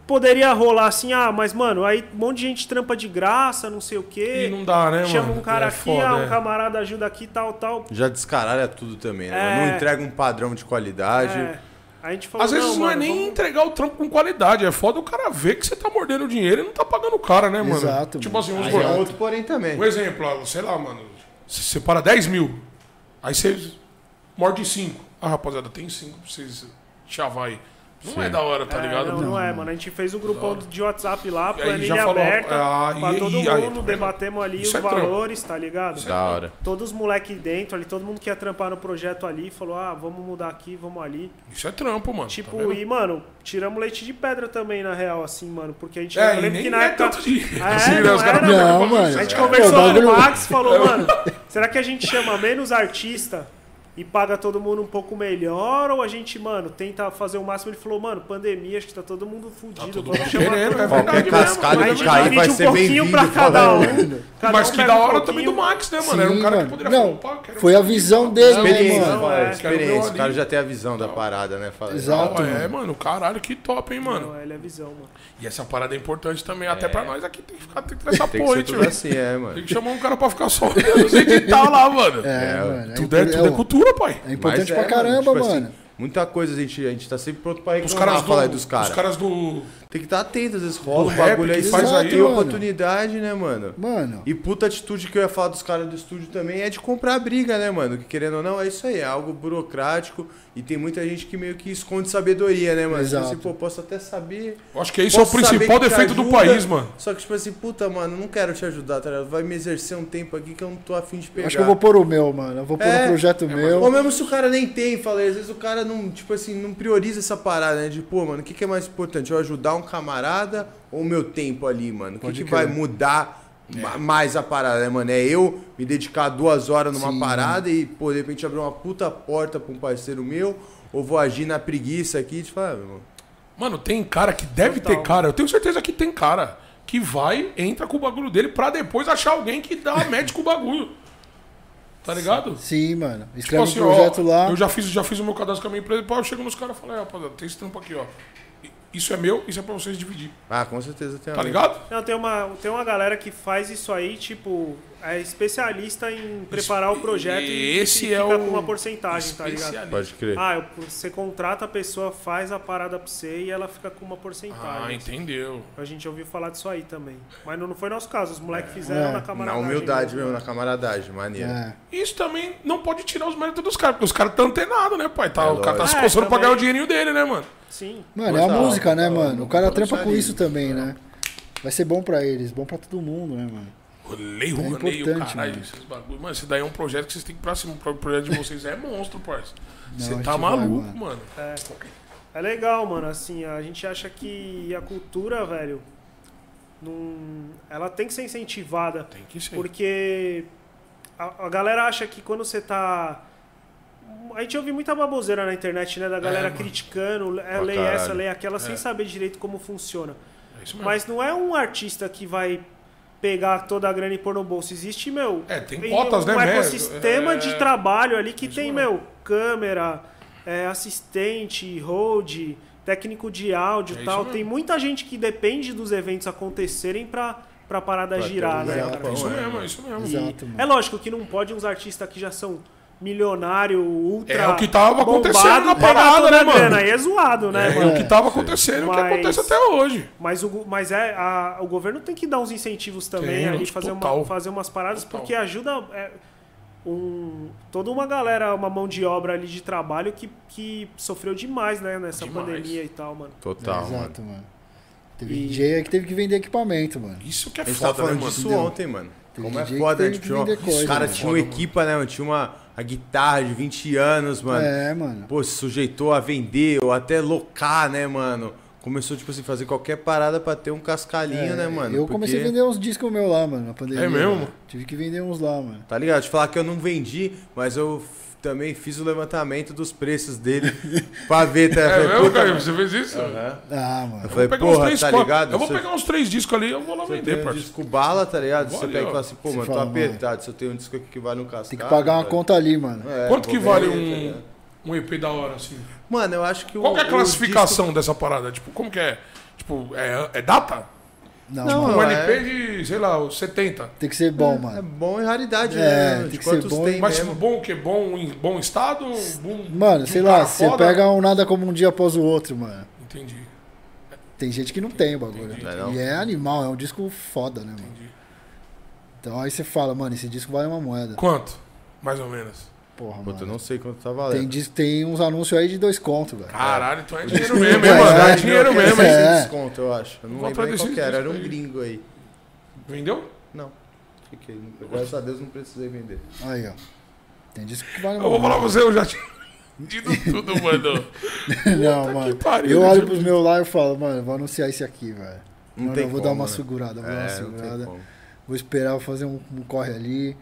poderia rolar assim, ah, mas mano, aí um monte de gente trampa de graça, não sei o quê.
E não dá, né,
É. Chama
mano?
um cara
É
aqui,
foda,
ah, um
é.
camarada ajuda aqui, tal, tal.
Já descaralha tudo também, né?
É.
Não entrega um padrão de qualidade.
É. A gente falou,
Às vezes não, é
mano,
nem
vamos-
entregar o trampo com qualidade, é foda o cara ver que você tá mordendo dinheiro e não tá pagando o cara, né, mano?
Exato,
Tipo
mano.
assim, uns
Mas é
gordão.
um outro porém também.
Um exemplo, ó, sei lá, mano. Você separa 10 mil, aí você morde 5. Ah, rapaziada, tem 5 pra vocês chavar aí. Não é da hora, tá
É,
ligado?
Não, não é, mano. A gente fez um grupão de WhatsApp lá,
E aí
planilha
já falou,
aberta,
ah,
pra
e-
todo
e aí,
mundo,
tá vendo?
debatemos ali
Isso
os
é trampo. é
valores, tá ligado?
Da hora.
Todos os moleques dentro ali, todo mundo que ia trampar no projeto ali, falou, ah, vamos mudar aqui, vamos ali.
Isso é trampo, mano.
Tipo,
tá vendo?
e, mano, tiramos leite de pedra também, na real, assim, mano. Porque a gente...
É,
eu
e
lembro
nem
que na
é
época...
tanto dinheiro,
É,
assim, né?
não
Os caras
era,
pegam
Não,
pra
mano.
isso,
A gente
né?
Meu,
É,
conversou lá no
bagulho-
Max e
É
falou, mano, será que a gente chama menos artista e paga todo mundo um pouco melhor? Ou a gente, mano, tenta fazer o máximo? Ele falou, mano, pandemia, acho que tá todo mundo fudido.
todo
vamos
mundo
chamar
querendo,
todo
é
mundo."
verdade
Qualquer
mesmo.
cascalho
Aí a
que
gente
cair
divide
vai
um
ser
pouquinho pra
bem-vindo.
cada
falando.
um. Cada
Mas
um
que
pega
da
um
hora
pouquinho.
também do Max, né, mano? Era um
Sim,
cara que um
mano.
poderia
Não,
falar, pá, quero
foi a
fazer
visão
isso,
dele,
tá?
né,
Experiência,
mano?
fala,
é,
quero ver
experiência.
ali.
O cara já tem a visão da parada, né? Fala,
Exato.
Ah, é, mano, caralho, que top, hein, mano.
Não, ele é visão, mano.
E essa parada é importante também, até
É.
pra nós aqui tem que ficar tem que ter essa
Tem que
porra,
ser
hein,
tudo
tio.
assim, é, mano.
Tem que chamar um cara pra ficar só olhando os edital lá, mano.
É,
É,
mano.
Tudo é,
impor-
tudo é
o-
cultura, pai.
é importante
Mas
pra
é,
caramba,
tipo assim,
mano.
muita coisa a gente, a gente tá sempre pronto pra
Os
reclamar,
caras
falar
do.
dos caras.
Os caras do.
Tem que estar atento, às vezes rola
Do
o bagulho
rap
aí,
que
faz
faz
aí
aí,
tem
mano.
oportunidade, né, mano?
Mano.
E puta atitude que eu ia falar dos caras do estúdio também é de comprar briga, né, mano? Que querendo ou não, é isso aí, é algo burocrático e tem muita gente que meio que esconde sabedoria, né, mano?
Exato.
Tipo assim, pô, posso até saber.
Eu acho que esse é o
posso saber
principal
que te
defeito do
ajuda,
país, mano.
Só que, tipo assim, puta, mano, não quero te ajudar, tá ligado? Vai me exercer um tempo aqui que eu não tô afim de pegar.
Acho que eu vou pôr o meu, mano. Eu vou pôr
É,
um projeto meu.
Ou mesmo se o cara nem tem, falei, às vezes o cara não, tipo assim, não prioriza essa parada, né? De, pô, mano, o que, que é mais importante? Eu ajudar um camarada ou o meu tempo ali, mano? O que, que vai mudar
É.
ma- mais a parada, né, mano? É eu me dedicar duas horas numa parada e, pô, de repente abrir uma puta porta pra um parceiro meu, ou vou agir na preguiça aqui e te falar, ah, meu irmão,
Mano, tem cara que deve ter cara, eu tenho certeza que tem cara, que vai, entra com o bagulho dele pra depois achar alguém que dá médico com o bagulho. Tá ligado?
Sim, mano.
Tipo
Escreve
assim,
um projeto
ó,
lá.
Eu já fiz, já fiz o meu cadastro com a minha empresa, pá, eu chego nos caras e falo, é, rapaziada, tem esse trampo aqui, ó. Isso é meu, isso é pra vocês dividir.
ah, com certeza tem
Tá
uma-
ligado?
Não, tem uma, tem uma galera que faz isso aí, tipo, é especialista em preparar o projeto e,
esse
e
é
fica
o
com uma porcentagem, tá ligado?
especialista.
Pode crer.
Ah, eu- você contrata a pessoa, faz a parada pra você e ela fica com uma
Ah,
porcentagem.
entendeu.
a gente ouviu falar disso aí também. Mas não, não foi nosso caso, os moleques fizeram
É.
na
na
camaradagem.
humildade mesmo, na camaradagem, maneiro.
É.
Isso também não pode tirar os méritos dos caras, porque os caras estão antenados, né, pai? Tá, o cara tá
lógico.
se
É,
coçando pra
também.
ganhar o dinheirinho dele, né, mano?
Sim.
Mano, é a
Total,
música, né,
total.
mano? O cara
Vou
trampa
deixar
com
livre.
isso também, né? Vai ser bom pra eles, bom pra todo mundo, né, mano?
Rolei, rolei, o
importante,
caralho,
mano.
esses bagulho. Mano, esse daí é um projeto que vocês têm que ir pra cima. O próprio projeto de vocês é monstro, parça.
a
Você
gente
tá
vai,
maluco,
mano.
mano.
É. É legal, mano. Assim, a gente acha que a cultura, velho, não- ela tem que ser incentivada.
Tem que ser.
Porque a, a galera acha que quando você tá. A gente ouve muita baboseira na internet, né? Da galera
É, mano.
criticando, é
Pra
lei
caralho.
essa, lei aquela, sem saber direito como funciona.
É isso mesmo.
Mas não é um artista que vai pegar toda a grana e pôr no bolso. Existe, meu.
É, tem
um-
cotas, né,
Um
velho?
ecossistema
É.
de trabalho ali que tem,
mesmo.
meu, câmera, é, assistente, hold, técnico de áudio
É
e
isso
tal.
mesmo.
Tem muita gente que depende dos eventos acontecerem pra, pra parada
Pra ter
girar,
um
né?
exemplo,
cara?
É isso
Bom, é,
mesmo,
mano.
é isso mesmo.
Exato,
É
mano.
lógico que não pode uns artistas que já são milionário, ultra.
É o que tava acontecendo
bombado,
na
pegar
parada,
toda
né,
a grana.
mano?
Aí é zoado, né,
É,
mano?
o que tava acontecendo, o que
Mas-
acontece até hoje.
Mas, o, go- mas é, a- o governo tem que dar uns incentivos também,
Tem,
ali,
tipo,
fazer, uma,
total.
fazer umas paradas,
Total.
porque ajuda é, um, toda uma galera, uma mão de obra ali de trabalho que, que sofreu demais, né, nessa
Demais.
pandemia e tal, mano.
Total, Então, mano.
É, Exato, mano. Teve DJ aí que teve que vender equipamento, mano.
Isso que é
A gente tava
foda, né,
falando
mano?
disso
Entendeu?
ontem, mano.
Tem
Como é
DJ que
foda, né?
tem
Tipo, tinha uma-
que vender
os
coisa,
caras
né?
tinham
Foda,
equipa, né, mano? Tinha uma a guitarra de 20 anos, mano.
É, mano.
Pô, se sujeitou a vender ou até locar, né, mano? Começou, tipo assim, fazer qualquer parada pra ter um cascalhinho,
É,
né, mano?
Eu comecei a
Porque-
vender uns discos meus lá, mano, na pandemia.
É mesmo?
mano. Tive que vender uns lá, mano.
Tá ligado? Te falar que eu não vendi, mas eu f- também fiz o levantamento dos preços dele pra ver, tá?
É
Eu falei,
mesmo,
puta,
cara? Você fez isso?
Ah, mano.
Eu falei,
Pegar uns
porra,
três,
tá
quatro-
ligado?
Eu vou
Se
pegar uns três discos ali, eu vou lá
se eu
vender,
tenho um
parça.
disco bala, tá ligado?
Vou
Você
ali,
pega e
ó.
fala assim, pô,
Você
mano, tô
fala, mano.
apertado. Se eu tenho um disco aqui que vale um cascalho...
Tem que pagar uma
tá
conta ali, mano.
É,
Quanto
vou
que vale
vender, tá ligado?
né?
um, um EP da hora, assim?
Mano, eu acho que o-
Qual que é a
o
classificação
disco-
dessa parada? Tipo, como que é? Tipo, Tipo, é, é data?
Não,
Não,
mano.
um
é.
LP de, sei lá, os 70.
Tem que ser bom,
É
mano.
bom em raridade,
É,
né?
tem
De
que ser
quantos
bom.
tem
Mas
mesmo.
bom o quê? Bom em bom estado? Bom,
Mano, sei lá, você
Tá foda?
pega um nada como um dia após o outro, mano.
Entendi.
Tem gente que não tem o bagulho.
Entendi.
Não é não?
E é animal, é um disco foda, né, mano?
Entendi.
Então aí você fala, mano, esse disco vale uma moeda.
Quanto? Mais ou menos.
Porra,
Puta, eu
mano.
não sei quanto tá
Tem,
valendo.
disco, tem uns anúncios aí de dois contos, velho.
Caralho, então é dinheiro
disco
mesmo,
do
hein, mano?
Guarani,
É dinheiro
né?
mesmo,
é.
hein?
É.
desconto, eu acho. Eu não
Vou
lembro nem
atrás
qual
desse
que era.
disco
Era um
aí.
gringo aí. é-
Vendeu?
Não. Fiquei. Graças a Deus não precisei vender.
Aí, ó. Tem disco que vale
Eu
uma
vou falar
moeda.
pra você, eu já tinha vendido tudo, mano.
Não, mano.
pariu,
Eu
né,
olho
gente?
pros meus lá e eu falo, mano, vou anunciar esse aqui, velho.
Não
Mano,
tem
eu vou
como,
dar uma
né?
segurada, vou dar uma
É, não tem
segurada.
como.
Vou esperar, vou fazer um, um corre ali,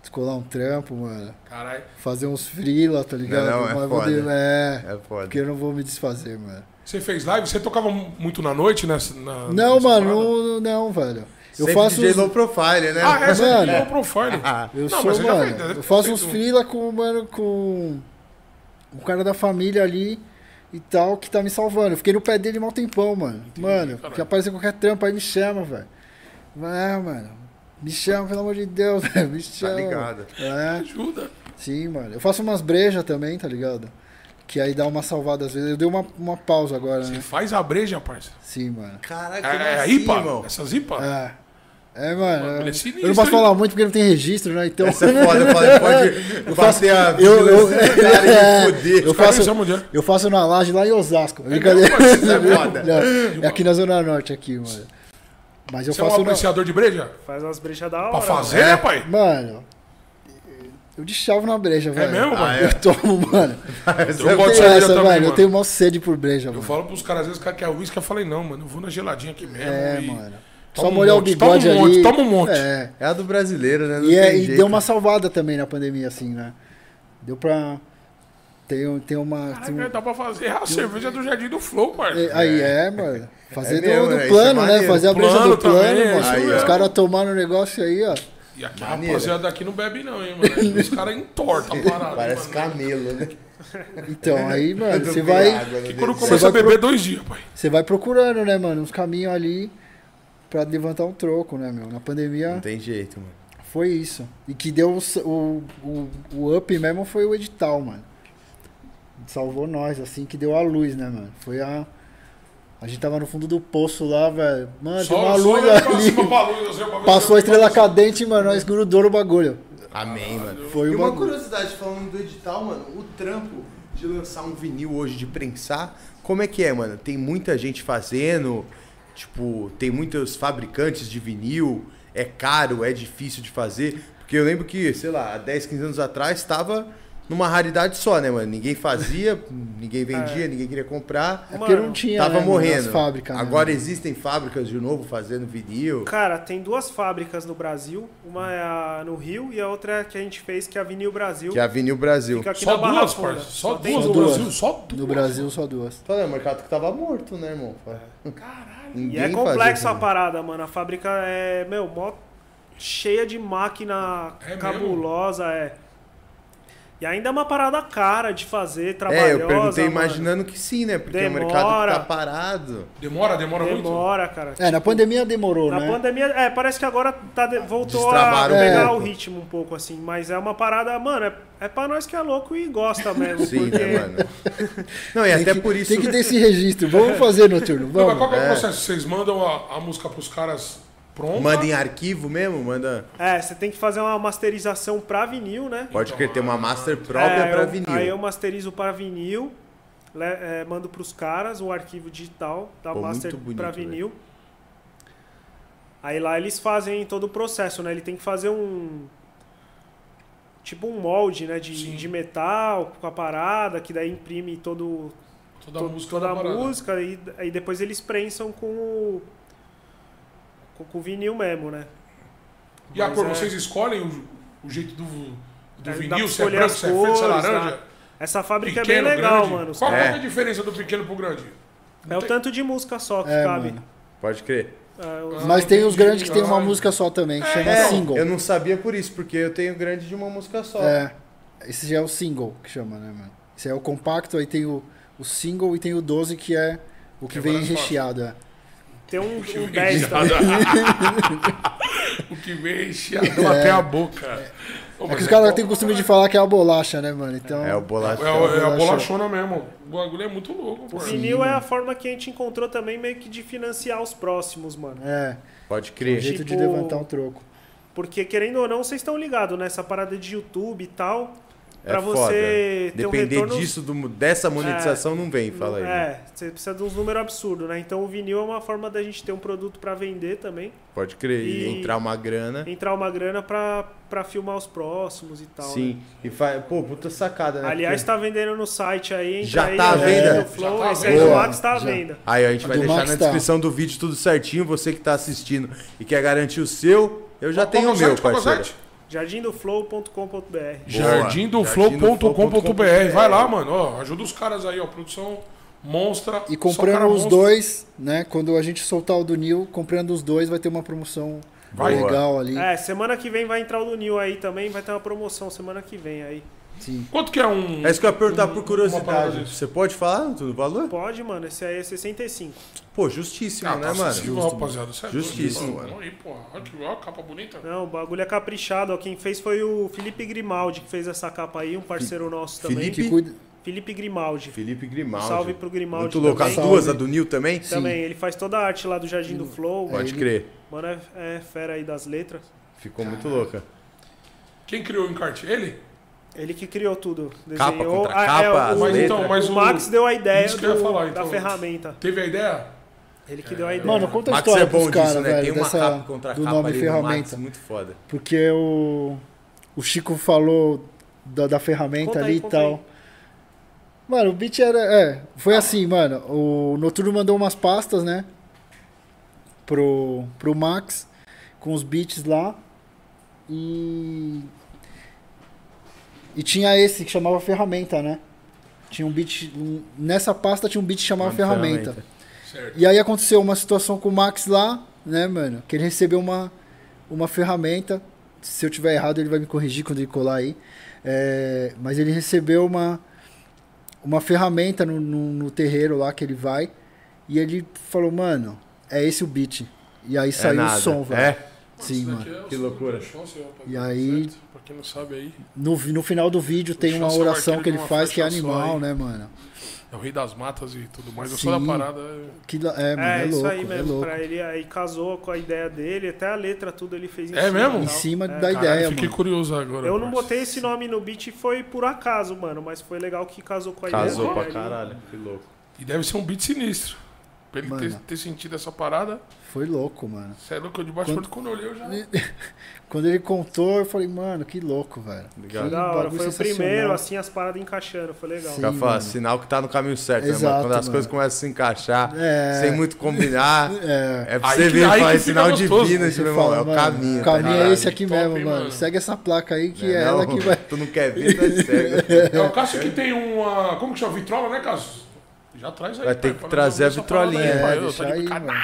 descolar um trampo, mano.
Caralho.
Fazer uns frila, tá ligado?
não, é
Mas vou
foda.
de- é,
É foda.
porque eu não vou me desfazer, mano.
Você fez live? Você tocava muito na noite, né? Na,
Não,
nessa
mano,
parada?
não, não, velho. Eu
Sempre
faço. Ah,
DJ
uns-
low profile, né?
Ah, essa aqui
Mano.
é o profile.
Eu
Não,
sou,
mas você já
mano.
fez, né?
eu faço
Fez
uns
um-
frila com, mano, com um cara da família ali e tal, que tá me salvando. Eu fiquei no pé dele mal tempão, mano. mano,
caralho.
que aparecer qualquer trampa aí me chama, velho. É, mano. Me chama, pelo amor de Deus, velho. Me chama.
Tá ligado.
É,
Ajuda.
sim, mano. Eu faço umas brejas também, tá ligado? Que aí dá uma salvada às vezes. Eu dei uma, uma pausa agora,
Você
né?
faz a breja, parça.
Sim, mano.
Caraca, como
É, é
assim,
IPA?
irmão?
Essas IPA?
É. É,
Mano,
mano.
ele é
eu-
sinistro,
eu não posso
hein?
falar muito porque não tem registro, né? Então.
Essa é foda, pode, pode eu
faço-
bater a
eu- eu- É,
vigilância do cara e me fuder.
Eu
Os caras
faço-
chamam de-
Eu faço na laje lá em Osasco.
Não,
Brincadeira.
mano, isso é foda.
Não, é aqui na Zona Norte, aqui, mano. Mas eu
Você é um
faço na...
apreciador de breja?
Faz umas brechas da hora.
Pra fazer, né, pai?
Mano, eu deschavo na breja, velho.
É
Ah,
mesmo, mano?
Eu tomo, mano.
Essa
eu
é foda.
gosto de
Tem
cerveja
essa,
também,
velho.
mano.
Eu tenho mó sede por breja,
Eu
mano.
falo pros caras, às vezes, o cara quer whisky, eu falei, não, mano, eu vou na geladinha aqui mesmo.
É,
e-
mano.
Toma
Só
um
molhar o
monte, toma um
bigode ali.
monte, toma um monte.
É.
É a do brasileiro, né? Não
E, é-
tem
e
jeito.
deu uma salvada também na pandemia, assim, né? Deu pra... Tem, um- tem uma... tem um-
Caraca, né, dá pra fazer a cerveja do Jardim do Flow, parceiro.
É, Aí é, mano. Fazer
É
do,
mesmo,
do
né? Isso é
plano, né?
maneiro.
Fazer a breja
Plano
do plano,
também,
mano.
isso
Aí,
mesmo.
Os caras tomaram o negócio aí, ó.
E aqui a
Maneiro.
rapaziada aqui não bebe, não, hein, mano. Os caras entortam
É,
a parada.
Parece
mano.
camelo, né?
Então, aí, mano,
Não
você
tem
vai,
água né? no
E quando
dedo.
começa a
Você vai
beber, dois dias, pai.
você vai procurando, né, mano, uns caminhos ali pra levantar um troco, né, meu? Na
Não
pandemia
tem jeito, mano.
foi isso. E que deu o, s- o, o, o up mesmo foi o edital, mano. Salvou nós, assim, que deu a luz, né, mano? Foi a. A gente tava no fundo do poço lá, velho. Mano, tem Ah, uma luz
olha pra
ali.
cima pra luz, assim, pra ver se
Passou
eu-
a estrela cadente, mano, nós grudou no bagulho.
Amém, mano.
Foi
e
o
uma
bagulho.
curiosidade falando do edital, mano, o trampo de lançar um vinil hoje, de prensar, como é que é, mano? Tem muita gente fazendo, tipo, tem muitos fabricantes de vinil, é caro, é difícil de fazer, porque eu lembro que, sei lá, há 10, 15 anos atrás tava numa raridade só, né, mano? Ninguém fazia, ninguém vendia, ninguém queria comprar.
É porque não tinha
Tava
né, mano,
morrendo.
as fábricas. né,
Agora
mano?
existem fábricas de novo fazendo vinil.
Cara, tem duas fábricas no Brasil. Uma é a no Rio e a outra é a que a gente fez, que é a Vinil Brasil.
Que é a Vinil Brasil.
Fica aqui
Só
na Barra
duas,
Funda.
parceiro. Só
tem um.
duas no
duas.
Brasil, só duas.
No Brasil, só duas.
Tá, né? O mercado que tava morto, né, irmão? Caralho.
E é complexa
né?
a parada, mano. A fábrica é, meu, mó cheia de máquina
É mesmo?
cabulosa, é. E ainda é uma parada cara de fazer, trabalhosa,
É, eu perguntei
mano.
imaginando que sim, né? Porque é o mercado
Demora.
que tá parado.
Demora, demora muito.
Demora, cara.
É, na pandemia demorou,
Na
né?
pandemia, é, parece que agora tá de- voltou a
Destravaram
um
pegar
pouco.
o ritmo um pouco, assim. Mas é uma parada, mano, é, é pra nós que é louco e gosta mesmo.
Sim,
porque
né, mano? Não, e
Tem
até
que-
por isso.
Tem que ter esse registro. Vamos fazer, noturno.
Não, mas qual
Vamos.
que é o processo? Vocês mandam a, a música pros caras pronta?
Manda em arquivo mesmo, manda.
É, você tem que fazer uma masterização pra vinil, né?
Pode querer ter uma master
É,
própria pra
eu-
vinil.
Aí eu masterizo para vinil, le- é, mando para os caras o arquivo digital da
Pô,
master
muito bonito,
para
velho.
vinil. Aí lá eles fazem todo o processo, né? Ele tem que fazer um tipo um molde, né, de, de metal com a parada, que daí imprime todo
Toda a
to-
música
toda
da
a
parada.
música e aí depois eles prensam com o com, com o vinil mesmo, né?
E a
Mas
cor,
é-
vocês escolhem o, o jeito do, do
Aí dá pra
vinil? Se é
escolher
branco,
as
se é preto, se é
cores,
laranja?
tá? Essa fábrica
Pequeno,
é bem legal,
grande.
mano. Os
Qual
caras-
que é a diferença do pequeno pro grande?
É o tanto de música só que
É,
cabe.
mano.
Pode crer.
É, os-
Mas tem os grandes que tem uma
Entendi.
música só também, que chama
É,
single.
Eu não sabia por isso, porque eu tenho grande de uma música só.
É. Esse já é o single que chama, né, mano? Esse é o compacto, aí tem o, o single e tem o 12, que é o que
Tem
vem
várias
recheado. é.
Tem um, um
que
10
enxada.
também.
o que vem enchiadão até a boca. Ô,
É que
mas
os caras têm o costume de falar que é a bolacha, né, mano? Então.
É o bolacha.
É, o- é a
Bolachão.
bolachona mesmo. O bagulho é muito louco,
O
mano.
vinil é a forma que a gente encontrou também meio que de financiar os próximos, mano.
É,
Pode
o
crer.
jeito de
Tipo-
levantar um troco.
Porque, querendo ou não, vocês estão ligados nessa parada de YouTube e tal.
É
pra
foda. é.
você ter um
Depender
retorno...
disso, do- dessa monetização, não vem, fala aí. né?
É, você precisa de uns números absurdos, né? Então o vinil é uma forma da gente ter um produto pra vender também.
Pode crer. E
E- então,
entrar uma grana.
Entrar uma grana pra, pra filmar os próximos e tal.
Sim.
né?
E faz. Pô, puta sacada, né?
Aliás,
Porque-
tá vendendo no site aí. entra
Já
aí,
tá à
ó,
venda?
no Flow,
Já tá à
esse aí
venda.
do Max tá à
Já.
venda.
Aí a gente
A
vai
do
deixar
Max
na
tá.
descrição do vídeo tudo certinho. Você que tá assistindo e quer garantir o seu, eu já
Qual
tenho
que
o meu,
é site? Qual que é o
parceiro.
site?
Jardindoflow.com.br.
Jardindoflow.com.br. Vai lá, mano. Ó, ajuda os caras aí, ó. Produção monstra.
E
Só cara
comprando os
monstro.
dois, né? Quando a gente soltar o do Nil, comprando os dois vai ter uma promoção
Vai.
legal ali.
É, semana que vem vai entrar o do Nil aí também, vai ter uma promoção semana que vem aí.
Sim.
Quanto que é um.
É isso que eu ia perguntar por
Uma parada
curiosidade.
disso.
Você pode falar tudo o valor?
Pode, mano, esse aí é 65.
Pô, justíssimo,
Ah,
né,
tá
mano?
acessível, rapaziada. Certo?
Justíssimo, mano.
Aí, porra. Olha que ó, capa bonita.
Não, o bagulho é caprichado, ó, quem fez foi o Felipe Grimaldi que fez essa capa aí, um parceiro nosso também.
Felipe?
Que cuida...
Felipe Grimaldi.
Felipe Grimaldi.
Salve pro Grimaldi
Muito louco. As
também.
duas, a do Nil também?
Também, ele faz toda a arte lá do Jardim do Flow.
Pode crer.
Mano, é, é fera aí das letras.
Ficou muito louca.
Quem criou o encarte? Ele?
Ele que criou tudo. Desenhou.
Capa contra
Ah, é,
capa, as
Mas
o,
letras.
então, mas
o
o.
Max deu a ideia
isso que eu ia
do-
falar,
da
então. É,
ferramenta.
Teve a ideia?
Ele que deu a ideia.
Mano, conta a
Max
história
é bom
pros
disso,
caras,
né?
velho,
Tem uma
dessa,
capa contra
do
capa
nome
ali
ferramenta.
do Max, muito foda.
Porque o, o Chico falou da, da ferramenta
Conta aí,
ali e
conta
tal.
aí.
Mano, o beat era. É, foi assim, mano. O Noturno mandou umas pastas, né? Pro, pro Max, com os beats lá. E. E tinha esse que chamava ferramenta, né? Tinha um beat. um- nessa pasta tinha um beat que chamava
Nome
ferramenta.
ferramenta.
Certo.
E aí aconteceu uma situação com o Max lá, né, mano? Que ele recebeu uma, uma ferramenta. Se eu tiver errado, ele vai me corrigir quando ele colar aí. É, mas ele recebeu uma, uma ferramenta no, no, no terreiro lá que ele vai. E ele falou, mano, é esse o beat. E aí
é
saiu
nada.
o som, velho.
É?
Sim,
Isso
mano.
daqui é o
que
som do
loucura.
Chance, rapaziada,
E aí-
certo? Pra quem não sabe aí,
No, vi- no final do vídeo tem uma
Chance é um
oração
arqueiro
que ele
de uma
faz que é
faixa só,
animal,
hein?
né, mano?
é o rei das matas e tudo mais. Eu sou da
Sim.
parada. é-
Que, la- é, mano, é,
isso
louco,
aí
é
mesmo.
louco.
pra ele aí casou com a ideia dele, até a letra, tudo ele fez em
É
cima.
mesmo?
e
Em
tal.
cima
É.
da
Caralho,
ideia,
fiquei
mano.
curioso agora.
Eu não
parça.
botei esse nome no beat foi por acaso, mano, mas foi legal que casou com a ideia.
Casou
dele
pra
ali.
caralho. Que louco.
E deve ser um beat sinistro. Pra ele ter,
Mano.
ter sentido essa parada,
Foi louco, mano.
você é louco, eu de baixo
Quando-
quando... quando eu olhei eu já.
Quando ele contou, eu falei, mano, que louco, velho.
Obrigado.
Que
Da hora,
bagulho
foi o
sensacional.
primeiro, assim, as paradas encaixando, foi legal.
Sim.
Já fala,
mano.
sinal que tá no caminho certo, né, mano?
Exato,
Quando as
mano.
coisas começam a se encaixar,
É.
sem muito combinar.
É.
É pra
Aí
você
que-
ver,
aí
fala,
que
é
fica
sinal
gostoso.
divino,
Você
esse meu
fala,
irmão. É o
mano,
caminho.
O
tá
caminho
ligado?
é esse aqui
Top,
mesmo,
hein,
mano.
mano?
Segue essa placa aí que
Não
é
não?
ela que vai.
Tu não quer ver, tá cego.
É o Cássio que tem uma. Como que chama? Vitrola, né, Cássio? Já traz aí.
Vai
pai,
ter que
pra um nós
trazer a
ouvir essa parada
vitrolinha,
pai.
é,
Eu tô
deixar
tá de
aí,
brincadeira.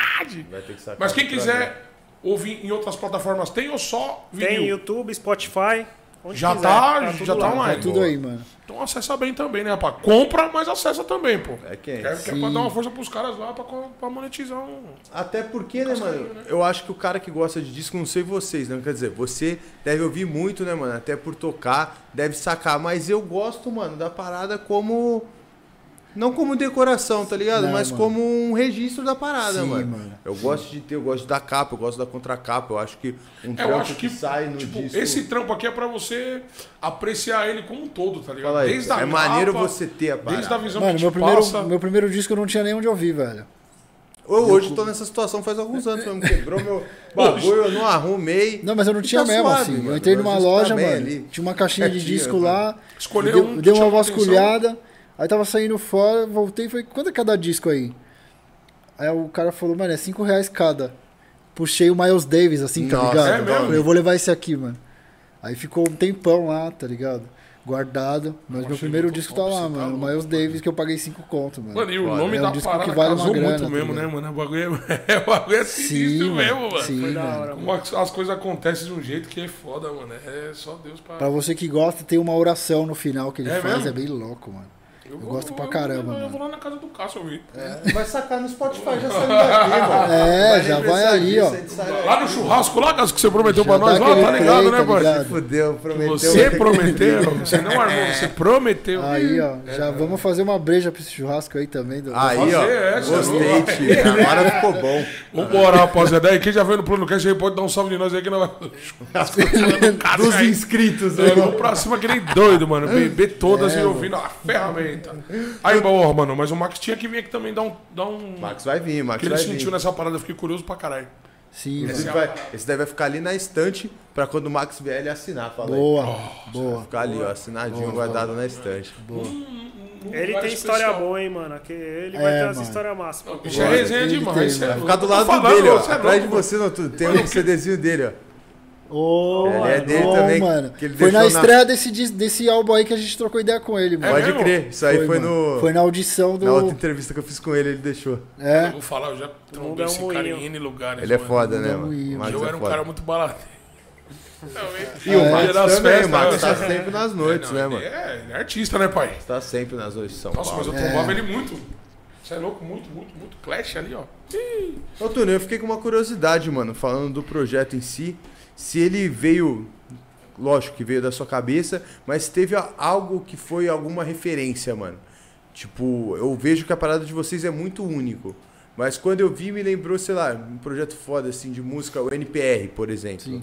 Vai ter que sacar
Mas quem
pra ver.
quiser ouvir em outras plataformas, tem ou só vinil?
Tem YouTube, Spotify. onde
Já
quiser,
tá,
tudo
já tá
lá.
online.
Tá tudo aí, mano.
Então acessa bem também, né, rapaz? Compra, mas acessa também, pô.
É quem?
Quer, quer pra dar uma força pros caras lá pra, co- pra monetizar um.
Até porque, né, mano? Eu acho que o cara que gosta de disco, não sei vocês, né? Quer dizer, você deve ouvir muito, né, mano? Até por tocar, deve sacar. Mas eu gosto, mano, da parada como. Não como decoração, tá ligado?
Não,
Mas
mano.
como um registro da parada,
Sim,
mano.
mano.
Eu gosto de ter, eu gosto da capa, eu gosto da contracapa. Eu acho que um
É, eu
trampo
acho
que,
que,
sai no
tipo,
disco.
esse trampo aqui é pra você apreciar ele como um todo, tá ligado?
Fala aí,
Desde a
é maneiro
capa,
você ter a parada.
Desde a
é um
visão
Mano,
que
meu
te
primeiro,
passa.
meu primeiro disco eu não tinha nem onde ouvir, velho.
Eu hoje tô nessa situação faz alguns anos mesmo. Quebrou meu bagulho, eu não arrumei.
Não, mas eu não
E
tinha
tá
mesmo,
suave,
assim.
mano.
Eu entrei
Meu
numa
disco tá
loja,
bem
mano. Tipo,
ali. tá?
Tinha uma caixinha de
Certinho,
disco
mano.
lá.
Escolheu
deu,
um que
deu uma
chamou a atenção.
vasculhada. Aí tava saindo fora, voltei e falei, quanto é cada disco aí? Aí o cara falou, mano, é 5 reais cada. Puxei o Miles Davis, assim,
Nossa,
tá ligado?
é mesmo?
Falei, Eu vou levar esse aqui, mano. Aí ficou um tempão lá, tá ligado? Guardado. Mas meu
achei
primeiro
muito
disco tá
top,
lá,
você tá
mano.
louco,
O Miles Davis, que eu paguei 5 conto, mano.
Mano, e o
Foda.
nome
É um
da
disco que
parada
vale uma
casou
grana,
muito
tá
mesmo, né,
ligado?
mano? O bagulho é, o bagulho é sinistro mesmo, mano.
Sim,
Foi da
mano.
hora, mano.
Como as as coisas acontecem de um jeito que é foda, mano. É só Deus pra.
Tá Pra você que gosta, tem uma oração no final que ele
É
faz,
mesmo?
é bem louco, mano. Eu gosto pra caramba,
Eu, eu
mano.
vou lá na casa do Cássio ouvir.
Vai sacar no Spotify, já saiu daqui, mano.
É,
Vai
já
nem
vai
precisar
ali,
disso,
ó.
ele sai daqui.
Lá no churrasco, lá, Cássio, que você prometeu
Já
pra
dá
nós lá,
aquele
tá ligado,
play,
né,
tá
parceiro?
ligado?
Fudeu, prometeu.
Você prometeu, você não armou,
É.
você prometeu.
Aí, ó, já vamos fazer uma breja pra esse churrasco aí também. Do...
Ah, Aí, ó.
Você é, você
Gostei,
não
tio. Agora ficou bom.
Vambora, rapaziada. Aí, quem já veio no Plano Cash aí pode dar um salve de nós aí que não vai.
Dos
Dos
inscritos, né?
É, vamos pra cima que nem doido, mano. Beber todas
É,
e assim, ouvindo a ferramenta. Aí, ó, mano, mas o Max tinha que vir aqui também dar um. Dar um...
Max vai vir, Max
que ele
vai
sentiu
vir.
nessa parada, eu fiquei curioso pra caralho.
Sim,
Esse,
mano.
vai, esse daí vai ficar ali na estante pra quando o Max vier ele assinar. Fala aí.
Boa, boa.
Ficar ali, ó, assinadinho, guardado na estante.
Ele
Lugar
tem história
especial.
boa, hein, mano. Aquele- Ele vai ter essa
É, mano.
história massa. pra
Bicho, é
contar.
Boa,
resenha
ele
demais.
tem,
cê é louco.
mano.
Ficar do
Tô
lado
falando,
dele, ó.
cê é
Atrás de
louco,
você, não, tudo. Tem um CDzinho dele, ó.
Ô,
Ele é
mano,
dele
ô,
também,
mano.
que ele
Foi na
deixou na-
estreia desse, dis- desse álbum aí que a gente trocou ideia com ele, mano.
Pode
É mesmo?
crer. Isso aí foi,
mano.
no.
Foi na audição do.
Na outra entrevista que eu fiz com ele, ele deixou.
mano. Eu
É,
vou falar, eu já
mundo é
trombei
um
esse cara em
moinho.
N lugares.
Ele é
mano.
foda, né,
Não,
mano?
eu-
O Max
eu
é
era um
foda.
cara muito baladeiro. Realmente.
E o Max
Ele era as
também, o
festas,
Max
né?
tá sempre nas noites,
Não,
né,
ele
mano? É.
É, ele é artista, né, pai?
Tá sempre nas noites de São
Nossa, mas
Paulo.
eu trombava ele muito. Você é louco, muito, muito, muito. Clash ali, ó.
Ô, Túlio, eu fiquei com uma curiosidade, mano, falando do projeto em si. Se ele veio, lógico que veio da sua cabeça, mas teve a- algo que foi alguma referência, mano. Tipo, eu vejo que a parada de vocês é muito único. Mas quando eu vi, me lembrou, sei lá, um projeto foda, assim, de música, o NPR, por exemplo.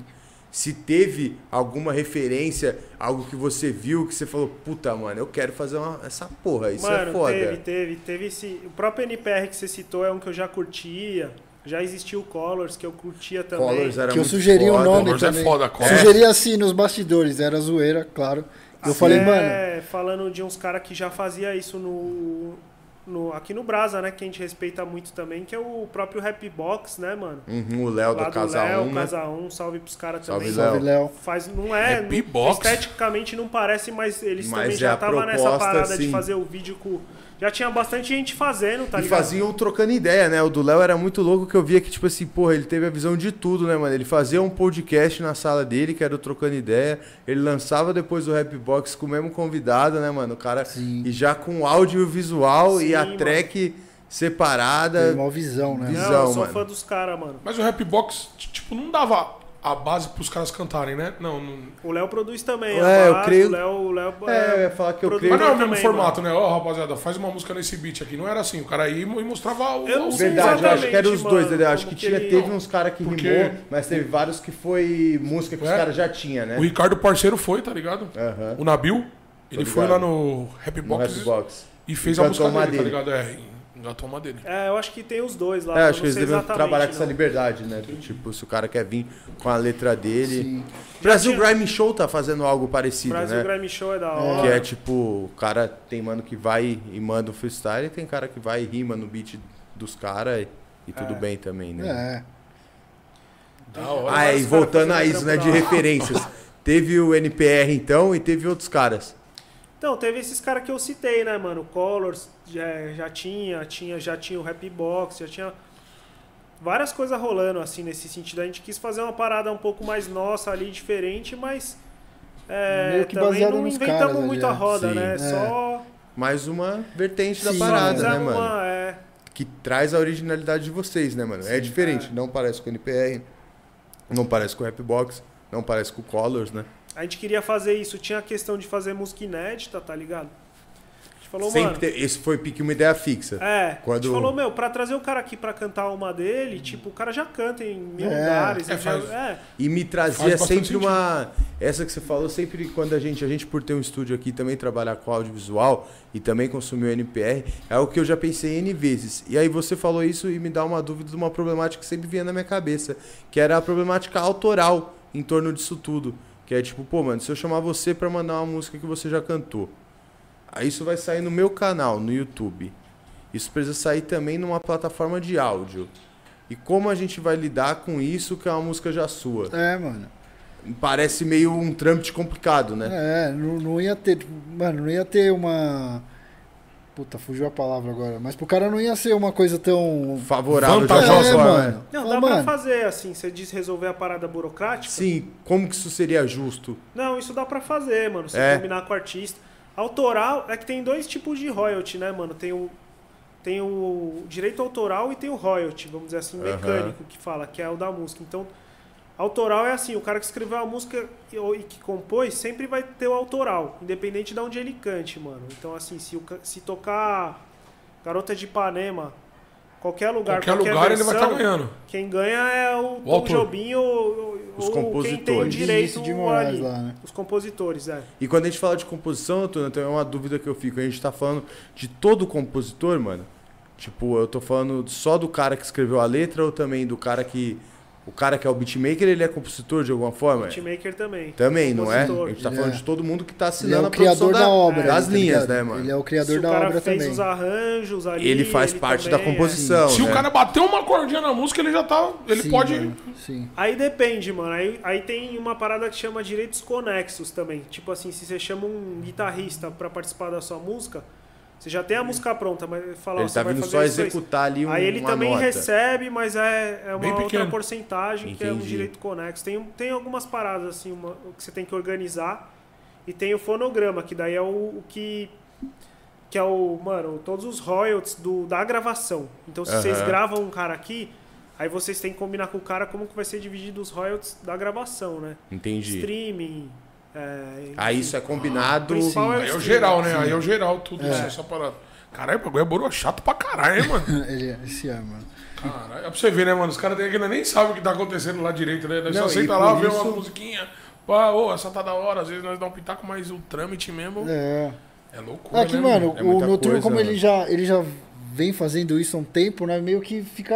Se teve alguma referência, algo que você viu, que você falou, puta, mano, eu quero fazer uma- essa porra, isso
Mano,
é foda.
teve, teve, teve esse. O próprio NPR que você citou é um que eu já curtia. Já existiu o Colors, que eu curtia também.
Colors era
que eu
muito
sugeri o
foda.
nome
Colors é
também.
foda, Colors.
Sugeri assim nos bastidores, era zoeira, claro. Eu
Assim,
falei, mano,
É, falando de uns caras que já fazia isso no, no- Aqui no Brasa, né? Que a gente respeita muito também, que é o próprio Happy Box, né, mano?
Uhum, o Léo
Lá
do Casa
Léo,
1, né?
Casa 1, salve pros caras
Salve,
também.
Léo.
salve Léo.
Faz, não é,
Happy
não-
Box.
esteticamente não parece, mas eles
Mas
também
é
já
a
estavam nessa
proposta,
parada
sim.
de fazer o vídeo com. Já tinha bastante gente fazendo, tá
e
ligado?
faziam trocando ideia, né? O do Léo era muito louco que eu via que, tipo assim, porra, ele teve a visão de tudo, né, mano? Ele fazia um podcast na sala dele, que era o Trocando Ideia. Ele lançava depois o Rap Box com o mesmo convidado, né, mano? O cara. E já com áudio e o visual e
Sim,
a
mano.
track separada.
Teve uma visão, né?
É. Visão.
Não, eu sou
um mano.
fã dos caras, mano.
Mas o rap box, t- tipo, não dava a base pros caras cantarem, né? Não, não.
O Léo produz também.
É,
a
eu
base,
creio-
O Léo, o Léo
É, eu ia falar que eu
produz
creio-
Mas não é o mesmo
também,
formato, né? Ó, rapaziada, faz uma música nesse beat aqui. Não era assim, o cara ia e mo- e mostrava o.
Eu não
o-
sei
Verdade, eu acho que era os
Exatamente,
dois, né? Eu
mano,
acho que
como
tinha,
que-
teve uns caras que
Porque-
rimou, mas teve vários que foi música que os
É.
caras já tinham, né?
O Ricardo Parceiro foi, tá ligado?
Aham.
O Nabil, ele
Tô
foi
ligado.
lá no rap
No
box,
Rap Box.
e fez
E
a
cantou
música
uma
dele, tá
dele.
ligado? É, engatou uma dele.
É, eu acho que tem os dois lá.
É,
eu
acho
não
que eles
sei
devem
exatamente,
trabalhar com essa
não.
liberdade, né? Tipo, se o cara quer vir com a letra dele. Brasil
Já tinha-
Grime Show tá fazendo algo parecido,
Brasil
né?
Grammy Show é da
Que
hora.
é tipo, o cara tem mano que vai e manda um freestyle, e tem cara que vai e rima no beat dos caras e, e tudo bem também, né?
É.
Da hora.
Ah, é, e
Vários
voltando
caras
a isso,
fazendo
né, de
trampo da hora.
referências. teve o NPR então e teve outros caras.
Então, teve esses caras que eu citei, né, mano? O Colors já, já tinha, tinha, já tinha o Rap Box, já tinha várias coisas rolando, assim, nesse sentido. A gente quis fazer uma parada um pouco mais nossa ali, diferente, mas é,
Meio que
também
baseado
não
nos
inventamos
caras
muito a
ali, é.
roda,
Sim.
né?
É.
Só,
Mais uma vertente da
Sim,
só
parada, né,
fizemos
mano?
uma... É,
Que traz a originalidade de vocês, né, mano? é diferente, não parece com o NPR, não parece com o Rapbox, não parece com o Colors, né?
a gente queria fazer isso. Tinha a questão de fazer música inédita, tá ligado? A gente falou,
Sempre
mano...
te- Esse foi pique uma ideia fixa.
É, a
Quando- Hum.
gente falou, meu, pra trazer o cara aqui pra cantar uma dele, tipo, o cara já canta em mil
É.
lugares.
É,
ele já-
faz-
é.
E me trazia
Faz bastante
sempre uma. Essa que você falou, sempre quando a gente, a gente por ter um estúdio aqui também trabalhar com audiovisual e também consumir o NPR, é o que eu já pensei N vezes. E aí você falou isso e me dá uma dúvida de uma problemática que sempre vinha na minha cabeça, que era a problemática autoral em torno disso tudo. Que é tipo, pô, mano, se eu chamar você pra mandar uma música que você já cantou, aí isso vai sair no meu canal, no YouTube. Isso precisa sair também numa plataforma de áudio. E como a gente vai lidar com isso que é uma música já sua?
É, mano.
Parece meio um trâmite complicado, né?
É, não, não ia ter, tipo, mano, não ia ter uma. Puta, fugiu a palavra agora. Mas pro cara não ia ser uma coisa tão.
Favorável
É,
Vantajosa,
forma, né?
mano.
Não,
Fala,
dá pra
mano,
fazer assim, você diz resolver a parada burocrática?
Sim, como que isso seria justo?
Não, isso dá pra fazer, mano. Você
É.
combinar com o artista. Autoral é que tem dois tipos de royalty, né, mano? Tem o, tem o direito autoral e tem o royalty, vamos dizer assim, mecânico, que fala, que é o da música. Então, autoral é assim, o cara que escreveu a música e ou- e que compôs sempre vai ter o autoral, independente de onde ele cante, mano. Então, assim, se, o ca- se tocar Garota de Ipanema, qualquer Ah, lugar,
Qualquer lugar ele vai
versão,
tá ganhando.
Quem ganha é o, Tom
autor.
Jobim ou,
Os
ou quem tem o
compositores.
Vinícius
direito
de Moraes
ali.
lá, né?
Os compositores, é.
E quando a gente fala de composição, Antônio, então é uma dúvida que eu fico. A gente tá falando de todo compositor, mano? Tipo, eu tô falando só do cara que escreveu a letra ou também do cara que. O cara que é o beatmaker, ele é compositor de alguma forma?
Beatmaker também.
Também, não é? A
Compositor.
gente tá
Ele
falando
é.
de todo mundo que tá
Ele é
assinando
o
a produção
criador da,
da-
obra.
das
tá
linhas,
ligado?
né, mano?
Ele é o
Se
criador
o
da
cara
obra
fez
também.
os arranjos ali.
Ele faz parte da
também é.
composição.
Se
né?
o cara bater uma cordinha na música, ele já tá. Ele
Sim,
pode.
mano, Sim.
Aí depende, mano. Aí, aí tem uma parada que chama direitos conexos também. Tipo assim, se você chama um guitarrista pra participar da sua música, você já tem a música pronta, mas fala, ó,
Ele
você
tá
vai
vindo
fazer
só
isso, isso.
executar ali um-
Aí ele
uma
também
nota.
recebe, mas é, é
Bem
uma outra
pequeno.
porcentagem que é um
Entendi.
direito conexo. Tem, um- tem algumas paradas assim, uma- que você tem que organizar. E tem o fonograma, que daí é o, o que. Que é o, mano, todos os royalties do, da gravação. Então, se vocês
Aham.
gravam um cara aqui, aí vocês têm que combinar com o cara como que vai ser dividido os royalties da gravação, né?
Entendi.
Streaming. é,
Aí isso é combinado.
principal é
Aí é o
streaming.
geral, né? Aí é o geral, tudo isso, essa parada. Caralho, o bagulho é boroa chato pra caralho, hein, mano?
Ele é esse é, mano.
Caralho, é pra você ver, né, mano? Os caras ainda nem sabem o que tá acontecendo lá direito, né? Nós
Não,
só
e
senta lá,
por
vê
isso-
uma musiquinha. Pá, ô, essa tá da hora, às vezes nós dá um pitaco, mas o trâmite mesmo é,
É.
loucura,
É que,
né,
mano,
É
o
muita
Noturno,
coisa,
como
mano.
ele já, ele já vem fazendo isso há um tempo, né? Meio que fica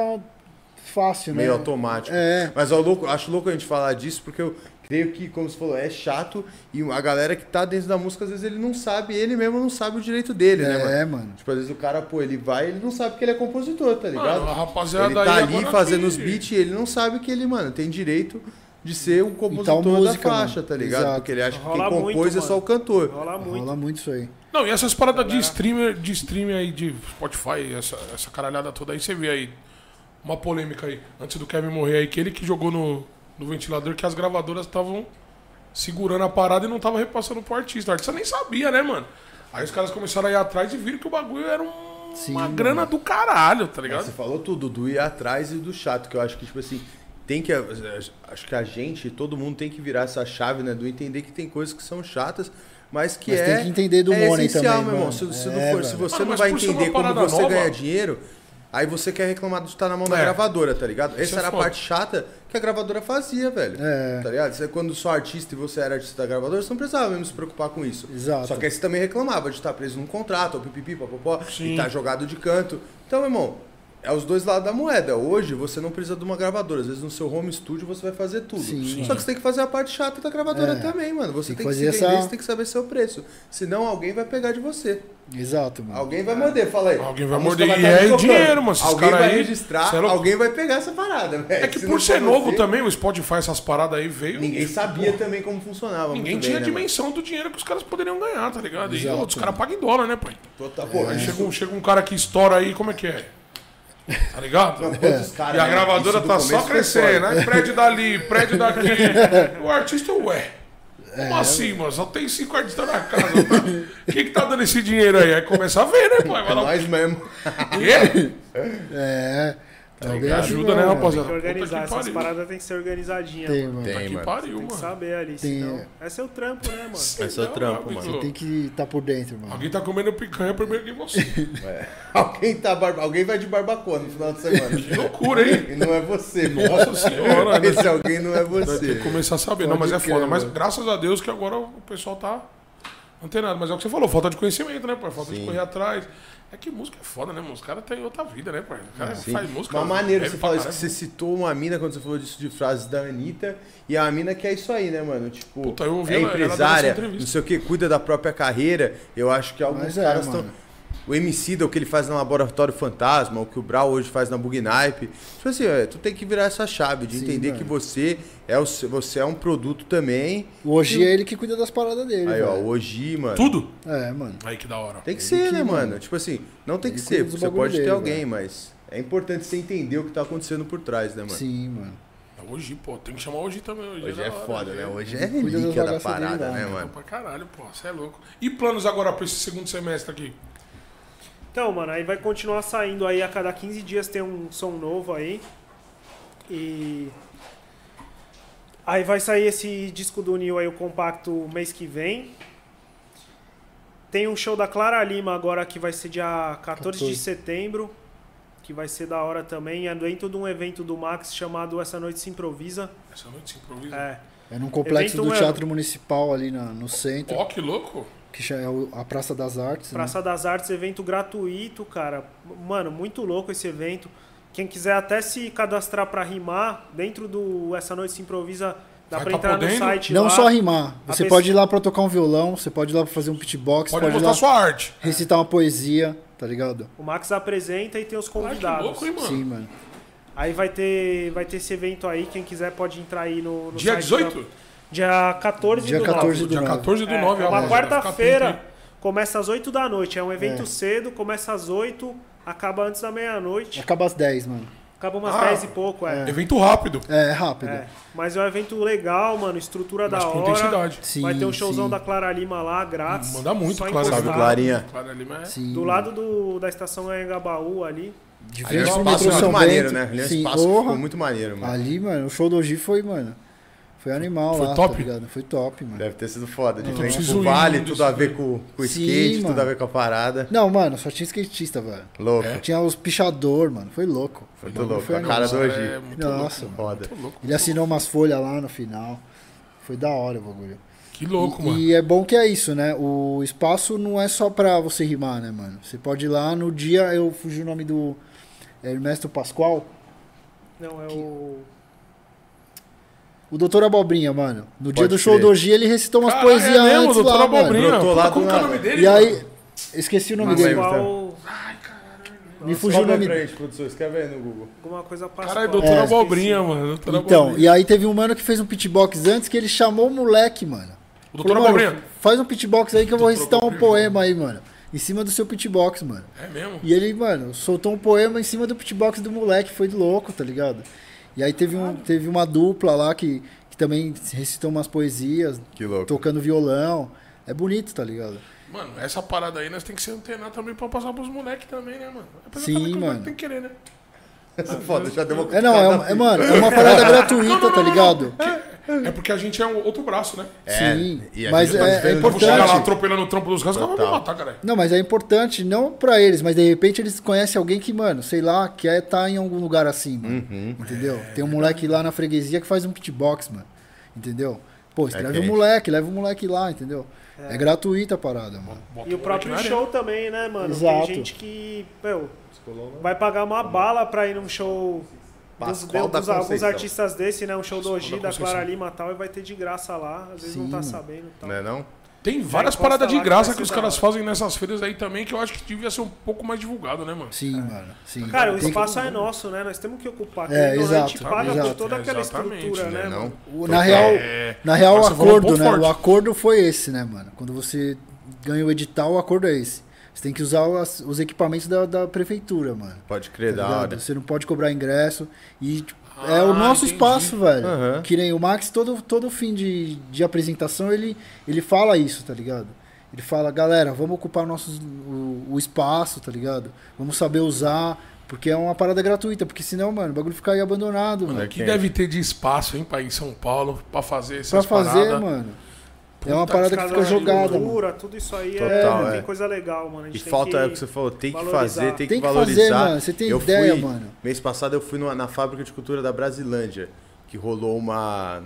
fácil, né?
Meio automático.
É.
Mas ó, louco, acho louco a gente falar disso, porque eu creio que, como você falou, é chato e a galera que tá dentro da música, às vezes ele não sabe, ele mesmo não sabe o direito dele, né, mano?
É, mano.
Tipo, às vezes o cara, pô, ele vai ele não sabe que ele é compositor, tá ligado?
Mano, a rapaziada
ele tá
aí
ali
agora
fazendo
que-
os beats e ele não sabe que ele, mano, tem direito de ser o compositor
música,
da faixa,
mano.
tá ligado?
Exato.
Porque ele acha que quem
Rola
compôs
muito,
é só
mano.
o cantor.
Rola muito.
Rola muito isso aí.
Não, e essas paradas
Né?
de streamer, de streamer aí, de Spotify, essa, essa caralhada toda aí, você vê aí uma polêmica aí, antes do Kevin morrer aí, que ele que jogou no, no ventilador, que as gravadoras estavam segurando a parada e não estavam repassando pro artista. O artista nem sabia, né, mano? Aí os caras começaram a ir atrás e viram que o bagulho era um-
Sim,
uma
mano.
grana do caralho, tá ligado?
É, Você falou tudo, do ir atrás e do chato, que eu acho que, tipo assim, tem que. Acho que a gente, todo mundo tem que virar essa chave, né? Do entender que tem coisas que são chatas, mas que
Mas
é.
tem que entender do
é
money
essencial,
também,
meu irmão.
mano.
Se, se
É,
não for, se
mano.
você
Mano,
não
Ah, mas
vai
por ser uma
entender como
parada
você
nova-
ganha dinheiro, aí você quer reclamar de estar na mão da
É.
gravadora, tá ligado? Essa
é
era a
foda.
parte chata que a gravadora fazia, velho.
É.
Tá ligado? Você, quando sou artista e você era artista da gravadora, você não precisava mesmo se preocupar com isso.
Exato.
Só que aí você também reclamava de estar preso num contrato, ou pipipi, papapó,
Sim.
e tá jogado de canto. Então, meu irmão, é os dois lados da moeda. Hoje você não precisa de uma gravadora. Às vezes no seu home studio você vai fazer tudo.
Sim.
Só que você tem que fazer a parte chata da gravadora
É.
também, mano. Você
Tem
tem,
que
que se
fazer
vender,
essa-
você tem que saber seu preço. Senão alguém vai pegar de você.
Exato, mano.
Alguém vai morder, fala aí.
Alguém vai
A música
morder. E
tá
é
tocando.
dinheiro, mano. Esses
Alguém
cara
vai
aí-
registrar,
Cê é louco.
alguém vai pegar essa parada, velho.
É que
Se não
por ser
for
novo
você,
também, o Spotify, essas paradas aí veio.
Ninguém
tipo,
sabia também como funcionava.
Ninguém
muito bem,
tinha a
né,
dimensão do dinheiro que os caras poderiam ganhar, tá ligado?
Exato.
E outros caras pagam em dólar, né, pai?
mano? Total- Pô,
Aí
isso-
chega um, chega um cara que estoura aí, como é que é? Tá ligado?
todos os caras,
E a
né?
gravadora
Isso do
tá
começo
só
foi foda.
crescendo, aí prédio dali, prédio daqui. O artista, ué.
É.
Como assim, mano? Só tem cinco artistas na casa. Tá? Quem que tá dando esse dinheiro aí? Aí começa a ver, né, pai?
É
Vai lá,
nós mesmo.
quê?
É. Tá bem assim,
Ajuda, né,
mano.
rapaziada?
Tem que organizar.
Puta
Essas
que pariu.
paradas tem que ser organizadinha.
Tem,
mano.
mano.
Tem,
Que
mano.
pariu,
Tem que
mano.
saber ali.
Tem-
Senão... É seu trampo, né, mano?
É seu
Não,
trampo,
amigo.
mano.
Tem que estar por dentro, mano.
Alguém tá comendo picanha primeiro que você.
Alguém, tá barba... alguém vai de barbacoa no final de semana.
Que loucura, hein?
E não é você, mano.
Nossa senhora, né?
Esse alguém não é
Tem que
você.
começar a saber. Não,
Pode
mas é
crer,
foda. Mas
né?
mano.
graças a Deus que agora o pessoal tá antenado. Mas é o que você falou, falta de conhecimento, né, pai? Falta de
Sim.
correr atrás. É que música é foda, né, mano? Os caras têm outra vida, né, pai? O cara
Sim.
faz música.
Mas maneiro que
bebe
você
pra
fala isso, que você
caralho.
citou uma mina quando você falou disso de frases da Anitta, e a mina que é isso aí, né, mano? Tipo,
Puta, eu ouvi
é
ela- ela dando essa
empresária,
entrevista.
não sei o que, cuida da própria carreira. Eu acho que alguns
Mas é,
caras estão.
mano.
O MC da o que ele faz no Laboratório Fantasma, o que o Brau hoje faz na Bugnipe. Tipo assim, é, tu tem que virar essa chave de
Sim,
entender
mano.
que você é, o, seu- você é um produto também.
O Oji é ele que cuida das paradas dele,
Aí, ó,
velho.
hoje, mano.
Tudo?
É, mano.
Aí que da hora.
Tem que ser, né, mano? Tipo assim, não tem que
Ele
ser,
cuida dos
você
bagulho
pode ter
dele,
alguém, mas é importante você entender o que tá acontecendo por trás, né, mano?
Sim, mano.
Hoje, pô, tem que chamar hoje também. Hoje,
Hoje
da
é
hora,
foda, né? Hoje é
Cuida das
relíquia da
bagaças dele
parada,
lá,
né,
né?
Pô,
mano?
pra caralho, pô, você é louco. E planos agora pra esse segundo semestre aqui?
Então, mano, aí vai continuar saindo aí a cada 15 dias tem um som novo aí. E aí vai sair esse disco do Nil aí o compacto mês que vem. Tem um show da Clara Lima agora que vai ser dia 14 de
14.
setembro, que vai ser da hora também, é dentro de um evento do Max chamado Essa Noite se Improvisa.
Essa noite se improvisa.
É,
É num complexo
Evento
do
ano.
Teatro Municipal ali na- no
então.
centro,
Ó, que louco.
que já é o- a Praça das Artes. né?
Praça das Artes, evento gratuito, cara. Mano, muito louco esse evento. Quem quiser até se cadastrar pra rimar, dentro do Essa Noite Se Improvisa, dá
Vai
pra
tá
entrar
podendo?
no site
Não
lá.
só rimar.
A
Você
pessoa-
pode ir lá pra tocar um violão, você pode ir lá pra fazer um pitbox,
Pode
pode ir
mostrar
lá
sua arte.
recitar uma poesia, tá ligado?
O Max apresenta e tem os
Ah, que
convidados.
louco, hein, mano?
Sim, mano.
aí vai ter, vai ter esse evento aí, quem quiser pode entrar aí no, no
Dia
site
18?
da- Dia 14
Dia
do
14
nove.
do
Dia 14 do
É,
9.
é
ó,
uma
vai ficar atento
quarta-feira,
aí.
começa às 8 da noite. É um evento
É.
cedo, começa às 8, acaba antes da meia-noite.
Acaba às 10, mano.
Acaba umas
Ah.
10 e pouco, é.
Evento rápido.
É, é rápido.
É, mas é um evento legal, mano, estrutura
Mas
da
com
hora.
intensidade.
Vai
Sim,
ter um showzão
sim.
da Clara Lima lá, grátis.
Manda muito,
só
Clara.
encostar.
Salve, Clarinha.
Claro, ali, mas...
Sim.
Do lado do- da estação Anhangabaú ali.
de
Ali é um
frente pro
espaço
metrô
muito
São
maneiro,
Bento.
né? Ali é um
Sim,
espaço que
porra.
ficou muito maneiro, mano.
Ali, mano, o show do Ogi foi, mano. Foi animal
Foi
lá,
top?
tá ligado? Foi top, mano.
Deve ter sido foda. De frente
preciso
pro
ir
vale,
num
tudo
desses
a ver com com o
Sim,
skate, tudo
mano.
a ver com a parada.
Não, mano, só tinha skatista, velho.
Louco.
Tinha os pichador, mano. Foi louco.
Foi
Mano,
muito louco.
É. foi
A cara do
animal.
hoje.
É, muito
Nossa, mano.
Foda.
Ele assinou umas folhas lá no final. Foi da hora o bagulho.
Que louco,
e,
mano.
e é bom que é isso, né? O espaço não é só pra você rimar, né, mano? Você pode ir lá no dia, eu fugi o nome do é, Ernesto Pascoal,
Não, é o.
o Doutor Abobrinha, mano. No dia
Pode
do show
crer.
do Gia, ele recitou umas
Caralho,
poesias
é mesmo,
antes
doutor
lá,
Abobrinha.
mano.
Brotou lá
Como
do
que é o
nada.
nome dele?
E aí,
mano?
esqueci o nome
Mas
dele.
aí-
Qual.
tá? Me fugiu o nome dele.
produção. Escreve aí no Google.
Alguma coisa passada.
Caralho, doutor
É.
Abobrinha, mano. Doutor
Então,
Abobrinha.
e aí teve um mano que fez um pitbox antes que ele chamou o moleque, mano.
O doutor
Falou, mano,
Abobrinha.
Faz um pitbox aí que eu vou recitar um
Abobrinha.
poema aí, mano. Em cima do seu pitbox, mano.
É mesmo?
E ele, mano, soltou um poema em cima do pitbox do moleque, foi de louco, tá ligado? E aí teve, um, teve uma dupla lá que, que também recitou umas poesias,
Que louco.
tocando violão. É bonito, tá ligado?
Mano, essa parada aí nós tem que se antenar também pra passar pros moleques também, né, mano? É pra
Sim,
saber que o moleque
mano.
Tem que querer, né?
Essa foda, já deu uma
É não, é, uma- é, mano, é uma parada gratuita, tá ligado?
É porque a gente é um outro braço, né?
É,
Sim,
e a
mas
gente tá
é-
vendo
é
que
Eu vou chegar lá
Importante.
atropelando o trampo dos caras, os caras vão me
Total.
matar, caralho.
Não, mas é importante não pra eles, mas de repente eles conhecem alguém que, mano, sei lá, quer estar em algum lugar assim, mano.
Uhum.
Entendeu? Tem um moleque lá na freguesia que faz um pitbox, mano. Entendeu? Pô, escreve
quente.
o moleque, leva o moleque lá, entendeu? É, gratuita a parada, mano.
Bota
E o próprio
moleque na
show também, né, mano?
Exato.
Tem gente que, meu, vai pagar uma bala pra ir num show dos,
Pascoal da
dos- alguns
Conceição.
artistas desse, né? Um show do Ogi,
da
da Clara
Conceição.
Lima e tal, e vai ter de graça lá. Às vezes não
Sim,
tá
mano.
sabendo e tal.
Não é não?
área. Tem várias
encosta
paradas de
lá que
graça
vai
que os
ser
caras
da hora.
fazem nessas feiras aí também, que eu acho que devia ser um pouco mais divulgado, né, mano?
Sim, mano. Sim.
É. Cara, o
Tem que-
espaço é nosso, né? Nós temos que ocupar.
É,
querendo ou não, a gente
exato,
paga por
exato.
toda aquela
Exatamente,
estrutura,
Não
né,
é
mano?
não?
O- na real,
É.
na real o
Agora você falou um
acordo,
ponto
né?
forte.
O acordo foi esse, né, mano? Quando você ganha o edital, o acordo é esse. Você tem que usar as- os equipamentos da, da prefeitura, mano.
Pode crer,
Tá
da
ligado?
hora.
Então,
Você não pode cobrar ingresso. E tipo,
Ah,
é o nosso
entendi.
espaço, velho.
Aham.
Que nem o Max, todo, todo fim de, de apresentação, ele, ele fala isso, tá ligado? Ele fala, galera, vamos ocupar nossos, o, o espaço, tá ligado? Vamos saber usar, porque é uma parada gratuita, porque senão, mano, o bagulho fica aí abandonado, mano.
Mano,
Moleque.
que deve ter de espaço, hein, pai, em São Paulo, pra fazer
Pra
essas
fazer,
paradas.
mano. é uma
Puta
parada que
Casa
fica
de
jogada, mano.
cultura, tudo isso aí
Total,
é,
é.
tem coisa legal, mano. A
E
gente tem
falta, é o
que
que você falou, tem que
valorizar.
fazer, tem,
Tem
que
que fazer,
valorizar.
mano, você tem ideia,
fui,
mano.
Mês passado eu fui numa- na fábrica de cultura da Brasilândia, que rolou uma.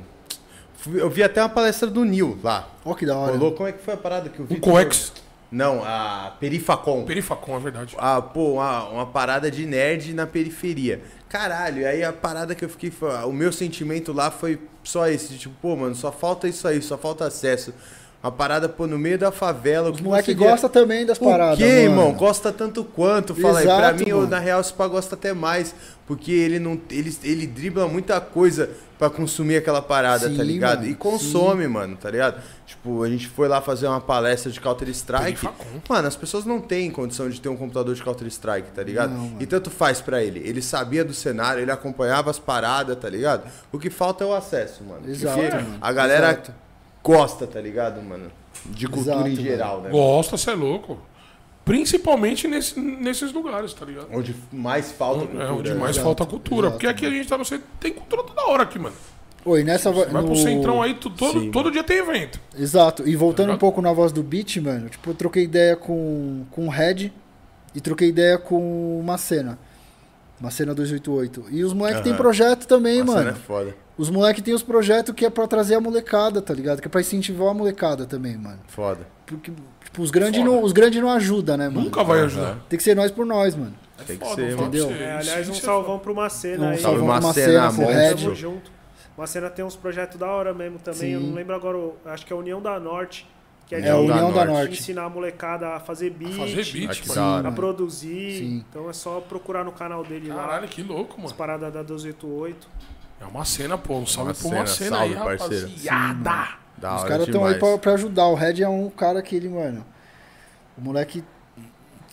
Fui- Eu vi até uma palestra do Nil lá.
Ó que da hora.
Rolou, como é que foi a parada que eu vi?
Um coex.
Não, a Perifacom.
Perifacom, é verdade.
Ah, pô, uma, uma parada de nerd na periferia. Caralho, e aí a parada que eu fiquei. foi- O meu sentimento lá foi só esse: de tipo, pô, mano, só falta isso aí, só falta acesso. Uma parada, pô, no meio da favela.
Os moleque gosta também das paradas.
O quê,
mano?
irmão? Gosta tanto quanto. Fala aí. Pra
Exato,
mim, eu,
mano.
na real, esse pá gosta até mais. Porque ele não. Ele, ele dribla muita coisa pra consumir aquela parada,
Sim,
tá ligado?
mano,
e consome, mano, tá ligado? Tipo, a gente foi lá fazer uma palestra de Counter-Strike. Mano, as pessoas não têm condição de ter um computador de Counter-Strike, tá ligado?
Não, mano.
e tanto faz pra ele. Ele sabia do cenário, ele acompanhava as paradas, tá ligado? O que falta é o acesso, mano.
Exato,
Porque
mano.
a galera
Exato.
gosta, tá ligado, mano? De cultura
Exato,
em
mano.
geral, né?
Gosta, você é louco. Principalmente nesse- nesses lugares, tá ligado?
Onde mais falta cultura.
É onde mais
né? É
falta cultura. Porque aqui a gente tá no centro. Tem cultura toda hora aqui, mano.
Oi, nessa vo-
Vai
no-
pro centrão aí, tu- todo,
Sim.
todo dia tem evento.
Exato. E voltando
Tá
um pouco na voz do beat, mano, tipo, eu troquei ideia com, com o Red e troquei ideia com uma cena. Uma cena 288. E os moleques têm
Aham.
projeto também,
Nossa,
mano.
né? Foda.
Os moleques têm os projetos que é pra trazer a molecada, tá ligado? Que é pra incentivar a molecada também, mano.
Foda.
Porque, tipo, os grandes
Foda.
não, os grandes não ajudam, né, mano?
Nunca vai ajudar.
Tem que ser nós por nós, mano.
Tem que
É Foda,
ser,
foda
mano.
entendeu?
pra você.
É,
Isso-
aliás, um
isso é
salvão pro né? Macena
Um
aí.
Salve,
Salve,
Macena,
Macena, pro Red.
monstro.
Tamo junto. Macena tem uns projetos da hora mesmo também. Eu
Sim.
não lembro agora, o- acho que é a União da Norte, que é,
É
de
a
União da
União da
Norte.
Norte.
ensinar a molecada a fazer beat,
Fazer beat,
Aqui
mano.
da hora.
a produzir.
Sim.
Então é só procurar no canal dele lá.
Caralho, que louco,
As
mano.
paradas da 1288.
É uma cena, pô. Um
Uma
salve pra uma
cena,
cena aí,
salve, parceiro.
rapaziada.
Da
Os
hora
caras estão aí
demais.
pra, pra ajudar. O Red é um cara que ele, mano. O moleque.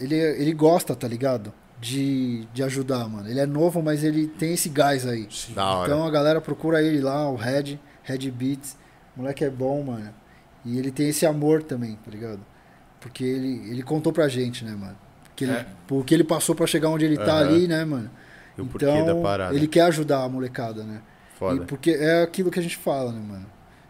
Ele, ele gosta, tá ligado? De, de ajudar, mano. Ele é novo, mas ele tem esse gás aí.
Da hora.
Então a galera procura ele lá, o Red, Red Beats. O moleque é bom, mano. E ele tem esse amor também, tá ligado? Porque ele, ele contou pra gente, né, mano? Que ele,
É.
O que ele passou pra chegar onde ele tá
Aham.
ali, né, mano?
E o porquê
então,
da parada.
ele quer ajudar a molecada, né? E
Foda.
porque é aquilo que a gente fala, né, mano?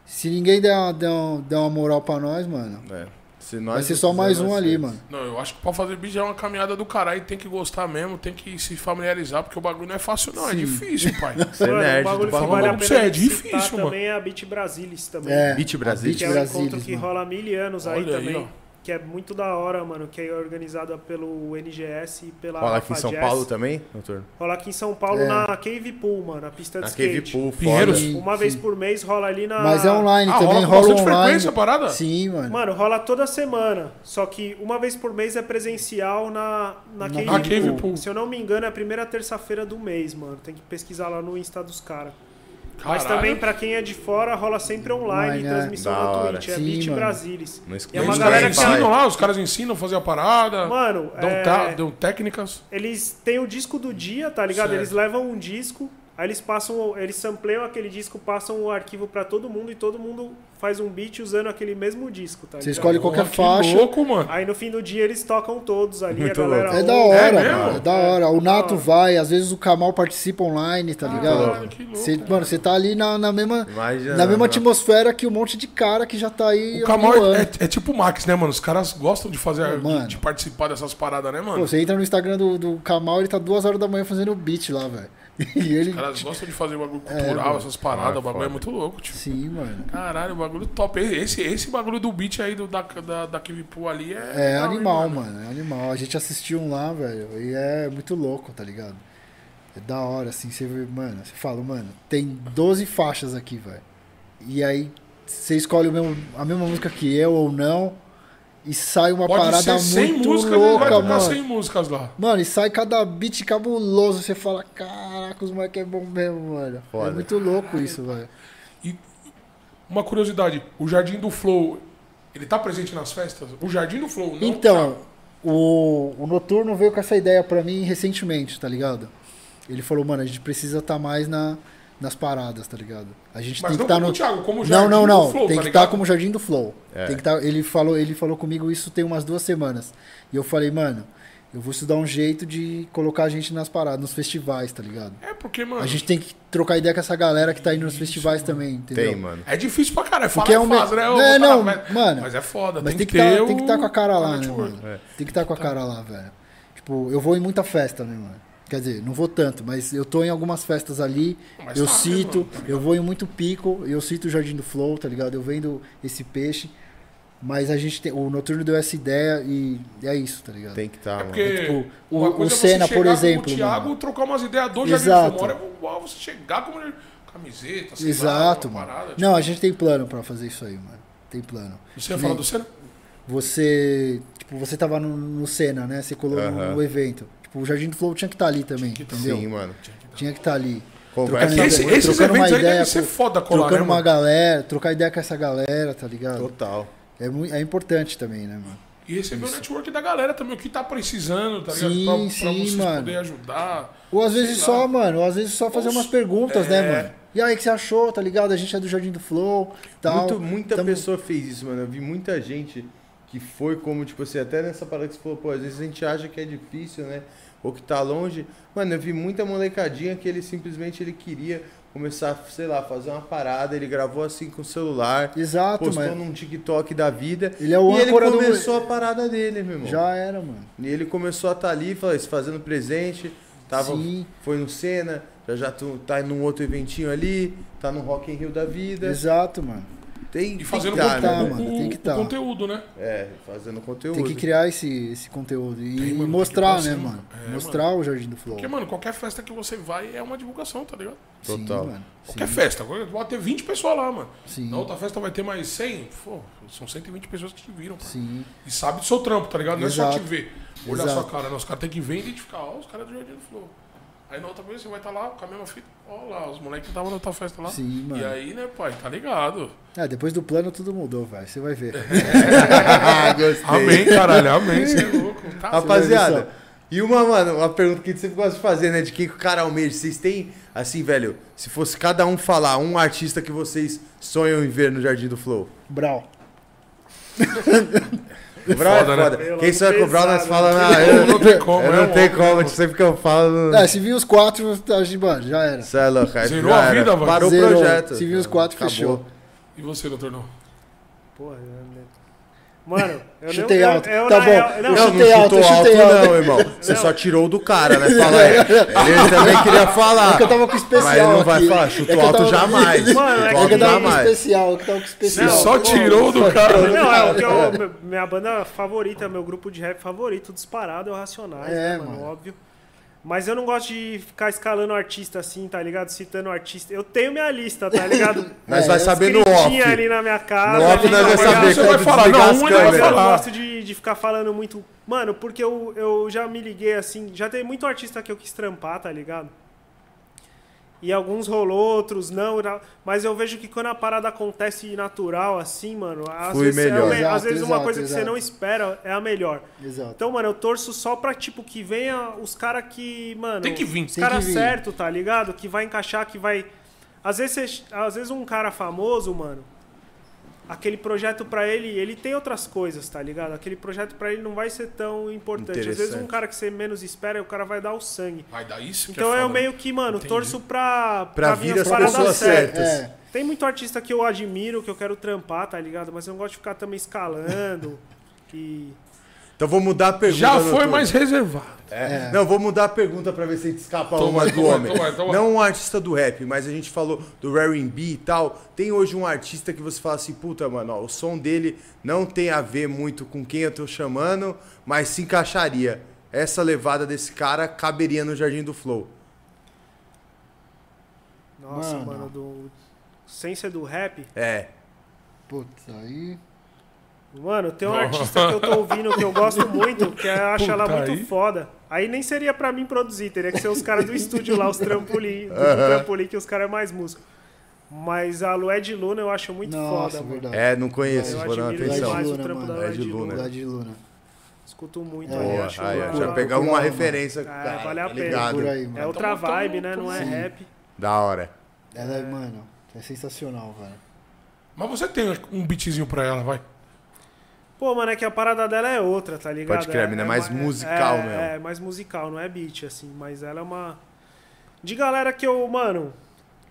Se ninguém der uma, der um- der uma moral pra nós, mano,
É. Se nós
vai ser só mais um
fizermos
ali,
isso.
mano.
Não, eu acho que pra fazer beat é uma caminhada do caralho. Tem que gostar mesmo, tem que se familiarizar, porque o bagulho não é fácil, não. É difícil, pai.
Você é
Mano,
nerd,
um bagulho
tu
que
fala
vale a
pra
mal.
pena
você, é
de citar
difícil, mano.
também é a Beat Brasilis também.
É,
Beat
a
Brasilis.
Beat
que é um encontro
Brasilis,
que
mano.
rola há mil anos aí
Olha aí,
também.
ó.
que é muito da hora, mano. Que é organizada pelo NGS e pela
Fala aqui em São
Rafa
Paulo
Jazz.
também, doutor?
Rola aqui em São Paulo
É.
na Cave Pool, mano. A pista de
Na
skate.
Cave Pool, foda.
Pinheiros.
Uma vez por mês rola ali na...
Mas é online
Ah, rola
também,
com
rola,
bastante
online.
frequência a parada?
Sim, mano.
Mano, rola toda semana. Só que uma vez por mês é presencial na, na, Cave,
na Cave
Pool.
Pool.
Se eu não me engano, é a primeira terça-feira do mês, mano. Tem que pesquisar lá no Insta dos caras. Mas
Caralho.
também, pra quem é de fora, rola sempre online,
Online,
e
é.
transmissão
Da
na
hora.
Twitch. É
Sim,
Beat
mano.
Brasilis.
Não
E é
esquece.
uma
Eles
galera que
ensinam
sai.
lá, os caras ensinam a fazer a parada.
Mano,
dão,
é-
ta- dão técnicas.
Eles têm o disco do dia, tá ligado?
um Certo.
Eles levam um disco, aí eles passam, o- eles sampleiam aquele disco, passam o arquivo pra todo mundo e todo mundo faz um beat usando aquele mesmo disco, tá ligado?
Você escolhe qualquer
Porra, que
faixa.
louco, mano.
Aí no fim do dia eles tocam todos ali,
Muito
a galera.
louco.
É
ouve.
da hora,
mesmo?
mano. É da hora. O Nato vai, às vezes o Kamal participa online,
Ah,
tá
Caralho, que
ligado?
louco,
Cê- mano, você tá ali na, na mesma,
Imagina,
na mesma
mano.
atmosfera que um monte de cara que já tá aí.
O
há
Kamal
mil
é,
anos.
é- é tipo o Max, né, mano? Os caras gostam de fazer,
mano.
de participar dessas paradas, né, mano?
Pô, você entra no Instagram do, do Kamal, ele tá duas horas da manhã fazendo beat lá, velho. E ele.
Os caras gostam de fazer bagulho
É,
cultural, essas paradas.
Ah,
o bagulho
foda.
é muito louco, tipo.
Sim, mano.
Caralho, o bagulho top. Esse, esse bagulho do beat aí do, da, da, da Kiwi Pool ali é.
É
da hora, hein,
animal, mano. É animal. A gente assistiu um lá, velho, e é muito louco, tá ligado? É da hora, assim, você vê, mano, você fala, mano, tem 12 faixas aqui, velho. E aí você escolhe o mesmo, a mesma música que eu ou não, e sai uma
Pode
parada
ser 100
muito
músicas,
louca,
ele vai tocar
mano.
100 músicas lá.
Mano, e sai cada beat cabuloso, você fala, caraca, os moleques é bom mesmo, mano.
Foda.
É muito louco isso, velho.
E uma curiosidade, o Jardim do Flow, ele tá presente nas festas? O Jardim do Flow, não?
Então, o, o Noturno veio com essa ideia pra mim recentemente, tá ligado? Ele falou, mano, a gente precisa estar mais na, nas paradas, tá ligado? A gente
Mas não
tem que estar
como
no.
o Thiago, como o
não,
Jardim
não,
do
não.
Flow, tá
tem que estar
ligado?
como Jardim do Flow.
É.
Tem que tá, ele, falou, ele falou comigo isso tem umas duas semanas. E eu falei, mano, eu vou estudar um jeito de colocar a gente nas paradas, nos festivais, tá ligado?
É porque, mano,
A gente tem que trocar ideia com essa galera que tá indo nos festivais também, entendeu?
Tem, mano.
é difícil pra caralho. Fala
Porque é
é
um me-
fácil, né?
É,
Ô, tá
não,
na festa.
mano.
Mas é foda,
Mas
tem, que
tá-
ter um-
tem que estar com a cara lá, né,
network.
mano?
É.
Tem que estar com a cara lá, velho. Tipo, eu vou em muita festa, né, mano? Quer dizer, não vou tanto, mas eu tô em algumas festas ali,
Mas
eu
tá, né,
cito,
mano? Tá
eu vou em muito pico, eu cito o Jardim do Flow, tá ligado? Eu vendo esse peixe, mas a gente tem. O Noturno deu essa ideia e é isso, tá ligado?
Tem que estar,
É
mano.
porque
tipo, o-
uma
o
coisa é você
Senna, por
chegar com
exemplo,
O Thiago
mano.
trocar umas ideias do Jardim
Exato.
do Flow. Uma hora é igual você chegar com uma camiseta, sei lá,
Exato,
uma
mano.
parada, tipo,
não, a gente tem plano pra fazer isso aí, mano. tem plano.
Você ia
Que
falar
nem
do Senna?
Você, tipo, você tava no, no Senna, né? Você colou no-
Aham.
no evento. Tipo, o Jardim do Flow tinha que estar ali também,
tá
entendeu?
Sim, mano.
Tinha que estar ali.
Conversa.
Trocando
É Esse-
ideia-
esses
trocando uma
eventos aí
ideia
devem ser
com-
foda colar,
Trocando
né,
uma
mano?
galera, trocar ideia com essa galera, tá ligado?
Total.
É, mui- é importante também, né, mano?
E receber o network da galera também, o que tá precisando, tá ligado?
Sim,
pra, pra
sim,
vocês
mano.
poderem ajudar.
Ou às
Sei
vezes
lá.
só, mano, ou às vezes só fazer
Ou
umas
s-
perguntas, né,
é.
mano? E aí, o que você achou, tá ligado? A gente é do Jardim do Flow, tal. Então,
Muito- muita
Tamo-
pessoa fez isso, mano. Eu vi muita gente que foi como, tipo assim, até nessa parada que você falou, pô, às vezes a gente acha que é difícil, né? Ou que tá longe. Mano, eu vi muita molecadinha que ele simplesmente ele queria começar, sei lá, fazer uma parada. Ele gravou assim com o celular,
Exato,
postou
mano.
num TikTok da vida.
Ele é o
e ele
âncora do-
começou a parada dele, meu irmão.
Já era, mano.
E ele começou a estar ali, fala, se fazendo presente, tava,
Sim.
foi no Senna, já já tu, tá num outro eventinho ali, tá no Rock in Rio da vida.
Exato, mano.
Tem
E
que
fazendo
dar,
o-
né,
tá,
o-
velho?
mano,
o-
tem que
o
tá.
conteúdo, né?
É, fazendo conteúdo.
Tem que criar esse, esse conteúdo e
Tem, mano, tem que
mostrar,
pra
né,
cima.
mano?
É,
mostrar o Jardim do Flow.
Porque, mano, qualquer festa que você vai é uma divulgação, tá ligado?
Sim,
Total.
mano.
Qualquer tá-
Sim.
festa. agora Pode ter 20 pessoas lá, mano.
Sim.
Na outra festa vai ter mais 100. Pô, são 120 pessoas que te viram, pô.
Sim.
E sabe do seu trampo, tá ligado? Não é só
Exato.
te ver. Olhar
Exato.
sua cara. Não, os caras têm que ver e identificar. Ó, os caras do Jardim do Flow. Aí na outra vez você vai estar lá com a mesma fita. Ó lá, os moleques que estavam na outra festa lá.
Sim, mano.
E aí, né, pai? Tá ligado.
Ah, depois do plano tudo mudou, vai. Você vai ver.
É. Ah, gostei.
Amém, caralho. Amém, você é louco. Tá
Rapaziada, e uma, mano, uma pergunta que a gente sempre gosta de fazer, né? De quem que o cara almeja. Vocês têm, assim, velho, se fosse cada um falar um artista que vocês sonham em ver no Jardim do Flow?
Brau.
O Brau é
Foda, né?
foda.
Pelo
Quem sonha com o Brau, nós
pesado,
fala,
né?
ah, eu,
Não tem como,
eu
é
não
um
tem
homem,
como, tipo,
né?
sempre que eu falo.
Ah, se vir os quatro, tá, mano, já era.
Você é louco, aí
Zerou
já
a
era.
vida, mano.
Parou
Zerou.
o projeto.
Se vir os quatro,
Acabou.
fechou.
E você, doutor, não?
Porra, né? Mano, eu
Chutei
não,
alto.
Eu, eu,
Tá
na
bom.
real- não,
Não, não
Chutei alto,
chutou alto,
chutei alto.
não, irmão. Você
Não.
só tirou do cara, né? Fala aí. Ele também queria falar.
É que eu tava com especial.
Mas ele não vai
aqui.
falar,
É
chuto
que eu
alto
tava-
jamais.
Mano,
Chuto
é
É que
alto
eu tava com
jamais.
especial, que eu tava com
Você
especial.
Não,
só
pô,
tirou do cara.
Não, é o que eu, meu- minha banda favorita, meu grupo de rap favorito, disparado, é o Racionais,
É,
né, mano,
mano.
Óbvio. Mas eu não gosto de ficar escalando artista assim, tá ligado? Citando artista. Eu tenho minha lista, tá ligado?
Nós
É,
vai
é
saber no
Escritinha ali
off.
na minha casa.
No off
ali,
nós
tá
vai
Mas
saber
ligado?
você vai
quando
falar,
desligar
não,
as
um ainda vai
Mas eu
câmeras.
não
falar.
gosto de, de ficar falando muito. Mano, porque eu, eu já me liguei assim. Já tem muito artista que eu quis trampar, tá ligado? E alguns rolou, outros não. na- Mas eu vejo que quando a parada acontece natural, assim, mano. Às
Flui
vezes, é
melhor.
uma- às
Exato,
vezes uma
exato,
coisa que você
exato.
não espera é a melhor.
Exato.
Então, mano, eu torço só pra, tipo, que venha os caras que, mano...
Tem que vir.
Os
Tem que
caras
vir.
certo, tá ligado? Que vai encaixar, que vai... Às vezes, você- às vezes um cara famoso, mano, aquele projeto pra ele, ele tem outras coisas, tá ligado? Aquele projeto pra ele não vai ser tão importante. Às vezes um
Interessante.
cara que você menos espera, o cara vai dar o sangue.
Vai dar isso que
Então
é
eu
foda.
meio que, mano,
Entendi.
torço pra...
Pra
vir
vir as
paradas
pessoas certas.
certas.
É.
Tem muito artista que eu admiro, que eu quero trampar, tá ligado? Mas eu não gosto de ficar também escalando e...
Então vou mudar a pergunta.
Já foi
doutor.
mais reservado.
É. Não, vou mudar a pergunta pra ver se a gente escapa
Toma,
uma do
toma,
homem.
toma, toma.
Não um artista do rap, mas a gente falou do R&B e tal. Tem hoje um artista que você fala assim, puta, mano, ó, o som dele não tem a ver muito com quem eu tô chamando, mas se encaixaria. Essa levada desse cara caberia no Jardim do Flow.
Nossa,
Mano.
mano, do. Sem ser do rap.
É.
Putz, aí.
Mano, tem um artista que eu tô ouvindo que eu gosto muito, que eu acho ela
Puta,
muito
aí.
foda. Aí nem seria pra mim produzir, teria que ser os caras do estúdio lá, os trampolim, do trampolim, que os caras é mais músico. Mas a Lué de Luna eu acho muito
Nossa,
foda, mano.
verdade.
É, não conheço,
Eu
vou dar uma
admiro
atenção.
demais o
Luna,
trampo
mano.
da
Lué
Lué
de
de
Luna.
Luna.
Verdade de Luna.
Escuto muito
Boa,
aí,
Boa,
acho
aí, ó,
ela-
já
vou
pegamos uma
procurar,
referência.
É,
cara,
vale a
tá
pena.
ligado?
Por aí, mano.
É outra
Então, então,
vibe, né? Não é
sim.
rap.
Da hora.
Tá
Ela é, mano, é sensacional, velho.
Mas você tem um beatzinho pra ela, vai.
Pô, mano, é que a parada dela é outra, tá ligado?
Pode crer, a mina é mais musical
é,
mesmo.
É, mais musical, não é beat, assim, mas ela é uma. De galera que eu, mano,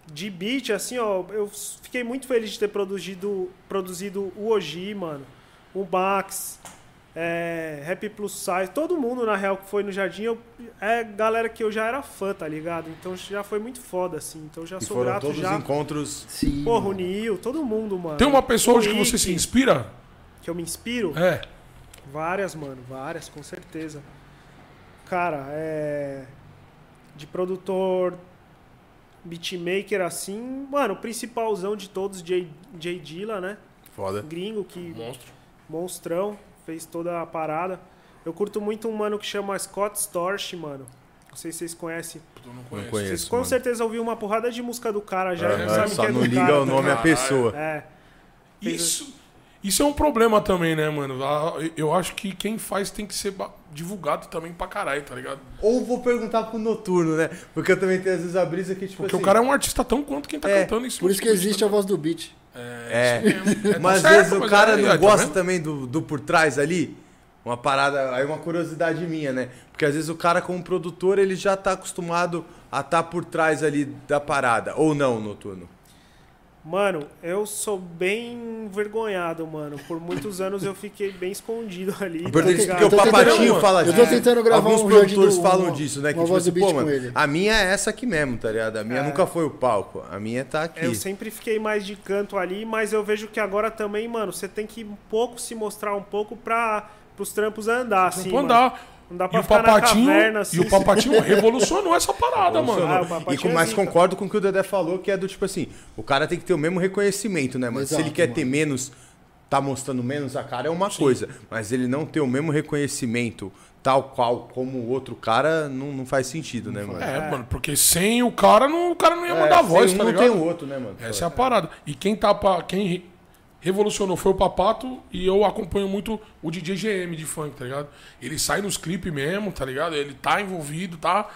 de beat, assim, ó, eu s- fiquei muito feliz de ter produzido, produzido o Oji, mano, o Max, é, Rap Plus Size, todo mundo, na real, que foi no Jardim, eu- é galera que eu já era fã, tá ligado? Então já foi muito foda, assim, então já
E
sou
foram
grato
todos os
já.
encontros.
Sim.
Porra, o
mano.
Nil, todo mundo, mano.
Tem uma pessoa hoje que
Ah, Rick,
você se inspira?
Que eu me inspiro?
É.
Várias, mano, várias, com certeza. Cara, é. De produtor, beatmaker assim. Mano, o principalzão de todos, Jay, Jay Dilla, né?
Foda.
gringo que
Monstro.
monstrão, fez toda a parada. Eu curto muito um mano que chama Scott Storch, mano. Não sei se vocês conhecem.
Eu não
Não
conheço.
conheço.
Vocês com
mano.
certeza ouviram uma porrada de música do cara já,
É,
não sabe
só
que é
não
do
liga
cara,
o
tá
nome à
ligado?
pessoa.
ligado? É.
Isso, isso é um problema também, né, mano? Ah, Eu acho que quem faz tem que ser ba- divulgado também pra caralho, tá ligado?
Ou vou perguntar pro noturno, né? Porque eu também tenho às vezes a brisa que, tipo
Porque
assim.
o cara é um artista tão quanto quem tá
É,
cantando isso.
Por isso que existe a voz do beat.
É.
mesmo. né? É, tá
Mas às
certo,
vezes o
mas
cara
é,
não
tá
gosta
vendo?
também do, do por trás ali. Uma parada, aí uma curiosidade minha, né? Porque às vezes o cara, como produtor, ele já tá acostumado a estar por trás ali da parada. Ou não, noturno.
Mano, eu sou bem envergonhado, mano. Por muitos anos eu fiquei bem escondido ali.
Porque
tá
é
eles-
ligado?
porque é o
Eu tô tentando-
papatinho fala
eu
disso.
tô tentando gravar
Alguns
um
produtores
jardim do-
falam
uma-
disso, né? Que
uma
tipo
voz do
assim, pô,
beat com
mano,
ele.
a minha é essa aqui mesmo, tá ligado? A minha nunca foi o palco. A minha tá
É,
aqui.
Eu sempre fiquei mais de canto ali, mas eu vejo que agora também, mano, você tem que um pouco se mostrar um pouco para os trampos andar, assim.
Pô,
mano.
andar.
Não dá pra
E o
ficar
papatinho,
na caverna, assim.
e o papatinho revolucionou essa parada,
Funcionou.
Ah,
mano.
o papatinho
e com,
é
mas
zica.
concordo com o que o Dedé falou, que é do tipo assim, o cara tem que ter o mesmo reconhecimento, né, mano? Se ele
Exato,
quer
mano.
ter menos, tá mostrando menos a cara é uma coisa, mas ele não ter o mesmo reconhecimento tal qual como o outro cara, não, não faz sentido, né, mano?
É, mano, porque sem o cara, não, o cara não ia mandar
sem
voz,
um
tá
não
ligado?
tem o outro, né, mano?
Essa é a parada. E quem tá pra, quem re- revolucionou foi o Papato e eu acompanho muito o DJ GM de funk, tá ligado? Ele sai nos clipes mesmo, tá ligado? Ele tá envolvido, tá.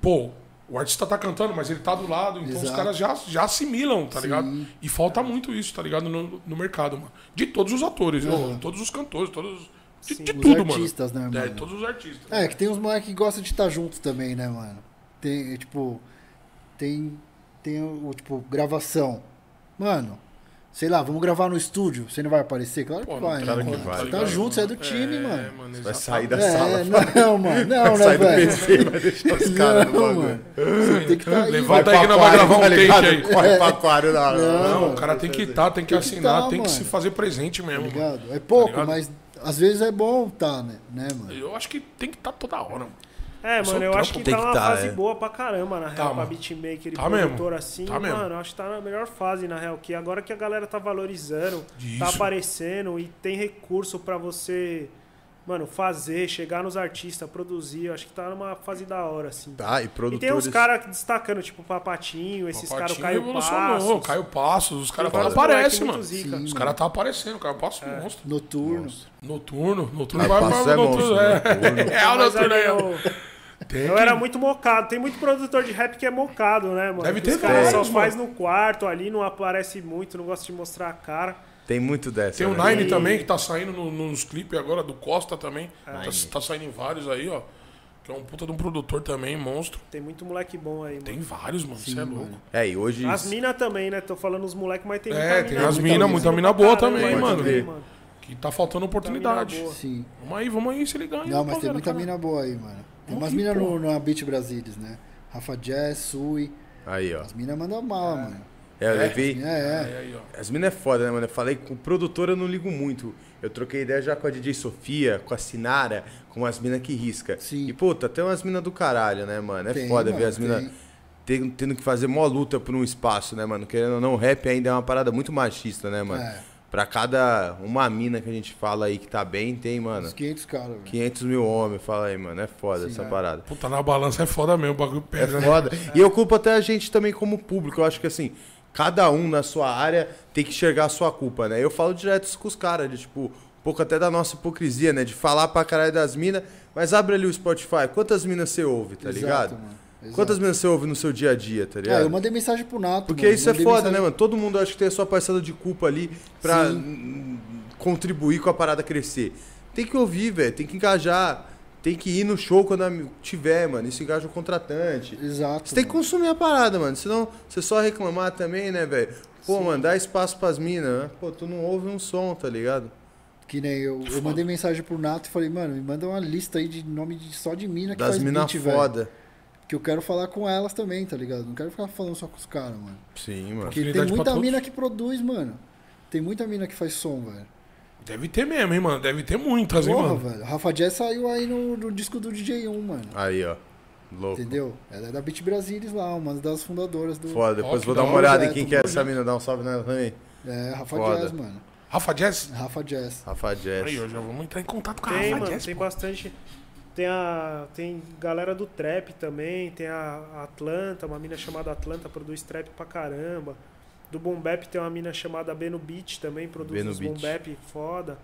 Pô, o artista tá cantando, mas ele tá do lado, então os
Exato.
caras já, já assimilam, tá ligado? E falta muito isso, tá ligado? No, no mercado, mano. De todos os atores,
Uhum.
eu- todos os cantores, todos. De,
Sim.
de
Os
tudo,
artistas,
mano.
né,
É,
mano?
todos os artistas.
É, que tem uns moleques que gostam de estar junto também, né, mano? Tem, é, tipo, tem, tem o, o, tipo, gravação. Mano, sei lá, vamos gravar no estúdio, você não vai aparecer? Claro que
Pô,
vai,
claro
né,
que
mano?
vai,
Você tá
claro,
junto, você é do time, mano.
Vai sair da sala,
É, não, mano, não, né,
sai do
velho?
PC, vai deixar os caras no
Não,
bagulho.
mano. Você tem que estar aí.
Levanta aí que nós vamos gravar um
tá
tá
take aí.
Corre pra aquário na hora.
Não, o cara tem que estar, tem que
Tem que
assinar,
tá,
tem que
mano.
se fazer presente mesmo. mano.
ligado? É pouco,
Tá ligado?
mas às vezes é bom tá, né, né mano?
Eu acho que tem que estar toda hora. mano.
É,
Só
mano,
o
eu
um trampo
acho que
tem
tá
que
uma
tá,
fase
é.
boa pra caramba, na real, pra
mano.
beatmaker e
Tá mesmo.
produtor assim.
Tá
mano,
mesmo.
acho que tá na melhor fase, na real, que agora que a galera tá valorizando,
Isso.
tá aparecendo e tem recurso pra você, mano, fazer, chegar nos artistas, produzir. Eu acho que tá numa fase da hora, assim.
Tá, e
E tem
produtores...
uns caras destacando, tipo o Papatinho, esses caras, o
Papatinho
Caio
revolucionou,
Passos.
Caio Passos, os caras
Tem vários
aparecem,
moleque
mano.
muito zica.
Os caras tá aparecendo, o Caio Passos é um monstro.
Noturno.
Noturno, noturno
Caio
vai
Passos
pra
é
noturno.
monstro,
é.
noturno.
é o
Mas
noturno
ali
aí, ó.
eu-
Tem
Eu
que-
era muito mocado. Tem muito produtor de rap que é mocado, né, mano?
Deve
Que
ter
Os caras só
vários,
faz no quarto ali, não aparece muito, não gosta de mostrar a cara.
Tem muito dessa.
Tem o
né?
Nine também, que tá saindo no- nos clipes agora, do Costa também.
É.
Tá, tá saindo em vários aí, ó. Que é um puta de um produtor também, monstro.
Tem muito moleque bom aí, mano.
Tem vários, mano. Você é louco.
É, e hoje...
As minas também, né? Tô falando os moleques, mas tem
É,
muita
tem
mina
as
boa
mina,
também.
muita mina boa também,
Caramba,
mano.
também,
Que tá faltando
Muita mina
oportunidade.
boa.
Sim.
Vamos aí, vamos aí, se ele ganha.
Não, mas
pô,
tem
velho,
muita
cara.
mina boa aí, mano. Tem umas
Ih,
minas
pô.
no, no Beat Brasilis, né? Rafa Jazz, Sui.
Aí, ó.
As minas mandam mal, mano.
É, eu levei...
É, é.
É aí, ó.
As minas é foda, né, mano? Eu falei com produtora, eu não ligo muito. Eu troquei ideia já com a DJ Sofia, com a Sinara, com as minas que risca.
Sim.
E, puta, tem umas minas do caralho, né, mano? É
Tem,
foda ver
mano,
as minas
tem.
tendo, tendo que fazer mó luta por um espaço, né, mano? Querendo ou não, o rap ainda é uma parada muito machista, né, mano?
É.
Pra cada uma mina que a gente fala aí que tá bem, tem, mano,
Uns 500 caras, velho.
500 mil homens. Fala aí, mano. É foda essa parada.
Puta, na balança é foda mesmo, o bagulho
É
pesa. né?
foda. E eu culpo até a gente também como público. Eu acho que assim, cada um na sua área tem que enxergar a sua culpa, né? Eu falo direto isso com os caras, de tipo, um pouco até da nossa hipocrisia, né? De falar pra caralho das minas, mas abre ali o Spotify. Quantas minas você ouve, tá
Exato,
ligado?
mano. Exato.
Quantas minas você ouve no seu dia a dia, tá
Ah,
ligado?
eu mandei mensagem pro Nato.
Porque
mano.
isso é
Mandei
foda, né,
mensagem-
mano? Todo mundo acho que tem a sua parcela de culpa ali pra hum, contribuir com a parada crescer. Tem que ouvir, velho. Tem que engajar. Tem que ir no show quando a- tiver, mano. Isso engaja o contratante.
Exato.
Você tem que
mano.
consumir a parada, mano. Senão, você só reclamar também, né, velho? Pô, mano, dá espaço pras minas, né? Pô, tu não ouve um som, tá ligado?
Que nem eu. Eu mandei mensagem pro Nato e falei, mano, me manda uma lista aí de nome de, só de mina é que
Das
faz
minas
beat, velho.
foda.
Que eu quero falar com elas também, tá ligado? Não quero ficar falando só com os caras, mano.
Sim, mano.
Porque tem
Oportunidade pra
muita
todos.
mina que produz, mano. Tem muita mina que faz som, velho.
Deve ter mesmo, hein, mano. Deve ter muitas, hein,
Porra,
mano.
velho. Rafa Jazz saiu aí no, no disco do DJ1, mano.
Aí, ó. Ah, Louco.
Entendeu? Ela é da Beat Brasilis lá, uma das fundadoras do.
Foda. Depois
Ó,
vou
que
dar
da
uma
hora,
olhada em
né?
quem
Tô
que é
muito
essa mina. Dá um salve nela também.
É, Rafa
Foda.
Jazz, mano.
Rafa Jazz?
Rafa Jazz.
Rafa
Aí,
Jess.
ó, já vamos entrar em contato com a
Tem,
Rafa
mano,
Jazz.
tem
pô.
bastante. Tem a. Tem galera do trap também, tem a a Atlanta, uma mina chamada Atlanta, produz trap pra caramba. Do Boom Bap tem uma mina chamada Beno Beat também, produz
Beno
uns Boom
Beat.
Bap foda.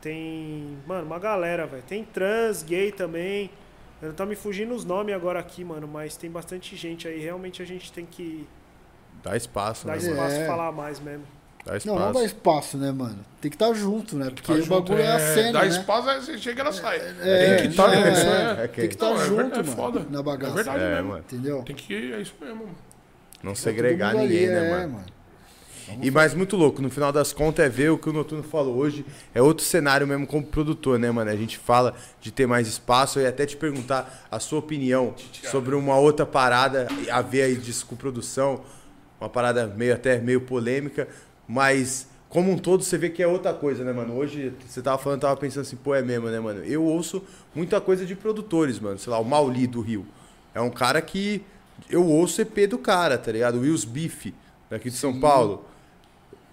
Tem. Mano, uma galera, velho. Tem trans, gay também. Eu não tá me fugindo os nomes agora aqui, mano, mas tem bastante gente aí. Realmente a gente tem que
Dá espaço,
dar
né?
Mas é.
mano?
espaço e falar mais mesmo.
Dá espaço.
Não, não dá espaço, né, mano? Tem que estar junto, né? Porque
Tá
o
junto,
bagulho é, a cena,
Dá
né?
espaço, aí você chega e ela sai.
É,
tem que estar,
é,
é, isso
é.
é.
É que-
Tem que estar
Não, é
junto,
verdade, é
mano,
foda.
na bagaça.
É verdade
É,
mesmo.
mano.
Entendeu?
Tem que, é isso mesmo.
Não
Todo
segregar
mundo ali,
ninguém, né,
é,
mano? E mais muito louco, no final das contas é ver o que o Noturno falou hoje, é outro cenário mesmo como produtor, né, mano? A gente fala de ter mais espaço e até te perguntar a sua opinião sobre uma outra parada a ver aí de produção, uma parada meio até meio polêmica, mas como um todo você vê que é outra coisa, né, mano? Hoje você tava falando, tava pensando assim, pô, é mesmo, né, mano? Eu ouço muita coisa de produtores, mano, sei lá, o Mauli do Rio. É um cara que eu ouço EP do cara, tá ligado? O Wills Beef, daqui de São Paulo.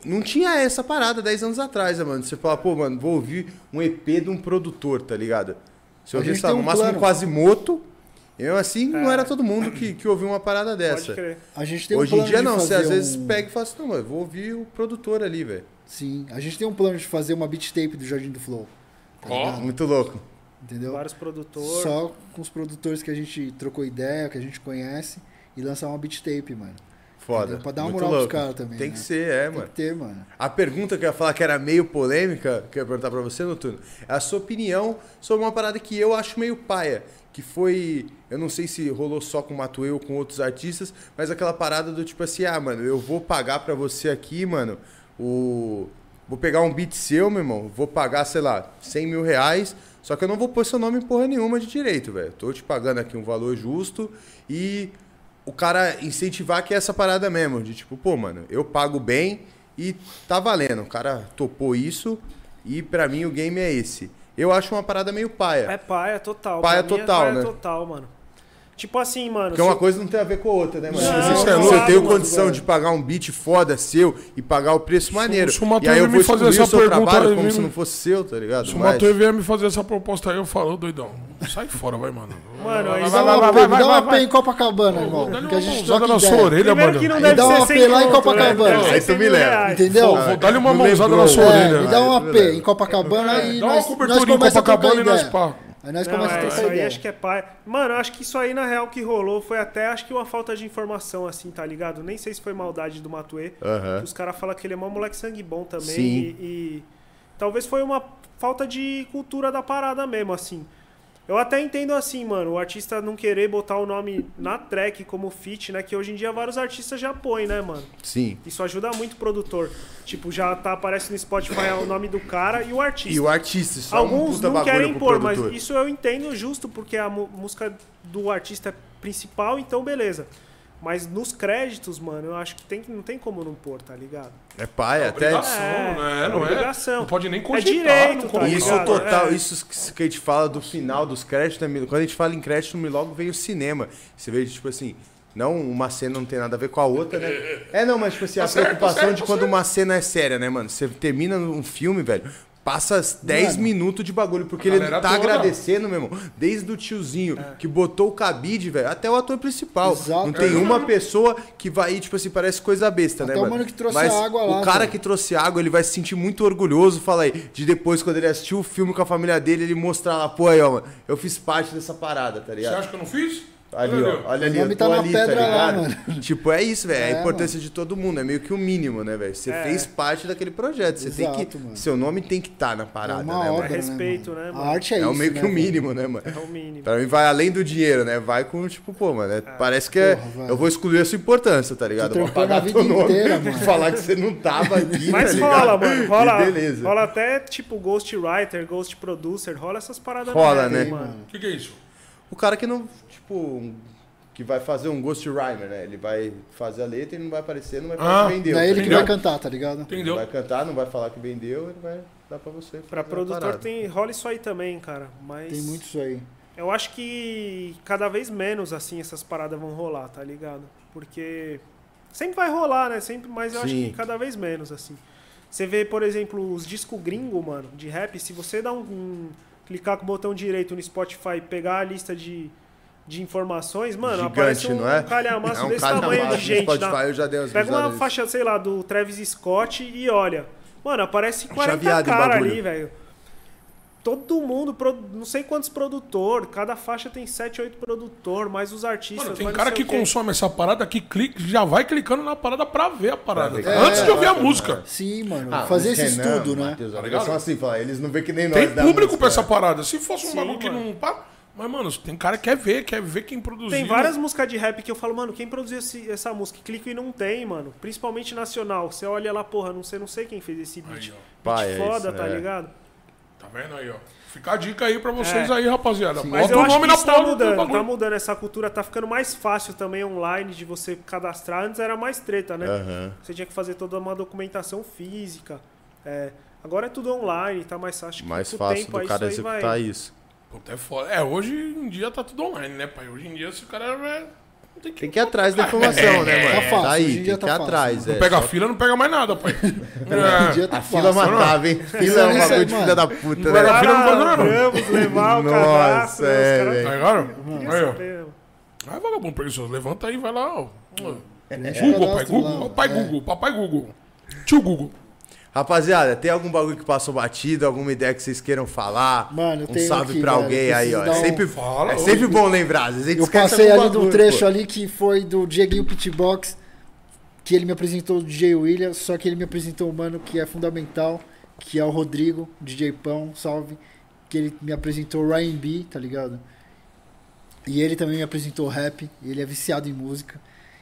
Não tinha essa parada 10 anos atrás, né, mano? Você fala, pô, mano, vou ouvir um EP de um produtor, tá ligado? Se eu
A
ouvir,
gente
sei lá,
tem
no
um
máximo
plano.
quase moto, eu assim, não
É.
era todo mundo que, que ouvia uma parada dessa.
Pode crer.
A gente tem um
Hoje em
plano
dia
de
não, você
fazer
às vezes
um-
pega e fala assim, não, mano, eu vou ouvir o produtor ali, velho.
Sim, a gente tem um plano de fazer uma beat tape do Jardim do Flow. Tá
Ó.
ligado?
Muito louco.
Entendeu?
Vários produtores.
Só com os produtores que a gente trocou ideia, que a gente conhece, e lançar uma beat tape, mano.
Foda.
Entendeu? Pra dar uma
Muito
moral pros
louco.
caras também,
Tem
né?
que ser, é,
Tem
mano.
que ter, mano.
A pergunta que eu ia falar que era meio polêmica, que eu ia perguntar pra você, Noturno, é a sua opinião sobre uma parada que eu acho meio paia, que foi, eu não sei se rolou só com o Matuê ou com outros artistas, mas aquela parada do tipo assim, ah, mano, eu vou pagar pra você aqui, mano, o... Vou pegar um beat seu, meu irmão, vou pagar, sei lá, 100 mil reais, só que eu não vou pôr seu nome em porra nenhuma de direito, velho. Tô te pagando aqui um valor justo e o cara incentivar que é essa parada mesmo, de tipo, pô, mano, eu pago bem e tá valendo. O cara topou isso e pra mim o game é esse. Eu acho uma parada meio
É
paia.
paia total.
Paia
Pra mim
total,
é paia
né?
total, mano. Tipo assim, mano.
Porque é uma
se-
coisa não tem a ver com a outra, né, mano?
Não,
Se você-
não,
se eu
claro,
tenho
mano,
condição
velho.
de pagar um beat foda seu e pagar o preço maneiro.
se o Matheus
e aí eu
me
vou
fazer
fazer o
essa
seu
pergunta,
trabalho
ele
como
vira-
se não fosse seu, tá ligado?
Se o
Mas-
Matuê vier me fazer essa proposta aí, eu falo, ô doidão, sai fora, vai, mano.
Mano,
vai,
aí
vai, vai,
Dá uma
vai,
pé,
vai,
dá uma
vai,
pé
vai.
em Copacabana,
Dá
irmão.
uma
Porque a gente
mãozada
troca
na sua
ideia.
orelha,
Primeiro
mano.
que não
Aí
deve
dá
ser
uma
100
pela em
conto, né?
Copacabana.
Deve ser
Aí tu
100
me
mil
leva.
reais.
Entendeu?
Vou dar-lhe uma
Não
mãozada
lembrou.
na sua
É,
orelha.
me dá
aí,
uma
tudo
P
bem.
em Copacabana e
É, Dá uma
nós,
cobertura
nós
em
começa a trocar
Copacabana e nós
ideia.
pá.
Aí nós
Não,
começamos
é,
a
isso
trocar
aí
ideia.
acho que é pai. Mano, acho que isso aí na real que rolou foi até acho que uma falta de informação assim, tá ligado? Nem sei se foi maldade do Matuê.
Aham.
Os caras falam que ele é mó moleque sangue bom também
Sim.
e, e talvez foi uma falta de cultura da parada mesmo assim. Eu até entendo assim, mano, o artista não querer botar o nome na track como feat, né? Que hoje em dia vários artistas já põem, né, mano?
Sim.
Isso ajuda muito o produtor. Tipo, já tá aparece no Spotify o nome do cara e o artista.
E o artista, isso é um
Alguns
puta
não
bagulho
querem
pro
pôr, mas
produtor.
isso eu entendo justo, porque a mu- música do artista é principal, então beleza. Mas nos créditos, mano, eu acho que tem, que- não tem como não pôr, tá ligado?
É paia, até...
Obrigação, né? Não é?
obrigação.
Não pode nem
É
cogitar.
direito,
não
tá
colocar.
Isso
ligado?
total,
É.
isso que a gente fala do final dos créditos, né? quando a gente fala em crédito, me logo vem o cinema. Você vê, tipo assim, não uma cena não tem nada a ver com a outra, né? É, não, mas tipo assim, a
certo,
preocupação
tá certo,
de
tá
quando
certo.
uma cena é séria, né, mano? Você termina um filme, velho, passa 10
Mano.
minutos de bagulho, porque
A
ele tá
galera toda.
agradecendo, meu irmão, desde o tiozinho que botou o cabide, velho, até o ator principal.
É. Exato.
Não
É.
tem uma pessoa que vai, tipo assim, parece coisa besta,
Até
né,
o
mano?
mano que trouxe
mas
a água
o
lá,
cara
velho.
que trouxe água, ele vai se sentir muito orgulhoso, fala aí, de depois, quando ele assistiu o filme com a família dele, ele mostrar lá, pô, aí, ó, mano, eu fiz parte dessa parada, tá
Você
ligado?
acha que eu não fiz?
Ali,
Olha
ó, olha ali,
O nome
eu
tá
tô
na
ali, tá
pedra lá,
ligado?
mano.
Tipo, é isso, velho, é a
É,
importância de todo mundo, é meio que o mínimo, né, velho? Você
É.
fez parte daquele projeto, você tem que...
Exato, mano.
Seu nome tem que estar na parada,
É
né,
uma
mano?
obra,
É respeito,
né,
né,
mano?
mano?
A arte é,
É
isso,
o meio que
né,
o mínimo, né, mano?
É o mínimo.
Pra mim vai além do dinheiro, né? Vai com, tipo, pô, mano, é- parece que é-
Porra, velho.
eu vou excluir a sua importância, tá ligado?
Tô
Eu vou
trampando
apagar
a vida
teu nome,
inteira, mano.
falar que você não tava aqui, tá
Mas
ligado?
rola, mano.
E
Rola,
beleza.
rola até tipo ghostwriter, ghost producer, rola essas paradas
Rola,
mesmo,
né?
mano?
O que, que é isso?
O cara que não, tipo, um- que vai fazer um ghost rhymer, né? Ele vai fazer a letra e não vai aparecer, não vai falar
Ah,
que vendeu.
Não é ele que
entendeu?
vai cantar, tá ligado?
Entendeu?
Vai cantar, não vai falar que vendeu, ele vai dar pra você. fazer
Pra
a
produtor
parada.
tem, rola isso aí também, cara. Mas
É Tem muito isso aí.
Eu acho que cada vez menos assim essas paradas vão rolar, tá ligado? Porque sempre vai rolar, né? Sempre, mas eu acho
Sim.
que cada vez menos assim. Você vê, por exemplo, os discos gringo, mano, de rap, se você dá um, um- clicar com o botão direito no Spotify e pegar a lista de, de informações, mano, aparece
Gigante,
um,
não é?
um calhamaço
É um
desse
calhamaço
tamanho de
no
gente.
Spotify,
dá-
eu já dei umas
Pega uma
risadas
faixa, sei lá, do Travis Scott e olha. Mano, aparece 40
Chaveado em
caras
bagulho.
ali, velho. Todo mundo, pro- não sei quantos produtor, cada faixa tem 7, 8 produtor, mais os artistas.
Mano, tem
mais
cara
não sei
que
o quê.
consome essa parada que clica, já vai clicando na parada pra ver a parada.
Pra ver.
Antes
É,
de ouvir a
é,
música.
Sim, mano.
Ah,
fazer
os
esse
Renan,
estudo, né?
Matheus, olha, eles são assim, fala, eles não vê que nem nós.
Tem
da
público
música,
pra essa
né?
parada. Se fosse um
Sim,
bagulho que
mano.
não. pá, Mas, mano, tem cara que quer ver, quer ver quem produziu.
Tem várias músicas de rap que eu falo, mano, quem produziu esse- essa música? E Clico e não tem, mano. Principalmente nacional. Você olha lá, porra, não sei, não sei quem fez esse beat.
Aí, ó.
Beat
Pai, é
foda,
isso,
tá
é.
ligado?
Tá vendo aí, ó? Fica a dica aí pra vocês
É.
aí, rapaziada.
Mas
Bota
eu
o
acho
nome
que
na
isso tá
porra do
mudando,
bagulho.
tá mudando essa cultura, tá ficando mais fácil também online de você cadastrar. Antes era mais treta, né?
Aham.
Você tinha que fazer toda uma documentação física. É, agora é tudo online, tá mais fácil. Acho que
Mais
com o
fácil
tempo,
do
aí
cara
isso aí vai-
executar isso.
Puta, é foda. É, hoje em dia tá tudo online, né, pai? Hoje em dia, se o cara é. não Tem que...
Tem que ir atrás da informação, né, mano?
Tá fácil,
Tá
hoje em
aí,
dia
tem que ir
tá fácil.
atrás, é.
Não pega a fila, não pega mais nada, pai.
Hoje em
é.
dia tá
A fila
fácil.
matava, hein? Fila é um
Isso aí,
bagulho de
mano.
filha da puta,
Não
né?
era fila, não faz nada, não.
Vamos levar o
Nossa,
cadastro, né? Os
é,
caras-
velho.
Tá ligado? Aí, ó.
Pena.
Vai, vagabundo preguiçoso, levanta aí, vai lá, ó.
Preenche o
Google, pai
É, cadastro lá,
Google,
mano.
pai
É.
Google, papai Google. Tio Google.
Rapaziada, tem algum bagulho que passou batido? Alguma ideia que vocês queiram falar?
Mano, eu
um
tenho
salve
aqui,
pra
velho,
alguém
eu
aí, ó.
preciso
É
dar um-
sempre,
Fala,
é
ô.
sempre bom lembrar. Às vezes
Eu
esquece
passei
algum
ali de um
bagulho,
trecho
pô.
ali que foi do Dieguinho Pitbox, que ele me apresentou o DJ William, só que ele me apresentou um mano que é fundamental, que é o Rodrigo, DJ Pão, salve, que ele me apresentou o Ryan B, tá ligado? E ele também me apresentou rap, e ele é viciado em música.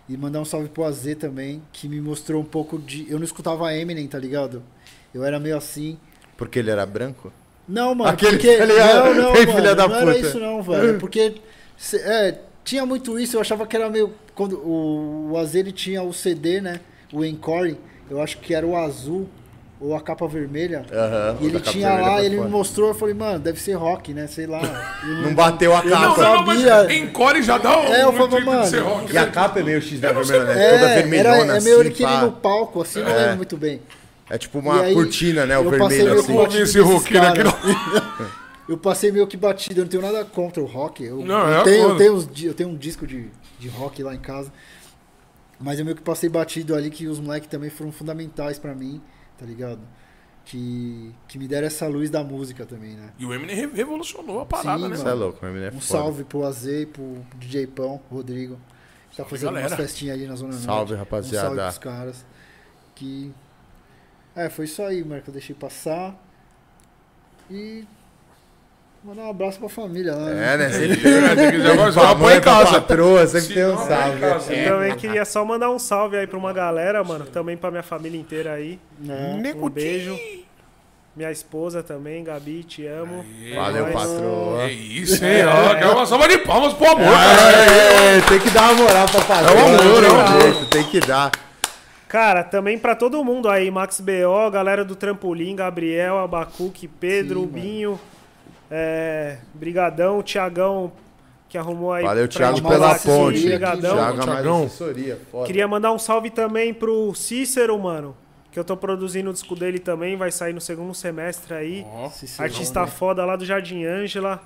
E mandar um salve pro AZ também, que me mostrou um pouco de. Eu não escutava Eminem, tá ligado? Eu era meio assim.
Porque ele era branco?
Não, mano,
Aquele
porque...
tá ligado?
Não, não,
Bem
mano,
filha da
não
puta. Hum.
era isso não, velho. Porque cê- é, tinha muito isso, eu achava que era meio... Quando o, o AZ, ele tinha o CD, né? O Encore, eu acho que era o azul ou a capa vermelha.
Aham,
e
o
ele
da capa
tinha
vermelha
lá,
pra
ele me
fora.
mostrou, eu falei, mano, deve ser rock, né? Sei lá. Eu
Não bateu a
Não,
capa.
não, não, mas
sabia.
em core já dá um
É, eu falava,
motivo de
mano.
ser rock. né?
E a capa é meio X da vermelha, né?
É,
Toda
era,
vermelhona,
é meio ele
assim,
que ele
pá.
no palco, assim, não
É.
lembro muito bem.
É tipo uma
E aí,
cortina, né? O
eu passei
vermelho,
meio
assim.
que
Ouvi esse roqueiro aqui,
Eu passei meio que batido, eu não tenho nada contra o rock. Eu,
Não,
eu
é a
tenho, eu,
coisa.
tenho uns di- eu tenho um disco de, de rock lá em casa. Mas eu meio que passei batido ali que os moleques também foram fundamentais pra mim, tá ligado? Que, que me deram essa luz da música também, né?
E o Eminem re- revolucionou a parada,
Sim,
né?
Isso é louco, meu menino é
Um
foda.
salve pro AZ, e pro DJ Pão, Rodrigo. que Tá fazendo
galera.
umas festinhas ali na Zona Norte.
Salve,
Um
rapaziada.
salve pros caras. Que. É, foi isso aí, mano, que eu deixei passar. E. Mandar um abraço pra família lá.
É, né? Sempre
É, tem que- agora
pra
já põe
mãe,
em
pra
casa.
patroa, sempre
Se
tem um
não, põe em
salve.
casa.
né?
É.
Também queria só mandar um salve aí pra uma galera, mano. Também pra minha família inteira aí.
né?
Nego
Um beijo.
Di.
Minha esposa também, Gabi, te amo. É
Valeu,
nóis.
patroa.
É isso, hein? Ó, quero uma salva de palmas pro amor, cara.
É, é, é, tem que dar uma moral pra patroa.
É um amor,
não
é um
tem
amor.
jeito, Tem que dar.
Cara, também pra todo mundo aí, Max BO, galera do Trampolim, Gabriel, Abacuque, Pedro,
Sim,
Binho, é, Brigadão, Tiagão, que arrumou aí.
Valeu,
pra
Thiago,
gente
pela
falar assim,
ponte.
Brigadão.
Thiago, mais
Thiagão.
assessoria, foda.
Queria mandar um salve também pro Cícero, mano, que eu tô produzindo o disco dele também, vai sair no segundo semestre aí.
Ó,
Cicero,
Artista
né?
foda lá do Jardim Ângela.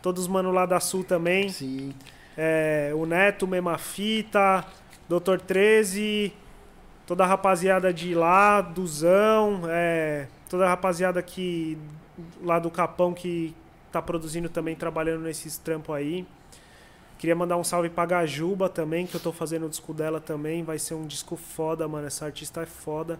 Todos os manos lá da Sul também.
Sim.
É, o Neto, Mema Fita, Doutor 13, toda a rapaziada de lá, Duzão, é, toda a rapaziada que lá do Capão que tá produzindo também, trabalhando nesses trampos aí. Queria mandar um salve pra Gajuba também, que eu tô fazendo o disco dela também. Vai ser um disco foda, mano. Essa artista é foda.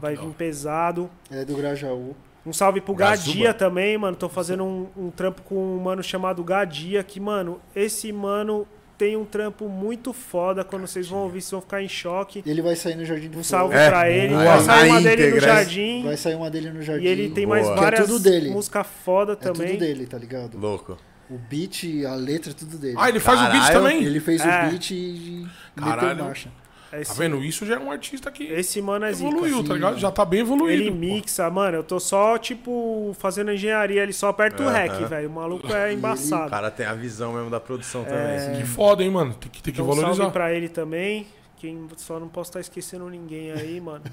Vai vir pesado.
Ela é do Grajaú.
Um salve pro
Gazuba.
Gadia também, mano. Tô fazendo um, um trampo com um mano chamado Gadia, que, mano, esse mano tem um trampo muito foda. Quando vocês vão ouvir, vocês vão ficar em choque.
Ele vai sair no Jardim do
Um salve
É,
pra ele.
boa.
Vai sair uma
Na
dele no
íntegra,
jardim.
Vai sair uma dele no Jardim.
E ele tem mais
Boa.
Que é
várias
tudo dele.
músicas foda
É tudo
também.
dele, tá ligado?
Louco.
O beat, a letra, é tudo dele.
Ah, ele faz o beat
Caralho,
também.
Ele fez
É.
o beat e e meteu em
Caralho.
marcha.
Tá
Esse,
vendo? Isso já é um artista que
esse mano é zica.
evoluiu, tá ligado? Já tá bem evoluído.
Ele
pô.
mixa, mano. Eu tô só, tipo, fazendo engenharia. Ele só aperta o rec, velho. O maluco é
O
embaçado.
tá
cara tem a visão mesmo da produção também. assim.
Que foda, hein, mano? Tem que, tem que
Então, um salve
valorizar.
pra ele também. Quem só não posso estar esquecendo ninguém aí, mano.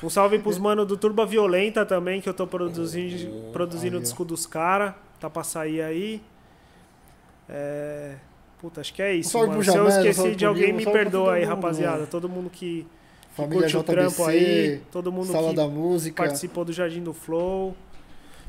Um salve pros mano do Turba Violenta também, que eu tô produzindo, produzindo o disco dos caras. Tá pra sair aí. É... Puta, acho que é isso,
salve
mano.
pro
Se eu
Jamel, um salve
esqueci de
pro
alguém,
Guima,
me
salve pra todo
perdoa aí,
mundo, né?
rapaziada.
mano.
Todo mundo que, que
Família
curte o
JBC,
trampo aí. Todo mundo
Sala
que
da Música.
participou do Jardim do Flow.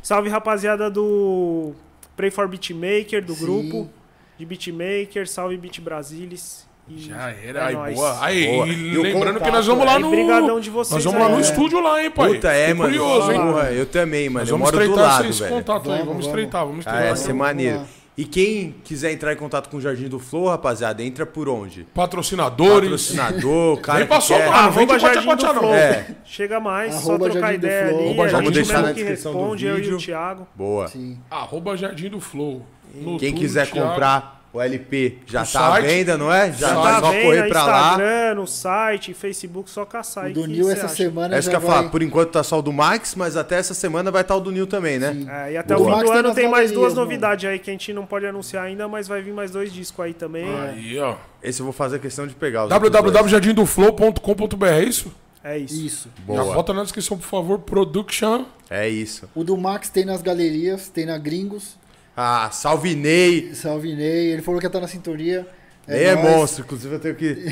Salve, rapaziada do Pray for Beatmaker, do
Sim.
grupo de Beatmaker. Salve, Beat Brasilis. E
Já Ah, era, aí,
é nóis.
boa. Aí,
Boa.
e
E o
lembrando
contato,
que nós vamos lá
Aí,
no.
brigadão de vocês
Nós vamos lá
aí,
no
né?
estúdio lá, hein, pai.
Puta, é,
Fiquei
mano.
curioso, hein?
Porra, eu também, mano.
Nós
Eu
vamos
moro do
estreitar
lado,
esses
velho.
contatos aí,
Vamos,
vamos
vamos.
estreitar, vamos
Ah,
estreitar.
é,
Vamos.
ser maneiro.
lá.
E quem quiser entrar em contato com o Jardim do Flow, rapaziada, entra por onde?
Patrocinadores.
Patrocinador, é. cara.
Nem
que
passou,
quer.
mano. Ah, não vem
Arroba
de patia,
Jardim do
patia, não.
Flow.
É.
Chega mais,
Arroba
só trocar
Jardim do
ideia
Flow.
ali.
Arroba
a
Jardim
gente
do Flow.
mesmo
Na
que
descrição do
responde, eu e
vídeo.
o Thiago.
Boa.
Sim.
Arroba Jardim do Flow. No
Quem
YouTube,
quiser
Thiago.
comprar o LP já
O
tá à
site.
venda, não é? Já
Já
tá
tá
só
vendo,
correr pra lá.
Instagram, no site, Facebook, só caçar aí
O do
que
Nil
cê
essa
acha.
semana
É isso
já
que eu ia
vai...
falar. Por enquanto tá só o do Max, mas até essa semana vai estar o do Nil também, né?
É, e até
Boa.
o fim
Max
do
tá
ano
nas
tem mais duas
galerias, mano.
novidades aí que a gente não pode anunciar ainda, mas vai vir mais dois discos aí também.
Aí, ó.
Esse eu vou fazer questão de pegar. os outros dois.
www.jardindoflow.com.br, é isso?
É isso.
Isso.
Já
Boa.
bota na descrição, por favor. Production.
É isso.
O do Max tem nas galerias, tem na Gringos.
Ah, salve Ney.
Salve Ney. Ele falou que ia estar na sintonia.
Ney é
nóis.
monstro. Inclusive eu tenho que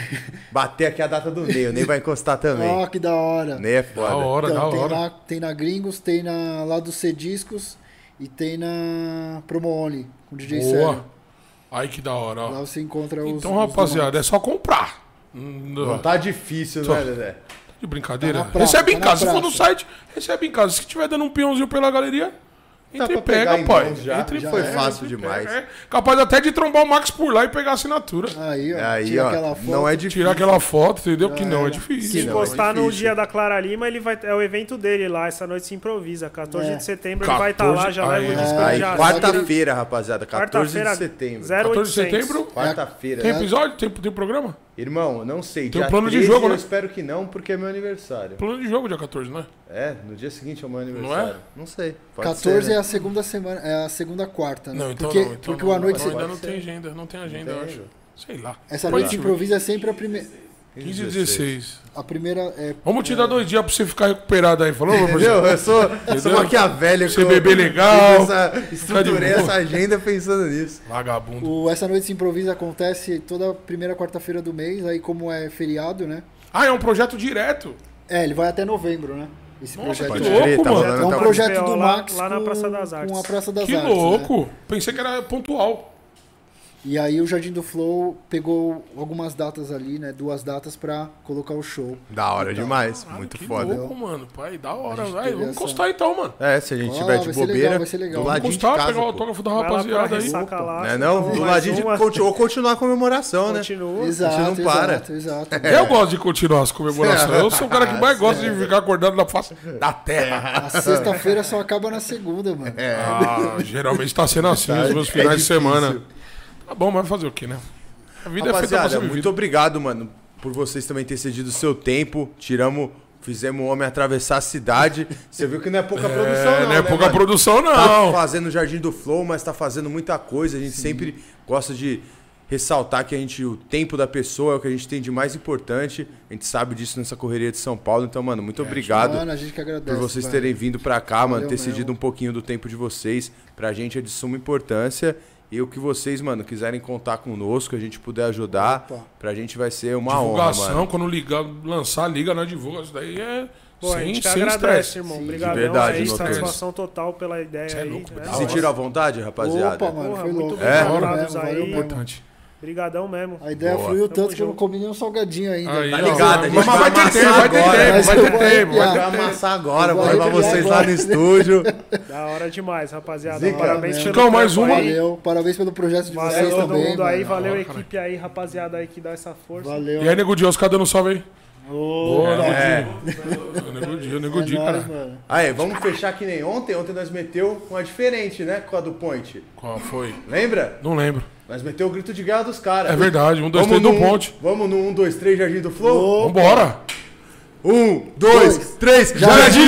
bater aqui a data do Ney. O Ney vai encostar também.
Ó, que da hora.
Ney é
Da
foda.
hora,
Então,
da
tem,
hora.
na, tem na Gringos, tem na, lá do C Discos e tem na Promo Only, com o DJ
é.
Boa.
Sério.
Aí que da hora,
Lá
ó.
você encontra os.
Então,
os
rapaziada, é só comprar. Não,
Não tá difícil, né, Dedé?
De brincadeira.
Tá na praça,
recebe em
tá na
casa. Se for no
praça.
site, recebe em casa. Se tiver dando um peãozinho pela galeria,
Dá
entre e
pra pegar
pega,
em
pai.
mãos já,
Entre e
já
pega,
é fácil
entre e
demais.
pega. É capaz até de trombar o Max por lá e pegar a assinatura.
Aí, ó.
Aí,
tira
ó.
aquela foto.
Não é difícil.
Tirar aquela foto, entendeu? que não, é
era.
difícil.
Que
Se
não, é
postar no
difícil.
dia da Clara Lima, ele vai, é o evento dele lá. Essa noite se improvisa. 14
É.
de setembro ele vai estar
14
lá, já leva o
aí,
disco
Aí,
já.
quarta-feira, rapaziada. 14 de setembro.
14 de setembro.
Quarta-feira. né?
Tem episódio? Tem, tem programa?
Irmão, não sei.
Tem
dia
um plano de
13,
jogo,
eu
né?
espero que não, porque é meu aniversário.
Plano de jogo dia 14, né?
É, no dia seguinte é o meu aniversário. Não, sei. Pode
14
ser, né?
é a segunda semana, é a segunda quarta, né?
Não, então
porque
não. Então
porque
não,
o A Noite
então
Se-
ainda não
Pode
tem
ser.
agenda. Não tem agenda,
Tem
eu
ainda.
acho. Sei lá.
Essa
Pode
noite se
ser.
improvisa é sempre a primeira.
15 e 16.
A primeira é.
Vamos te dar dois dias pra você ficar recuperado aí. Falou, professor?
Entendeu? Eu sou, sou maquiavelha.
Você
que eu-
beber legal, Tá
Essa,
de
estruturei
boa.
essa agenda pensando nisso.
Vagabundo.
O Essa Noite se Improvisa acontece toda primeira quarta-feira do mês, aí como é feriado, né?
Ah, é um projeto direto.
É, ele vai até novembro, né? Esse
Nossa,
projeto.
que
é-
louco,
tá
mano.
rolando
É um
até o-
projeto
Lá-
do Max
lá na
com-
Praça das Artes.
com a Praça das
que
Artes, né?
louco. Pensei que era pontual.
E aí o Jardim do Flow pegou algumas datas ali, né? Duas datas pra colocar o show.
Da hora demais.
Caralho,
Muito
Tá, que
foda.
louco, mano. Pai, da hora. Vai,
teve
vamos
essa-
encostar então, mano.
É, se a gente
Ah,
tiver de
vai ser legal,
bobeira,
vai ser legal.
do
Vamos
ladinho de
Encostar,
casa,
pegar o
pô.
autógrafo da
Vai lá pra
rapaziada aí.
ressaca lá,
Não é
você
não?
toma
Do
mais
ladinho de...
uma,
Continu... Ou continuar a comemoração, né?
Continua.
Exato,
não para.
exato, exato.
Eu gosto de continuar as comemorações. Eu sou o cara que mais gosta
É.
de ficar acordado na face da terra.
A sexta-feira só acaba na segunda, mano.
Ah, geralmente tá sendo assim os meus finais
É
de
difícil.
semana. Tá bom, mas fazer o quê, né? A vida é feita pra
Rapaziada,
ser
muito
vivida.
obrigado, mano, por vocês também terem cedido o seu tempo. Tiramos, fizemos o homem atravessar a cidade. Você viu que não é pouca produção,
É,
não.
não é
né,
pouca
mano?
produção,
Tá
não.
fazendo o Jardim do Flow, mas tá fazendo muita coisa. A gente sempre gosta de ressaltar que a gente o tempo da pessoa é o que a gente tem de mais importante. A gente sabe disso nessa correria de São Paulo. Então, mano,
É,
muito obrigado
tá
Mano, a gente que agradece.
por vocês
velho.
terem vindo pra cá, mano, ter
Valeu mesmo.
cedido um pouquinho do tempo de vocês. Pra gente é de suma importância. E o que vocês, mano, quiserem contar conosco, a gente puder ajudar,
Opa.
pra gente vai ser uma honra,
Divulgação,
mano.
quando ligar, lançar, liga, nós divulga. Isso daí é
Pô, a
sem
gente que
sem
agradece,
estresse.
irmão.
Sim, de
Obrigadão
verdade,
aí.
meu Deus.
Satisfação total pela ideia
é
aí.
louco,
né?
da
Se
hora.
Sentiram à vontade, rapaziada?
Opa, mano,
Porra,
foi
muito
louco.
É,
Valeu
obrigado
mesmo,
aí,
valeu
mano.
muito.
Importante.
Brigadão mesmo.
A ideia
Boa.
fluiu
Tamo
tanto que eu não
junto.
comi nenhum salgadinho ainda.
Aí, ó.
Tá ligado, a gente
Mas
vai
vai ter
amassar
tempo, vai ter
agora,
tempo,
mas
vai
eu
ter
vou
tempo.
arrepiar.
vai
Vai
ter-
amassar agora, vou
Vai
levar
brilhar
vocês lá
agora.
no estúdio.
Da hora demais, rapaziada.
Zica,
Parabéns
né?
pelo
Chicão, mais
trampo
uma.
aí.
Valeu, parabéns pelo projeto de
Valeu
vocês
todo
também.
mundo aí,
mano.
valeu
Da
a
hora,
equipe aí, rapaziada aí que dá essa força.
Valeu.
E aí, Nego Dios, cadê um salve aí?
Ô,
Boa, Nego Dios, Nego
é
Dios,
nóis,
cara.
mano.
É. Aí, vamos fechar que nem ontem. Ontem nós meteu uma diferente, né? Com a do Point.
Qual foi?
Lembra?
Não lembro.
Nós meteu o grito de guerra dos caras.
É verdade, um, dois, três,
no
do Ponte.
Vamos no 1, 2, 3, Jardim do Flow?
Vambora.
Um, dois,
Dois.
três,
Jardim
Jardim